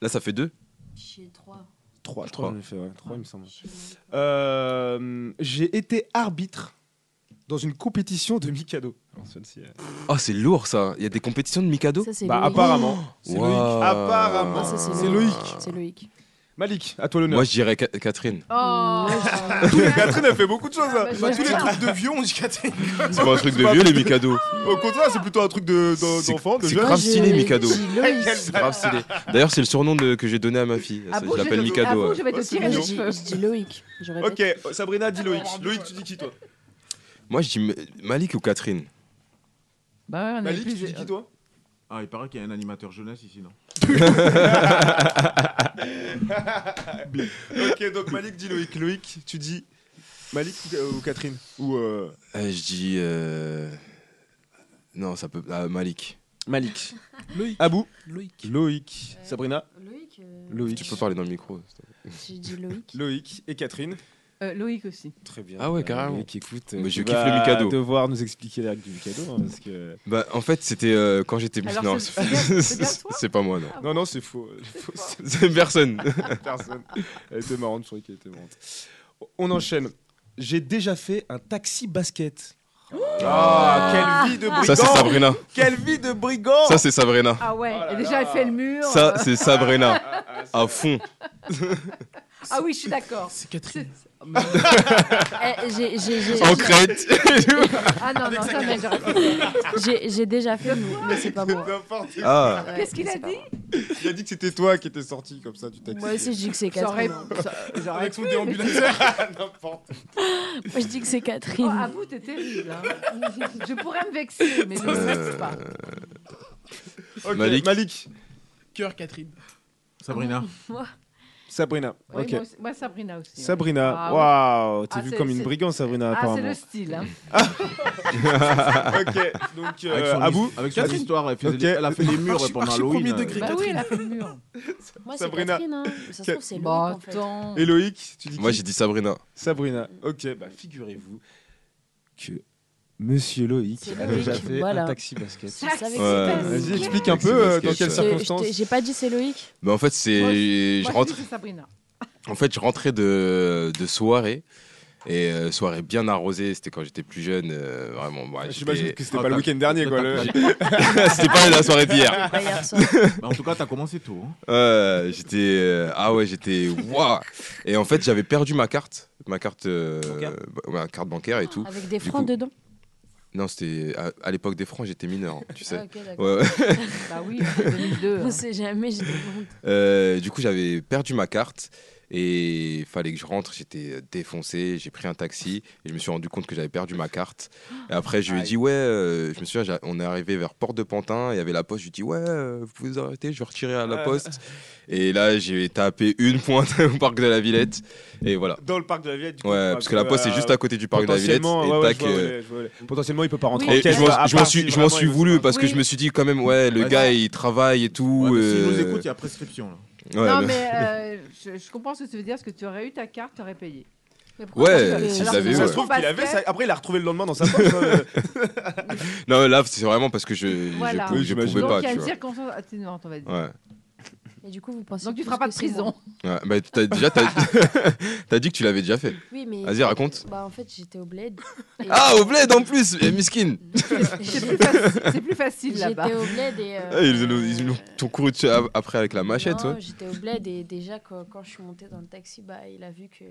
A: Là, ça fait deux.
D: J'ai 3.
B: 3,
A: Trois.
B: 3, fait, ouais, trois, il me semble. Euh, J'ai été arbitre dans une compétition de Mikado. Alors, celle-ci, euh,
A: Oh, c'est lourd ça. Il y a des compétitions de Mikado
D: Ça, c'est
B: Bah,
D: Loïc.
B: apparemment. C'est
A: Wow.
B: Loïc. Apparemment.
D: Ah, ça,
B: c'est Loïc.
D: C'est Loïc.
B: Malik, à toi l'honneur.
A: Moi, je dirais Ca- Catherine.
D: Oh
B: Catherine, elle fait beaucoup de choses. hein.
C: Bah, tous les trucs de vieux, on dit Catherine.
A: C'est pas un truc de vieux, les Mikado.
B: Au contraire, c'est plutôt un truc de- de-
A: C'est
B: d'enfant, de,
A: c'est
B: jeune.
A: grave stylé, Mikado.
D: Loïc. Ah
A: Grave stylé. D'ailleurs, c'est le surnom de- que j'ai donné à ma fille. Ça,
D: bon,
A: je l'appelle
D: j'ai-
A: Mikado.
D: ah bon,
A: ouais.
D: je vais te
B: Oh, c'est
D: tirer,
B: mignon.
D: je dis- Je dis Loïc. Je répète.
B: Ok, euh, Sabrina, dis Loïc. Loïc, tu dis qui, toi
A: Moi, je dis Ma- Malik ou Catherine.
E: Bah, ouais, on est
B: Malik, tu
E: plus-
B: dis qui, toi
F: Ah, il paraît qu'il y a un animateur jeunesse ici, non
B: Ok, donc Malik dit Loïc. Loïc, tu dis Malik ou, euh, ou Catherine Ou euh,
A: Euh, je dis. euh, Non, ça peut. ah, Malik.
B: Malik.
C: Loïc.
B: Abou.
C: Loïc.
B: Loïc. Sabrina.
D: Loïc. euh,
B: Loïc.
A: Tu peux parler dans le micro.
D: J'ai dit Loïc.
B: Loïc et Catherine.
E: Euh, Loïc aussi.
B: Très bien.
A: Ah ouais, carrément.
B: Loïc, Euh, écoute,
A: Mais
B: tu
A: je kiffe
B: vas
A: le Mikado.
B: devoir nous expliquer les règles du Mikado. hein, parce que...
A: Bah, en fait, c'était euh, quand j'étais.
E: Alors,
A: Non,
E: c'est- c'est bien- c'est bien toi
A: c'est pas moi, non.
D: Ah
B: Non, non, c'est faux. Faux, c'est
A: Ah C'est personne.
B: Personne. Elle était marrante, je trouvais qu'elle était marrante.
A: Mm.
B: On enchaîne. J'ai déjà fait un taxi basket. Ah, quelle vie de brigand
A: Ça, c'est Sabrina.
B: Quelle vie de brigand
A: Ça, c'est Sabrina.
E: Ah ouais,
B: Oh
E: et déjà elle fait le mur.
A: Ça,
E: euh,
A: c'est Sabrina.
F: Ah,
B: ah,
A: À fond.
E: Ah oui, je suis d'accord.
C: C'est Catherine.
D: Eh, j'ai- j'ai- j'ai-
A: En crête.
E: Ah non, non, ça, mais j'aurais pas-
D: J'ai j'ai déjà fait, mais mais c'est pas moi.
B: N'importe qui.
A: Ah.
D: Ouais,
E: Qu'est-ce qu'il
D: mais
E: a
D: c'est pas
E: dit
D: moi.
B: Il a dit que c'était toi qui étais sorti comme ça du taxi.
D: Moi aussi, je dis que c'est
E: J'aurais.
D: Catherine.
E: ça- j'aurais-
C: Avec son déambulateur.
B: N'importe.
D: Moi, je dis que c'est
E: Oh,
D: Catherine.
E: à vous, t'es terrible. hein. Je pourrais me vexer, mais je ne me vexe pas.
B: Ok,
A: Euh, Malik.
B: Malik.
C: Cœur Catherine.
F: Sabrina.
B: Sabrina.
E: Oui,
B: ok.
E: moi, aussi- moi, Sabrina aussi.
B: Sabrina,
E: Ah,
B: waouh, t'es
E: Ah,
B: vue
E: c'est-
B: comme une
E: c'est-
B: brigand, Sabrina,
E: ouais. Ah, c'est
B: apparemment.
E: le style. Hein.
B: ok, donc
F: Avec
B: euh,
F: son
B: à vous,
F: his- Avec son histoire, elle, faisait
B: Ok.
F: les- elle a fait les murs
C: Archi-
F: pendant euh.
C: archi
F: Halloween.
C: premier degré.
E: Bah oui, elle a fait le mur.
D: Moi, c'est
B: euh, Sabrina.
D: Catherine. hein. Ça se trouve, c'est Loïc.
E: Bon,
D: en fait.
E: Bah, attends.
B: et Loïc, tu dis
A: Moi,
B: qui
A: j'ai dit Sabrina.
B: Sabrina. Ok, bah figurez-vous que Monsieur Loïc
D: C'est
B: a
D: Loïc,
B: déjà fait
D: voilà.
B: un taxi basket.
D: Je savais que
A: Ouais.
D: c'était
B: Vas-y,
D: Catherine.
B: explique un peu
A: Taxi
B: euh,
A: basket,
B: dans quelles
A: ça.
D: Je- je t'ai-
B: circonstances.
D: J'ai pas dit c'est Loïc.
A: Mais en fait,
E: Moi,
A: c'est. Je
E: Moi,
A: rentre.
E: dis que c'est Sabrina.
A: En fait, je rentrais de, de soirée. Et euh, soirée bien arrosée, c'était quand j'étais plus jeune, euh, vraiment. bah,
B: J'imagine
A: j'étais-
B: que c'était
D: Ah,
B: pas le week-end dernier, quoi. le-
A: c'était pas la soirée d'hier.
D: Pas hier soir.
F: Bah, en tout cas, t'as commencé tôt. hein.
A: Euh, j'étais. euh, ah ouais, j'étais. Waouh Et en fait, j'avais perdu ma carte. Ma carte, euh,
Q: Bancaire
A: ba- ma carte bancaire et tout.
D: Avec des
A: Du
D: francs
A: coup,
D: dedans.
A: Non, c'était. À, à l'époque des francs, j'étais mineur, hein, tu sais.
D: Ah, ok, d'accord.
A: Ouais, ouais.
E: Bah oui, en 2002. hein.
D: On sait jamais, j'ai des honte.
A: Euh, du coup, j'avais perdu ma carte et il fallait que je rentre. J'étais euh, défoncé. J'ai pris un taxi et je me suis rendu compte que j'avais perdu ma carte. Et après, je lui ai dit Ouais, euh, je me souviens, j'a- on est arrivé vers Porte de Pantin. Il y avait la poste. Je lui ai dit Ouais, euh, vous pouvez vous arrêter, je vais retirer à la
B: Ah.
A: poste. Et là, j'ai tapé une pointe au parc de la Villette. Et voilà.
B: Dans le parc de la Villette. du coup,
A: Ouais, Euh, parce que la poste, c'est juste à côté du parc de la Villette.
B: potentiellement,
A: Et
B: ouais, ouais,
A: tac,
B: je vois,
A: euh,
B: ouais, je vois, ouais. Potentiellement, il peut pas rentrer en
A: et, et
B: caisse.
A: je m'en-
B: à
A: je m'en
B: part
A: suis,
B: si
A: je m'en
B: vraiment
A: suis
B: il veut
A: voulu
B: se
A: parce que
E: Oui.
A: je me suis dit quand même ouais le
F: Ouais,
A: gars il travaille et tout.
F: Ouais, mais S'il nous
A: euh,
F: écoute, il y a prescription. là.
A: ouais,
E: non,
A: mais-
E: mais euh, je, je comprends ce que tu veux dire, parce que tu aurais eu ta carte, tu aurais payé.
A: Ouais, si je
D: Alors,
A: l'avais eu.
B: Ça se
A: ouais.
B: trouve
E: ouais.
B: qu'il avait, ça- après il l'a retrouvé le lendemain dans sa poche. hein.
A: Non, là, c'est vraiment parce que je,
E: Voilà.
A: je, pou-
E: Oui,
A: je
B: j'imagine.
A: pouvais
E: Donc
A: pas,
E: il y a
A: tu
E: une
A: vois.
E: circonstance Ah, atténuante, on va dire.
A: Ouais.
D: Et du coup, vous pensez.
E: Donc tu
D: tous
E: feras pas
D: que
E: de
D: c'est
E: prison.
A: ouais. Bah, t'as, déjà, t'as, t'as dit que tu l'avais déjà fait.
D: moi. Oui, mais.
A: Vas-y, raconte.
D: Bah, en fait, j'étais au bled. et-
A: Ah, au bled en plus, et Miskin.
E: C'est plus, faci- c'est plus facile là-bas.
D: J'étais au bled et. euh,
A: Ah, Ils, ils nous- t'ont couru dessus a- après avec la machette,
D: Non,
A: ouais.
D: j'étais au bled et déjà quand, quand je suis montée dans le taxi, bah, il a vu que.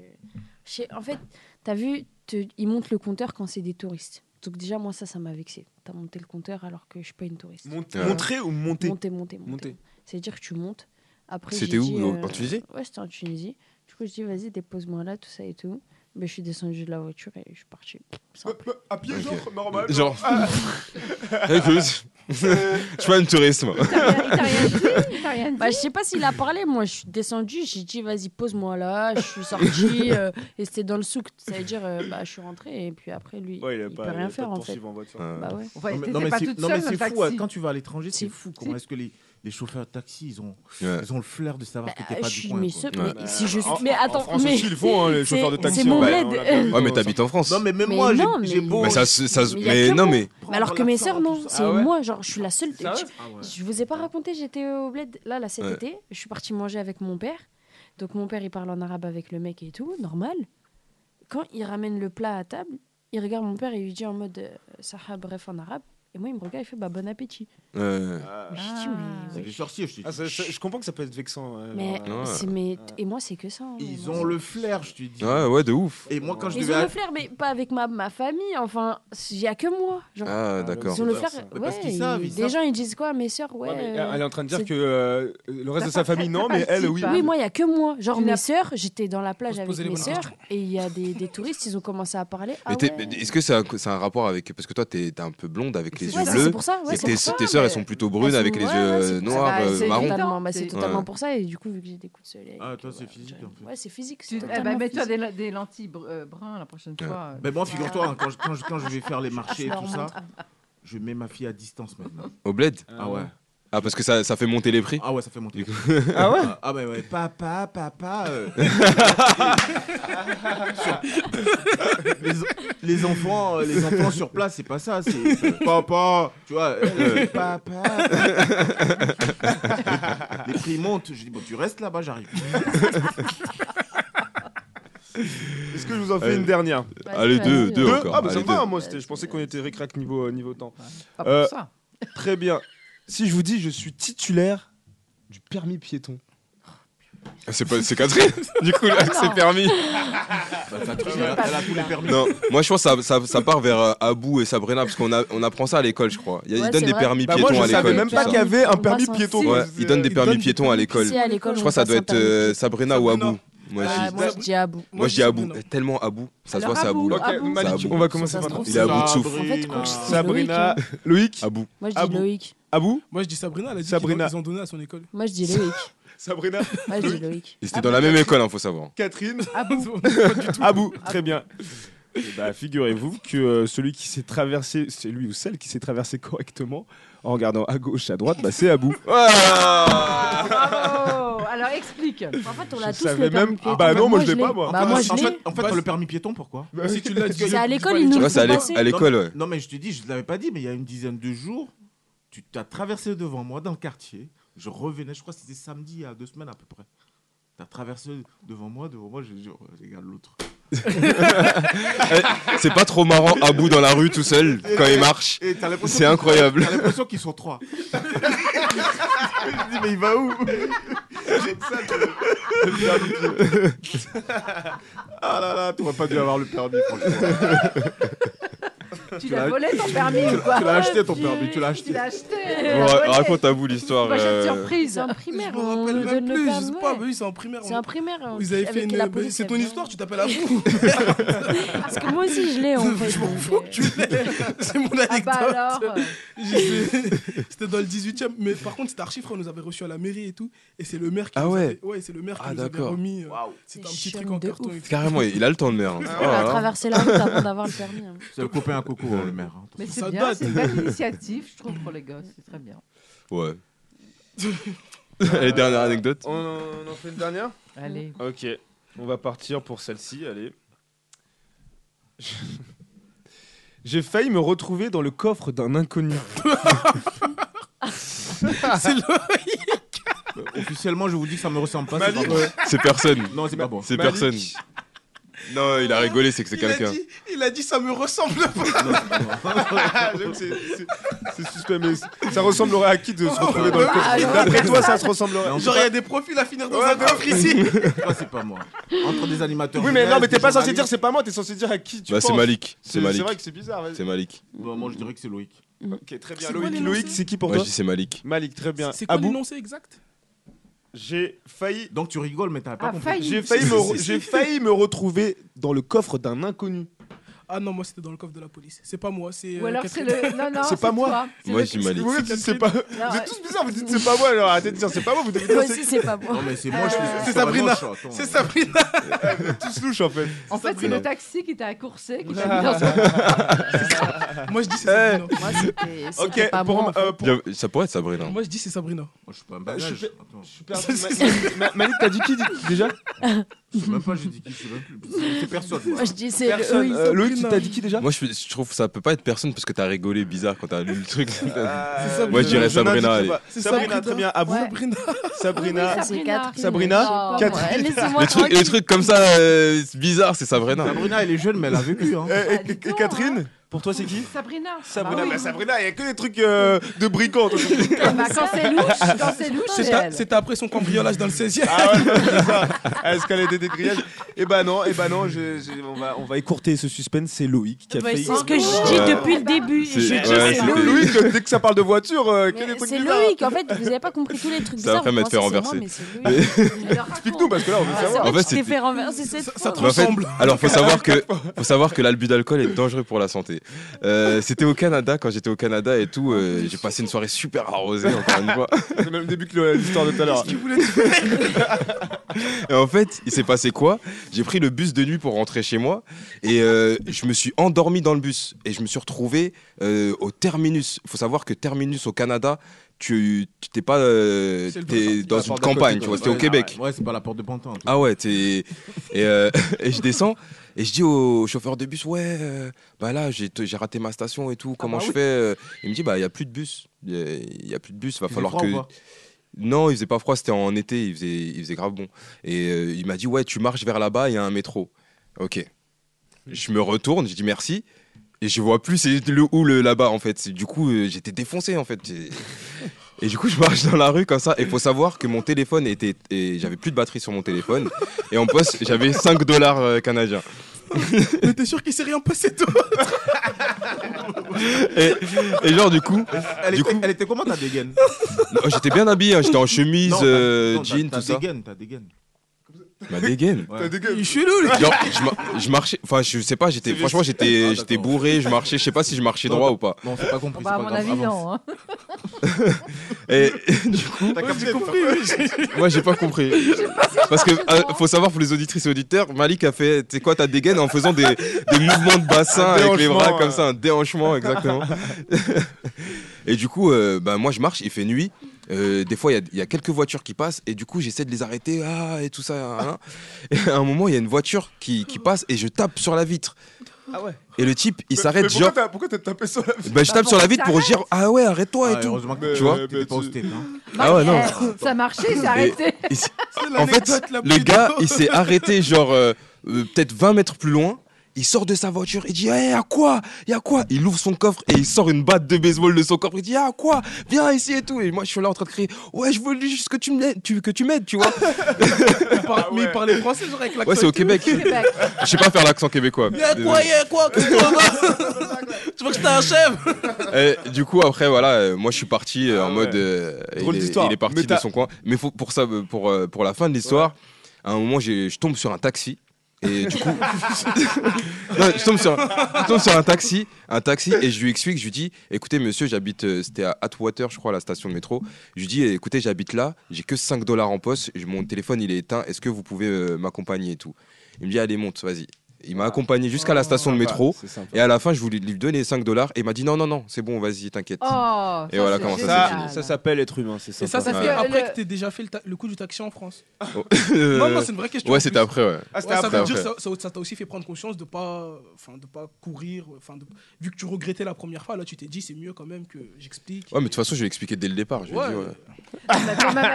D: Je sais- En fait, t'as vu, te- il monte le compteur quand c'est des touristes. Donc déjà, moi, ça, ça m'a vexé. T'as monté le compteur alors que je suis pas une touriste.
A: Monte- Ouais. montrer
D: ou monter Monter, monter, monter. C'est-à-dire que tu montes. Après,
A: C'était
D: j'ai
A: où,
D: dit, euh,
A: au- en Tunisie
D: Ouais, c'était en Tunisie. Du coup, je dis, vas-y, dépose-moi là, tout ça et tout. Mais je suis descendue de la voiture et je suis partie.
B: À pied,
A: genre, normal, Genre. Ah. Écoute, Eh, je suis pas une touriste, moi.
D: Bah, je sais pas s'il a parlé, moi je suis descendue, j'ai dit vas-y pose-moi là, je suis sortie euh, et c'était dans le souk, ça veut dire euh, bah, je suis rentrée et puis après lui
F: Ouais, il
D: il,
F: a
D: peut
F: pas- il a pas
D: rien
F: de
D: faire en fait.
F: poursuivre en voiture.
D: Bah ouais.
F: Non, mais- non, mais c'est- non, mais c'est fou, hein, quand tu vas à l'étranger, c'est
D: Si.
F: fou. Comment
D: Si.
F: est-ce que les, les chauffeurs de taxi, ils ont,
A: Ouais.
F: ils ont le flair de savoir
D: Bah,
F: que t'es pas
D: je
F: du
D: suis-
F: coin
D: mais
F: quoi.
D: ce- mais Ouais. si je suis- mais attends, mais-
A: hein,
D: c'est- c'est
A: mon
F: Ouais,
A: bled.
F: on l'a bien vu,
A: Ouais, mais
F: on
A: t'habites en France.
F: Non, mais même
D: Mais
F: moi, j'ai-
D: non,
F: j'ai
D: mais-
F: beau.
A: Mais ça se- ça se-
D: Mais y a
A: mais
D: que
A: non,
D: moi.
A: mais.
D: Mais alors que mes sœurs non, c'est
A: Ah ouais
D: moi genre je suis la seule.
A: Sérieux
D: je,
F: Ah
D: je vous ai pas raconté, j'étais au bled là là cet
A: Ouais.
D: été, je suis partie manger avec mon père. Donc mon père il parle en arabe avec le mec et tout, normal. Quand il ramène le plat à table, il regarde mon père et il lui dit en mode euh, Sahab bref en arabe et moi il me regarde il fait bah bon appétit. J'ai dit, mais
F: Ah. C'est des sorciers, je te dis.
B: Ah, ça- ça- je comprends que ça peut être vexant. ouais,
D: Mais
B: genre, euh,
D: c'est
B: ouais.
D: mes- et moi c'est que ça. hein, mais
F: Euh, Ils
D: moi,
F: ont
D: c'est-
F: le flair, je te dis.
A: Ouais, ouais, de ouf.
F: Et moi, quand je
D: Ils
F: devais.
D: ont le flair mais pas avec ma, ma famille enfin il y a que moi. Genre,
A: Ah, d'accord.
D: Ils ont le
A: C'est
D: flair.
A: bizarre,
F: ça. Parce
D: ouais,
F: qu'ils savent, ils
D: des gens ils disent quoi mes sœurs ouais.
B: Elle
D: euh,
B: elle est en train de dire
D: c'est-
B: que euh, le reste de
D: T'as
B: sa
D: pas-
B: famille, non,
D: t'as
B: mais
D: pas le
B: elle,
D: type,
B: oui.
D: hein. Oui, moi, il n'y a que moi. Genre,
B: Tu
D: mes
B: n'as-
D: sœurs, j'étais dans la plage avec
B: poser les
D: mes
B: bonnes
D: sœurs et il y a des, des touristes, ils ont commencé à parler. Ah
A: Mais t'es-
D: ouais.
A: mais est-ce que c'est un, c'est un rapport avec. Parce que toi, t'es t'es un peu blonde avec les
D: C'est
A: yeux
D: ça, c'est
A: bleus.
D: pour ça, ouais,
A: et
D: c'est
A: tes,
D: pour ça,
A: tes sœurs, elles
D: mais-
A: sont plutôt brunes avec les
D: Ouais,
A: yeux
D: ouais, c'est
A: euh,
D: pour ça.
A: noirs,
D: Bah,
A: euh,
D: c'est
A: marrons.
D: totalement- bah, c'est
A: Ouais.
D: totalement pour ça. Et du coup, vu que j'ai des coups de soleil.
F: Ah, toi, c'est physique. en fait.
D: Ouais, c'est physique. c'est
E: Tu- eh ben,
D: totalement
E: Mets-toi
D: physique.
E: des, des lentilles br- euh, bruns la prochaine fois. euh.
F: Mais moi, figure-toi, hein, quand, je- quand je- quand je vais faire les marchés et
E: leur
F: tout ça,
E: montre.
F: je mets ma fille à distance maintenant.
A: Au bled
F: Ah ouais.
A: Ah, parce que ça, ça fait monter les prix
F: Ah ouais, ça fait monter
A: les prix.
F: Ah ouais Ah ouais, ouais. Papa, papa. euh. les, les enfants, euh, les enfants sur place, c'est pas ça. C'est euh, papa. Tu vois, elle, euh, papa. les prix montent. Je dis bon, tu restes là-bas, j'arrive.
B: Est-ce que je vous en fais
F: Allez.
B: une dernière
F: Vas-y, Allez, vas-y, deux, vas-y. deux encore.
B: Ah, bah ça
F: Allez,
B: va,
F: deux.
B: moi, c'était- je pensais qu'on était récrac niveau, euh, niveau temps.
E: Pas pour ça.
B: Très bien. Si je vous dis, je suis titulaire du permis piéton.
A: Ah, C'est pas- c'est Catherine Du coup,
D: Ah
A: là, c'est permis.
F: Bah,
D: Bah,
F: Catherine, elle, a- elle a tous les permis.
A: Non, moi je pense que ça, ça, ça part vers euh, Abou et Sabrina parce qu'on a- on apprend ça à l'école, je crois. Il y a- Ils
D: Ouais,
A: donnent
D: c'est
A: des
D: vrai.
A: permis
D: Bah, moi,
A: piétons
D: je
A: à
D: savais
A: l'école.
D: même pas qu'il y avait un permis Embrasse un piéton. fils.
A: Ouais, ils donnent des
D: Ils
A: permis
D: donnent des
A: piétons à
D: permis
A: l'école.
D: Si, à l'école,
A: Je
D: on
A: crois que ça
D: passe
A: doit
D: un
A: être
D: permis
A: euh,
D: piéton.
A: Sabrina ou Abou. Moi
D: Ah,
A: je dis-
D: moi, je dis Abou.
A: Moi je dis Abou, Eh, tellement Abou. Ça se
D: Alors,
A: voit, c'est Abou
D: Abou,
A: là.
D: Abou.
A: C'est
D: Malik,
A: Abou.
B: on va commencer
A: Ça se
B: par-
A: trouve,
B: Il
A: c'est
B: est à bout de
A: Sabrina.
B: souffle.
C: Ah.
D: En fait, quand je dis
B: Sabrina,
D: Loïc,
B: Loïc
A: Abou.
D: Moi, je dis Loïc.
B: Abou
C: Moi, je dis Sabrina, elle a dit
B: Sabrina.
C: qu'ils ont donné à son école.
D: Moi, je dis Loïc.
B: Sabrina
D: Moi, je dis Loïc. Ah
A: Ils étaient dans la même école, hein, faut savoir. Ah
B: Catherine
E: Abou.
B: Abou, très bien. Ah Eh ben, figurez-vous que euh, celui qui s'est traversé, celui ou celle qui s'est traversé correctement en regardant à gauche, à droite, bah, c'est Abou.
A: Ah,
E: Ah, Bravo Alors explique. En
D: fait,
B: on l'a Je tous le savais permis même- piéton. Ah bah non, moi, je l'ai pas, moi.
D: Bah, moi, je
F: en
D: l'ai.
F: fait, en fait, t'as le permis piéton, pourquoi
B: Bah, si tu l'as dit,
D: C'est à l'école, ils nous le Ouais, c'est à font l'é- passer. à l'école,
F: Non,
A: ouais.
F: Non, mais je te dis, je te l'avais pas dit, mais il y a une dizaine de jours, tu t'as traversé devant moi dans le quartier. Je revenais, je crois que c'était samedi, il y a deux semaines à peu près. T'as traversé devant moi, devant moi, je, je- je regarde l'autre.
A: Eh, C'est pas trop marrant Abou dans la rue tout seul quand il marche.
F: Et t'as l'impression
A: C'est
F: qu'ils-
A: incroyable.
F: T'as l'impression qu'ils sont trois. je dis, mais il va où J'ai dit ça, le- le permis piéton. Ah là là, t'aurais pas dû avoir le permis, franchement.
E: Tu l'as volé ton permis ou quoi
F: Tu l'as acheté ton
E: Tu-
F: permis, tu l'as acheté.
E: Tu l'as acheté.
A: Bon, ra- raconte Abou l'histoire. euh,
C: Bah, surprise.
D: C'est en primaire. hein.
C: Je me
D: on
C: rappelle
D: nous
C: même
D: donne le
C: plus, je
D: permis,
C: sais pas,
D: ouais.
C: mais oui, c'est en primaire,
D: C'est
C: on-
D: en primaire. on-
C: Ils avaient
D: avec
C: fait une.
D: la
C: bah,
D: police,
C: c'est ton
D: elle
C: histoire, tu t'appelles Abou.
D: Parce que moi aussi, je l'ai en fait.
C: Je m'en fous que tu l'aies. C'est mon anecdote.
D: Ah bah alors.
C: Je sais. C'était dans le 18 e Mais par contre, c'était archi frais. On nous avait reçu à la mairie et tout. Et c'est le maire qui
A: Ah
C: nous
A: ouais.
C: avait- Ouais, c'est le maire qui
A: Ah,
C: nous avait
A: d'accord.
C: remis. euh, C'était un petit truc en carton. et tout. Ah,
A: Carrément, il a le temps de
E: Ah,
A: mer. hein.
D: On
A: Oh là
D: a
A: là.
D: traversé la route avant d'avoir le permis. hein.
F: C'est le copain à coco, hein, le maire. hein.
E: Mais
C: Ça
E: c'est bien,
C: date.
E: c'est une belle initiative, je trouve, pour les gosses. C'est très bien.
A: Ouais. Et dernière anecdote.
B: On, en fait une dernière
E: Allez.
B: Ok, on va partir pour celle-ci, allez. J'ai failli me retrouver dans le coffre d'un inconnu.
C: C'est
F: Officiellement, je vous dis que ça me ressemble pas.
B: Malik.
F: pas vrai.
A: C'est personne.
F: Non, c'est pas bon.
A: C'est
B: Malik.
A: personne. Non, il a rigolé, c'est que c'est
Q: Il a
A: quelqu'un.
Q: dit- Il a dit ça me ressemble pas. J'aime, c'est- c'est-
B: C'est Oh, suspect, mais ça ressemblerait à qui de se retrouver dans
Q: Ah,
B: le coffre
Q: alors.
B: D'après toi, ça se ressemblerait.
Q: Genre, il y a des profils à finir dans
B: Ouais,
Q: un
B: de
Q: coffre
B: ouf.
Q: ici.
F: Moi, c'est pas moi. Entre des animateurs.
B: Oui, mais
F: jeunesse,
B: non, mais t'es
F: des
B: pas censé
F: journalistes.
B: dire c'est pas moi, t'es censé dire à qui tu
A: Bah, c'est
B: penses.
A: Malik. C'est Malik.
B: C'est vrai que c'est bizarre. vas-y.
A: C'est Malik.
F: Bah, moi, je dirais que c'est Loïc.
B: Ok, très bien.
F: C'est quoi
B: Loïc,
F: l'énoncé
B: Loïc, c'est qui pour
A: Moi,
B: toi
A: je dis c'est Malik.
B: Malik, très bien.
C: C'est quoi
B: Abou
C: l'énoncé exact
B: J'ai failli.
F: Donc tu rigoles, mais t'as pas
C: Ah,
F: compris.
C: failli.
B: J'ai failli,
C: Si,
B: me
C: si,
B: re-
C: si,
B: j'ai
C: si.
B: failli me retrouver dans le coffre d'un inconnu.
C: Ah non, moi c'était dans le coffre de la police. C'est pas moi, c'est.
E: Ou
C: euh,
E: alors
C: quelqu'un-
E: c'est le. Non, non,
B: c'est pas moi.
A: C'est Moi, le- je dis Malik.
B: Vous dites c'est pas. Vous êtes tous bizarres. Vous dites c'est pas moi. Alors arrêtez de dire c'est pas moi. Vous devez dire
E: Moi aussi, c'est pas moi. Non, mais c'est moi, je suis-
B: Euh,
E: c'est Sabrina.
B: C'est Sabrina. Vous êtes tous louches en fait.
E: En fait, c'est
B: Sabrina.
E: le taxi qui t'a accourcé, qui t'a
B: Ah.
E: mis dans un.
C: Moi, je dis c'est
E: ça.
C: c'était pas moi, en fait.
A: J'avais- Ça pourrait être Sabrina.
C: euh, Moi je dis c'est Sabrina. Moi
F: je suis pas un
C: bagage.
B: Malik, t'as dit qui déjà
F: Je sais même pas, j'ai dit qui, je sais même plus. C'est personne.
E: Moi, je dis c'est le-
F: Personne.
E: oui,
F: Euh,
E: Sabrina.
F: Loïc, tu t'as dit qui déjà
A: Moi, je, je trouve que ça peut pas être personne parce que t'as rigolé bizarre quand t'as lu le truc.
F: Euh,
B: ça,
A: Moi, je
B: Euh, je-
A: dirais
B: je n'indique
A: Sabrina. allez.
B: pas. C'est Sabrina, très bien. À vous
C: Sabrina.
B: Sabrina.
E: Oui, c'est Catherine.
B: Sabrina.
E: Oh,
B: Catherine.
E: ouais, laissez-moi
A: Le truc, le truc comme ça, euh, c'est bizarre, c'est Sabrina.
F: Sabrina, elle est jeune, mais elle a vécu. Hein.
B: Eh,
D: Ah,
B: Et- et- et Catherine,
D: hein.
B: pour toi, c'est qui
E: Sabrina.
B: Sabrina,
E: Bah oui.
B: bah, Sabrina, il y a que des trucs euh, de brigands.
D: Ah
E: Bah, quand c'est louche, quand c'est louche, c'est elle.
C: C'était après son cambriolage dans le 16 e
B: Ah ouais, c'est ça. À escalader des grillages. Et bah non, et bah non, je- je- on, va, on va écourter ce suspense. C'est Loïc qui a
D: Bah,
B: failli-
D: c'est ce que je dis
B: Ouais.
D: depuis le début.
B: C'est-
D: Je dis
B: ouais,
D: c'est
B: c'était-
D: Loïc.
B: Loïc, euh, dès que ça parle de voiture, euh, que
D: Mais
B: des trucs
D: C'est
B: bizarres.
D: Loïc, en fait, vous avez pas compris tous les trucs
A: Ça
D: bizarres.
A: va après m'être fait
D: Vous pensez,
A: renverser.
D: c'est moi, mais c'est Loïc. Alors,
B: Explique-nous parce que là, on veut
D: c'est
B: savoir.
D: vrai
A: En
D: que
A: fait,
D: tu t'es
A: c'était-
D: fait renverser cette fois.
A: Mais en fait, alors faut savoir que faut savoir que l'albu d'alcool est dangereux pour la santé. Euh, c'était au Canada quand j'étais au Canada et tout. euh, j'ai passé une soirée super arrosée encore une fois.
B: C'est même début que le- l'histoire de tout à l'heure.
A: Et en fait, il s'est passé quoi J'ai pris le bus de nuit pour rentrer chez moi et euh, je me suis endormi dans le bus et je me suis retrouvé euh, au terminus. Il faut savoir que terminus au Canada, tu tu t'es pas euh,
F: C'est le
A: t'es
F: Bretagne.
A: dans
F: La
A: une
F: porte d'à côté,
A: campagne,
F: quoi.
A: tu vois, c'était au
F: Ouais,
A: Québec.
F: Ouais, c'est pas la porte de Pantin.
A: Ah ouais, t'es. Et, euh, et je descends et je dis au chauffeur de bus, ouais, euh, bah là, j'ai j'ai raté ma station et tout, comment
F: bah
A: je
F: oui.
A: fais euh Il me dit, bah, il n'y a plus de bus. Il n'y a, plus de bus, va
F: faisait
A: falloir
F: froid
A: que.
F: ou pas
A: non, il faisait pas froid, c'était en été, il faisait, il faisait grave bon. Et euh, il m'a dit, ouais, tu marches vers là-bas, il y a un métro. Ok. Je me retourne, je dis merci. Et je vois plus c'est le ou le là-bas en fait. C'est- Du coup, euh, j'étais défoncé en fait. J'ai- Et du coup, je marche dans la rue comme ça. Et faut savoir que mon téléphone était. Et j'avais plus de batterie sur mon téléphone. Et en poste, j'avais 5 dollars euh, canadiens.
C: Mais t'es sûr qu'il s'est rien passé toi
A: Et, et genre, du coup.
F: Elle,
A: du
F: était,
A: coup
F: elle était comment ta dégaine
A: non, j'étais bien habillé. hein. J'étais en chemise,
F: Non, t'as-
A: euh,
F: non, t'as-
A: jean,
F: t'as
A: tout ça.
F: dégaine, T'as dégaine.
A: Ma dégaine.
C: Il est chelou, le
A: Genre, je, mar- je marchais. Enfin, je sais pas. J'étais. Franchement, j'étais. J'étais bourré. Je marchais. Je sais pas si je marchais droit ou pas.
F: Ah, Non, c'est pas compris.
E: Bah, à mon avis, non. hein.
A: Et du coup,
F: J'ai compris.
A: moi j'ai pas compris. Parce que euh, faut savoir pour les auditrices et auditeurs, Malik a fait, tu sais quoi, ta dégaine en faisant des, des mouvements de bassin
F: Un
A: avec les bras
F: déhanchement,
A: comme
F: euh.
A: ça, un déhanchement exactement. et du coup, euh, bah, moi je marche, il fait nuit. Euh, des fois, il y a- il y, a quelques voitures qui passent et du coup, j'essaie de les arrêter ah, et tout ça. hein. Et à un moment, il y a une voiture qui, qui passe et je tape sur la vitre.
B: Ah ouais.
A: Et le type, il
B: Mais-
A: s'arrête
B: mais pourquoi
A: genre.
B: t'as- Pourquoi t'as tapé sur la vitre
A: Bah, je tape sur la vitre pour dire Ah ouais, arrête-toi et tout. Tu vois Ah ouais, non.
E: Ça marchait,
A: Et-
E: ça arrêté.
A: et si- en fait, le gars, il s'est arrêté, genre, euh, euh, peut-être 20 mètres plus loin. Il sort de sa voiture, il dit Eh, à quoi Il y a quoi Il ouvre son coffre et il sort une batte de baseball de son coffre. Il dit Ah, quoi Viens ici et tout. Et moi, je suis là en train de crier Ouais, je veux juste que tu me l'aides- tu- que tu m'aides, tu vois.
C: Mais il parlait français, genre avec l'accent.
A: Ah Ouais, c'est au Québec.
E: Québec.
A: Je sais pas faire l'accent québécois.
C: Mais à quoi,
A: Désolé.
C: y'a quoi Qu'est-ce que tu vas voir Tu vois que j'étais un chef
A: Euh, du coup, après, voilà, euh, moi je suis parti euh, en mode. euh,
B: Ah Drôle
A: il, est,
B: d'histoire.
A: il est
B: Mais
A: parti de
B: t'as-
A: son coin. Mais faut- pour, ça, euh, pour, euh, pour la fin de l'histoire, à un moment, j'ai- je tombe sur un taxi. Et du coup. Non, je, tombe sur, je tombe sur un taxi, un taxi, et je lui explique, je lui dis, écoutez monsieur, j'habite, euh, c'était à Atwater, je crois, la station de métro. Je lui dis, écoutez, j'habite là, j'ai que 5 dollars en poste, j'ai- mon téléphone il est éteint, est-ce que vous pouvez euh, m'accompagner et tout Il me dit, allez monte, vas-y. Il m'a accompagné jusqu'à la station de métro,
B: Ah, c'est sympa.
A: et à la fin, je voulais lui donner 5 dollars, et il m'a dit, non, non, non, c'est bon, vas-y, t'inquiète.
E: Oh, ça,
A: et voilà
E: c'est
A: comment ça s'est
B: Ça,
A: fini.
B: ça s'appelle être humain, c'est ça.
C: Et ça, ça
A: Ouais.
C: fait après
E: le-
C: que t'aies déjà fait le, ta- le coup du taxi en France.
A: Oh.
C: non, non, c'est une vraie question.
A: Ouais,
C: en
A: c'était
C: plus.
A: après, ouais. Ah, c'était
C: ça
A: après,
C: veut dire que
A: après.
C: ça ça- ça t'a aussi fait prendre conscience de pas, enfin, de pas courir. Enfin, de- vu que tu regrettais la première fois, là, tu t'es dit, c'est mieux quand même que j'explique.
A: Ouais, mais de toute façon, je lui ai expliqué dès le départ. Je euh, lui ai dit, ouais. Ah,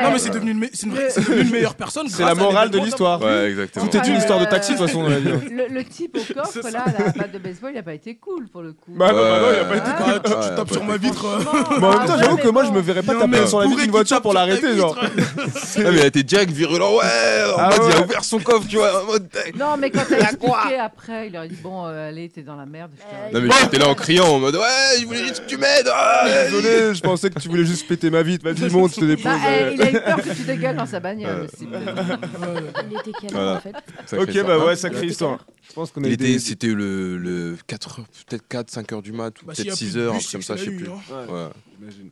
C: Non, mais c'est devenu, une me- c'est une vraie- c'est devenu une meilleure personne.
B: C'est
C: grâce
B: la
C: à
B: morale de
C: l'événement, ça.
B: l'histoire.
A: Ouais, euh, exactement.
B: Tout est une histoire de taxi, de toute façon, dans la vie.
E: Le, le type au coffre, là, à la batte de baseball, il n'a pas été cool pour le coup.
G: Bah non, bah non,
E: Euh,
G: il a pas été cool. Tu- tu tapes sur ma vitre. Mais en même temps, j'avoue que moi, je me verrais pas taper sur la vitre d'une voiture pour l'arrêter, genre.
A: Ah, mais elle était direct virulent, ouais, en
G: Ah
A: mode, il a
G: ouais.
A: ouvert son coffre, tu vois, en mode.
E: Non, mais quand t'as expliqué après, il leur a dit Bon, euh, allez, t'es dans la merde. putain.
A: Non, mais j'étais là en criant, en mode, ouais, je voulais juste que tu m'aides. ah,
G: Désolé, je pensais que tu voulais juste péter ma vitre. Vas-y, monte, je te dépose.
E: Bah,
B: euh.
E: eh, il a eu peur que tu dégueules dans sa
D: Ah,
E: bagnole aussi.
D: Il était calme
A: Voilà.
D: en fait.
A: Sacrée
G: Ok, bah
A: histoire. Ah,
G: ouais, sacrée histoire. Je pense qu'on a
A: Il
G: eu
A: était,
G: des-
A: c'était le, le 4 heures, peut-être 4, 5 heures du mat, ou
G: Bah, s'il y
A: peut-être
G: a plus
A: 6
G: de
A: heures,
G: bus,
A: un truc comme
G: c'est
A: ça,
G: que
A: je sais
G: ça
A: plus.
G: a eu, hein.
A: Ouais.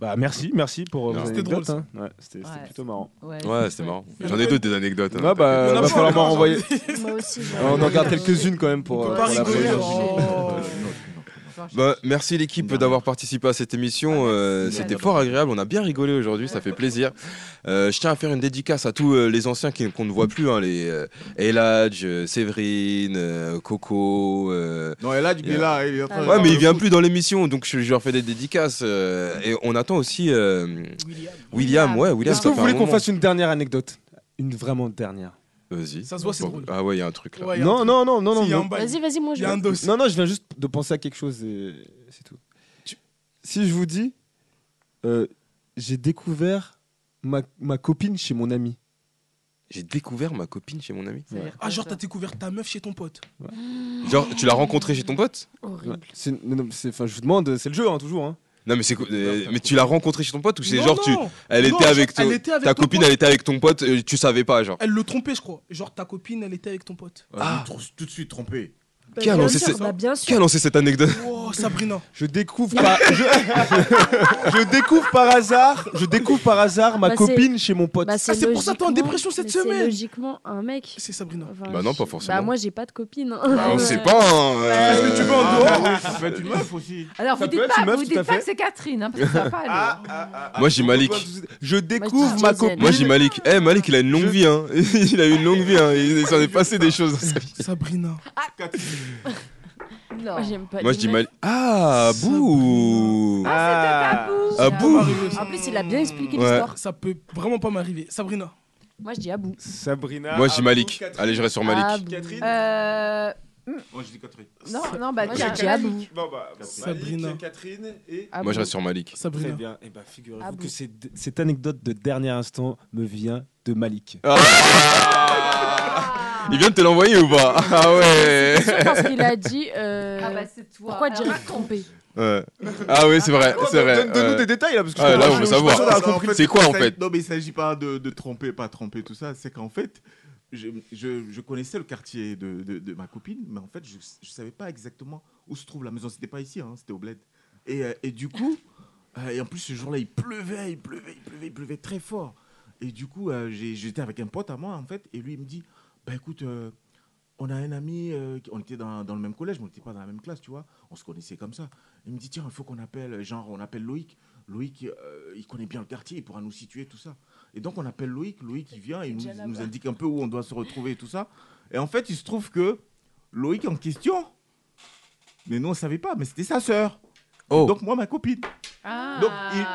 B: Bah merci, merci pour euh,
A: Non,
B: vos
A: c'était
B: anecdotes.
A: drôle,
B: hein. Ouais, c'était c'était
E: Ouais.
B: plutôt marrant.
E: Ouais,
A: Ouais, c'était marrant. J'en ai d'autres des anecdotes. hein.
B: Ouais, bah,
A: T'inquiète.
B: va falloir m'en renvoyer.
D: Moi aussi, je
B: On en garde
D: vais-
B: quelques-unes quand même pour.
D: On
B: euh,
D: peut
B: pour
D: pas
B: la
G: hein.
D: rigoler.
B: présentation.
E: Oh.
A: Bah, merci l'équipe d'avoir participé à cette émission. Euh, C'était fort agréable. On a bien rigolé aujourd'hui. Ça fait plaisir. Euh, je tiens à faire une dédicace à tous euh, les anciens qui- qu'on ne voit plus. hein, les euh, Eladj, euh, Séverine, euh, Coco. euh,
F: Non, et là, il
A: y
F: est
A: a-
F: là. Il est en train de
A: Ouais,
F: faire
A: mais il
F: le
A: vient
F: foot.
A: plus dans l'émission. Donc je, je leur fais des dédicaces. euh, et on attend aussi euh,
D: Ah,
A: William. Ouais, William.
B: Est-ce que
A: ça
B: vous
A: fait un
B: voulez qu'on
A: moment.
B: fasse une dernière anecdote Une vraiment dernière.
A: Vas-y.
C: Ça se voit, c'est drôle.
A: Ah ouais, il y a un truc là.
C: Ouais, y a un
B: Non,
C: truc.
B: non, non, non,
C: Si,
B: non.
C: y a
B: non.
C: un bail.
D: Vas-y, vas-y, moi
C: Il
D: je.
C: y a un dossier.
B: Non, non, je viens juste de penser à quelque chose et c'est tout. Si je vous dis, euh, j'ai découvert ma, ma copine chez mon ami.
A: J'ai découvert ma copine chez mon ami.
C: Ah, genre, t'as découvert ta meuf chez ton pote.
A: Genre, tu l'as rencontrée chez ton pote
D: Horrible.
B: C'est- non, non, c'est- enfin, je vous demande, c'est le jeu hein, toujours. hein.
A: Non mais c'est co- euh, mais tu l'as rencontrée chez ton pote ou c'est
C: Non,
A: genre tu
C: non.
A: elle
C: Non,
A: était avec
C: elle
A: ton-
C: était avec
A: ta
C: ton
A: copine
C: pote.
A: elle était avec ton pote euh, tu savais pas genre
C: Elle le trompait, je crois. Genre, ta copine, elle était avec ton pote.
F: Ah, lui, tr- tout de suite trompé.
E: Bah,
A: qui a lancé ce- qui a lancé cette anecdote
C: Oh, Sabrina.
B: Je découvre
F: Ah,
B: par je... je découvre par hasard, je découvre par hasard ma
D: Bah, c'est-
B: copine chez mon pote.
D: Bah,
C: Ah, c'est pour ça que t'es en
D: logiquement-
C: dépression cette
D: mais c'est
C: semaine.
D: logiquement un mec.
C: C'est Sabrina.
D: Enfin,
A: Bah non, pas
D: je-
A: forcément.
D: Bah moi j'ai pas de copine. hein.
A: Bah, on sait
D: Ouais.
A: pas hein,
D: Ouais. Ah.
A: euh,
F: Tu peux en dehors Ça peut être une meuf aussi.
E: Alors, vous
B: Ça peut
E: dites
B: être
E: pas,
B: une meuf,
E: vous
B: tout
E: dites
B: à
E: pas
B: fait.
E: que c'est Catherine, hein, parce que ça va pas.
C: Ah,
E: aller.
A: Moi
B: Ah,
A: j'ai Malik.
B: Je découvre ma copine.
A: Moi j'ai Malik. Eh Malik il a une longue vie hein. Il a eu une longue vie hein. Il il s'en est passé des choses dans sa vie.
C: Sabrina.
D: Non, moi, j'aime pas.
A: Moi
D: les
A: je dis
D: meufs.
A: Malik. Ah bouh.
D: Ah,
A: Ah bouh.
D: En plus, il a bien expliqué
A: Ouais.
D: l'histoire.
C: Ça peut vraiment pas m'arriver. Sabrina.
D: Moi je dis Abou.
B: Sabrina.
A: Moi j'ai Malik. Allez je reste sur Malik.
D: Abou.
B: Catherine.
E: Ah, Euh,
F: Moi, je dis Catherine.
E: non, non, bah
D: Moi,
E: tiens,
D: j'ai Abou.
B: Non, bah,
C: Sabrina.
B: Malik, Catherine et
A: Moi je reste sur Malik.
C: Sabrina.
B: Très bien. Et bah, figurez-vous
D: Abou.
B: que cette, cette anecdote de dernier instant me vient de Malik.
A: Ah.
D: Ah.
A: Il vient de te l'envoyer ou pas Ah ouais.
D: C'est parce qu'il a dit. euh,
E: Ah bah c'est toi.
D: Pourquoi
E: Alors,
D: dire trompé
A: Ouais. Ah ouais c'est vrai c'est vrai.
G: Donne- Donne-nous
A: ouais.
G: des détails là, parce que
A: Ah, là, on veut
G: je- je- je-
A: savoir.
G: je- je- je- je- je- je-
A: C'est quoi, en fait
F: Non, mais il s'agit pas de, de tromper, pas tromper, tout ça. C'est qu'en fait, je, je- je connaissais le quartier de, de- de ma copine, mais en fait, je ne savais pas exactement où se trouve la maison. C'était pas ici, hein, c'était au bled. Et, euh, et du coup, euh, et en plus, ce jour-là, il pleuvait, il pleuvait, il pleuvait, il pleuvait très fort. Et du coup, euh, j'ai- j'étais avec un pote à moi, en fait, et lui, il me dit Bah écoute, euh, on a un ami, euh, qui- on était dans, dans le même collège, mais on n'était pas dans la même classe, tu vois. On se connaissait comme ça. Il me dit Tiens, il faut qu'on appelle, genre, on appelle Loïc. Loïc, euh, il connaît bien le quartier, il pourra nous situer, tout ça. Et donc, on appelle Loïc. Loïc, il vient, il nous,
D: déjà
F: nous
D: là-bas.
F: indique un peu où on doit se retrouver et tout ça. Et en fait, il se trouve que Loïc en question, mais nous, on ne savait pas, mais c'était sa sœur.
A: Oh.
F: Donc, moi, ma copine.
E: Ah,
F: Donc, il-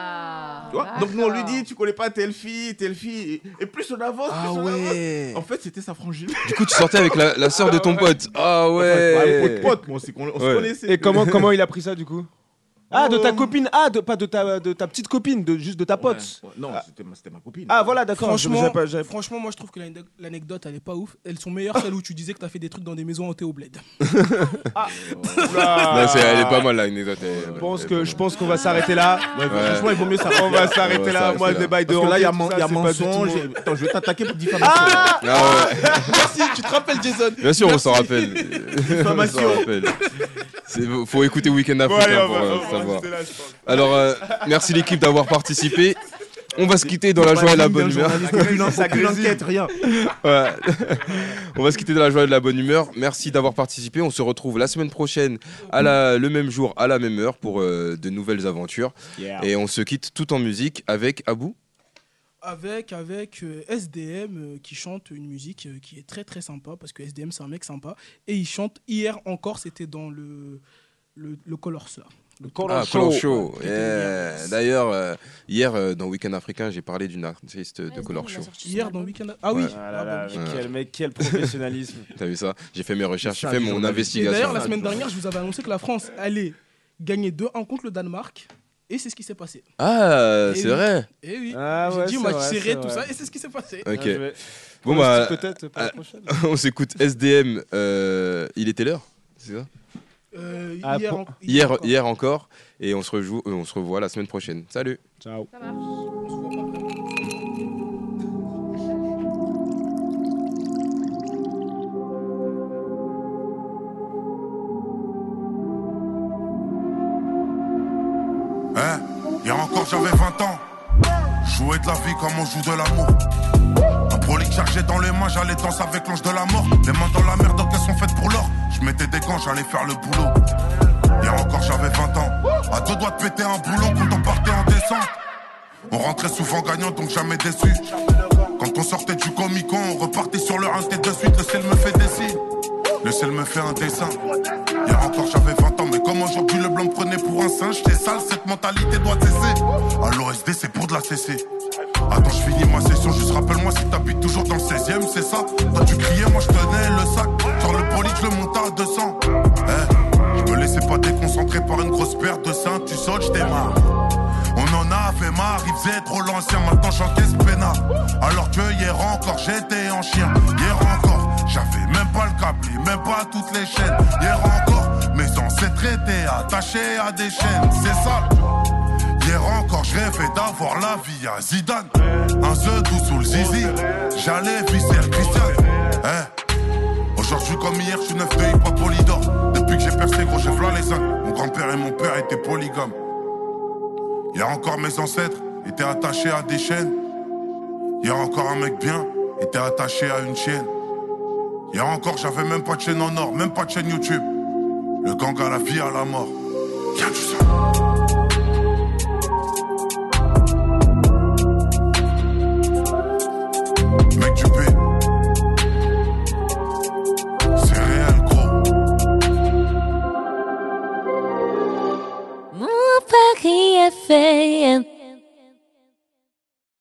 F: Tu vois Donc nous on lui
E: d'accord.
F: dit tu connais pas telle fille, telle fille et, et plus on avance,
A: Ah
F: plus on
A: ouais.
F: avance. En fait c'était sa frangine.
A: Du coup tu sortais avec la, la sœur de ton pote. Ah
F: Enfin, c'est pas un
A: ouais.
F: pot de pote, moi c'est qu'on on se
A: Ouais.
F: connaissait.
B: Et comment, comment il a pris ça du coup Ah, de ta copine Ah, de, pas de ta, de ta petite copine, de, juste de ta
F: Ouais,
B: pote.
F: ouais, Non, c'était ma- c'était ma copine.
B: Ah, voilà, d'accord.
C: Franchement,
B: j'avais pas- j'avais-
C: franchement, moi je trouve que l'ane- l'anecdote elle est pas ouf. Elles sont meilleures celles où tu disais que t'as fait des trucs dans des maisons hantées au bled.
F: Ah.
C: Ah.
B: Oula.
A: Non, c'est- elle est pas mal là, anecdote. elle-
B: Je pense que- je pense qu'on va s'arrêter là.
F: Ouais, Franchement, il vaut mieux ça.
B: On va s'arrêter
A: Ouais,
B: là.
A: ça,
B: Moi,
A: c'est
B: le
A: là.
B: débat est
F: Parce que
B: dehors,
F: là, il y a,
B: tout
F: man-
B: ça,
F: il y a
B: c'est pas du
F: mensonge.
B: tout-
F: Attends, je vais t'attaquer pour diffamation.
A: Ah ouais,
C: Merci, tu te rappelles Jason.
A: bien sûr, on s'en rappelle. on
F: Diffamation.
A: s'en rappelle. C'est- Faut écouter Weekend
G: Bon,
A: Africa
G: allez, on
A: pour
G: va-
A: euh,
G: on va
A: savoir.
G: rester là, je pense.
A: Alors, euh, merci l'équipe d'avoir participé. On va se quitter dans la
F: Pas
A: joie et la
F: digne d'un
A: bonne humeur.
F: journaliste, aucune- aucune enquête, rien.
A: Ouais. On va se quitter de la joie et de la bonne humeur. Merci d'avoir participé. On se retrouve la semaine prochaine, à la, le même jour, à la même heure, pour euh, de nouvelles aventures.
B: Yeah.
A: Et on se quitte tout en musique avec Abou.
C: Avec, avec euh, SDM euh, qui chante une musique euh, qui est très très sympa parce que SDM c'est un mec sympa et il chante hier encore, c'était dans le, le, le Colors là.
A: Le
B: Kolan
A: ah,
B: Show.
A: Kolan Show.
B: Ouais.
A: yeah. D'ailleurs, euh, hier, euh, dans Weekend Africain, j'ai parlé d'une artiste de Color Show.
C: Hier dans Weekend. Ah oui.
A: Ouais.
C: Ah, bon.
A: Ouais.
G: Quel mec, quel professionnalisme.
A: T'as vu ça J'ai fait mes recherches, j'ai
G: Ça,
A: fait
G: du
A: mon
G: journalisme.
C: Et
A: investigation.
C: d'ailleurs, la semaine dernière, je vous avais annoncé que la France allait gagner 2-1 contre le Danemark. Et c'est ce qui s'est passé.
A: Ah,
C: Eh
A: c'est
C: oui.
A: vrai
C: Eh oui.
G: Ah
C: J'ai
G: ouais,
C: dit
G: c'est
C: match
G: vrai,
C: serré,
G: c'est
C: tout
G: vrai.
C: ça. Et c'est ce qui s'est passé.
A: Ok.
G: Ah, je vais-
A: Bon, bah.
G: Pronostic peut-être pour la
A: euh, on s'écoute SDM. euh, il était l'heure C'est ça
C: Euh,
G: Ah,
C: hier,
G: pour-
C: en-
A: hier, hier encore. Et on se, rejoue, euh, on se revoit la semaine prochaine. Salut
B: Ciao.
R: Hein Hier encore j'avais 20 ans. Jouer de la vie comme on joue de l'amour. Un prolique chargé dans les mains, j'allais danser avec l'ange de la mort. Les mains dans la merde, donc elles sont faites pour l'or. Je mettais des gants, j'allais faire le boulot. Hier encore j'avais 20 ans. À deux doigts de péter un boulon quand on partait en descente. On rentrait souvent gagnant, donc jamais déçu. Quand on sortait du comico, on repartait sur le 1 tête de suite. Le ciel me fait des signes. Le ciel me fait un dessin. Hier encore j'avais 20 ans, mais comme aujourd'hui le blanc me prenait pour un singe, c'est sale, cette mentalité doit cesser. À l'OSD c'est pour de la cesser. Attends, je finis ma session, juste rappelle-moi si t'habites toujours dans le 16 e c'est ça Toi tu criais, moi je tenais le sac. Sur le poli, je le montais à 200. Eh, je me laissais pas déconcentrer par une grosse paire de seins, tu sautes, je démarre. On en a fait marre, il faisait trop l'ancien, maintenant j'encaisse peinard. Alors que hier encore j'étais en chien, hier encore j'avais même pas le câble et même pas toutes les chaînes. Hier encore mes ancêtres étaient attachés à des chaînes, c'est ça. Hier encore je rêvais d'avoir la vie à Zidane. Un zeu tout sous le zizi, j'allais visser le Christian. Eh, Aujourd'hui comme hier, je suis neuf de hip-hop polydor. Depuis que j'ai percé, gros, j'ai v'là les uns. Mon grand-père et mon père étaient polygames. Hier encore mes ancêtres étaient attachés à des chaînes. Hier encore un mec bien était attaché à une chaîne. Hier encore j'avais même pas de chaîne en or, même pas de chaîne YouTube. Le gang à la vie à la mort. Y'a du sang.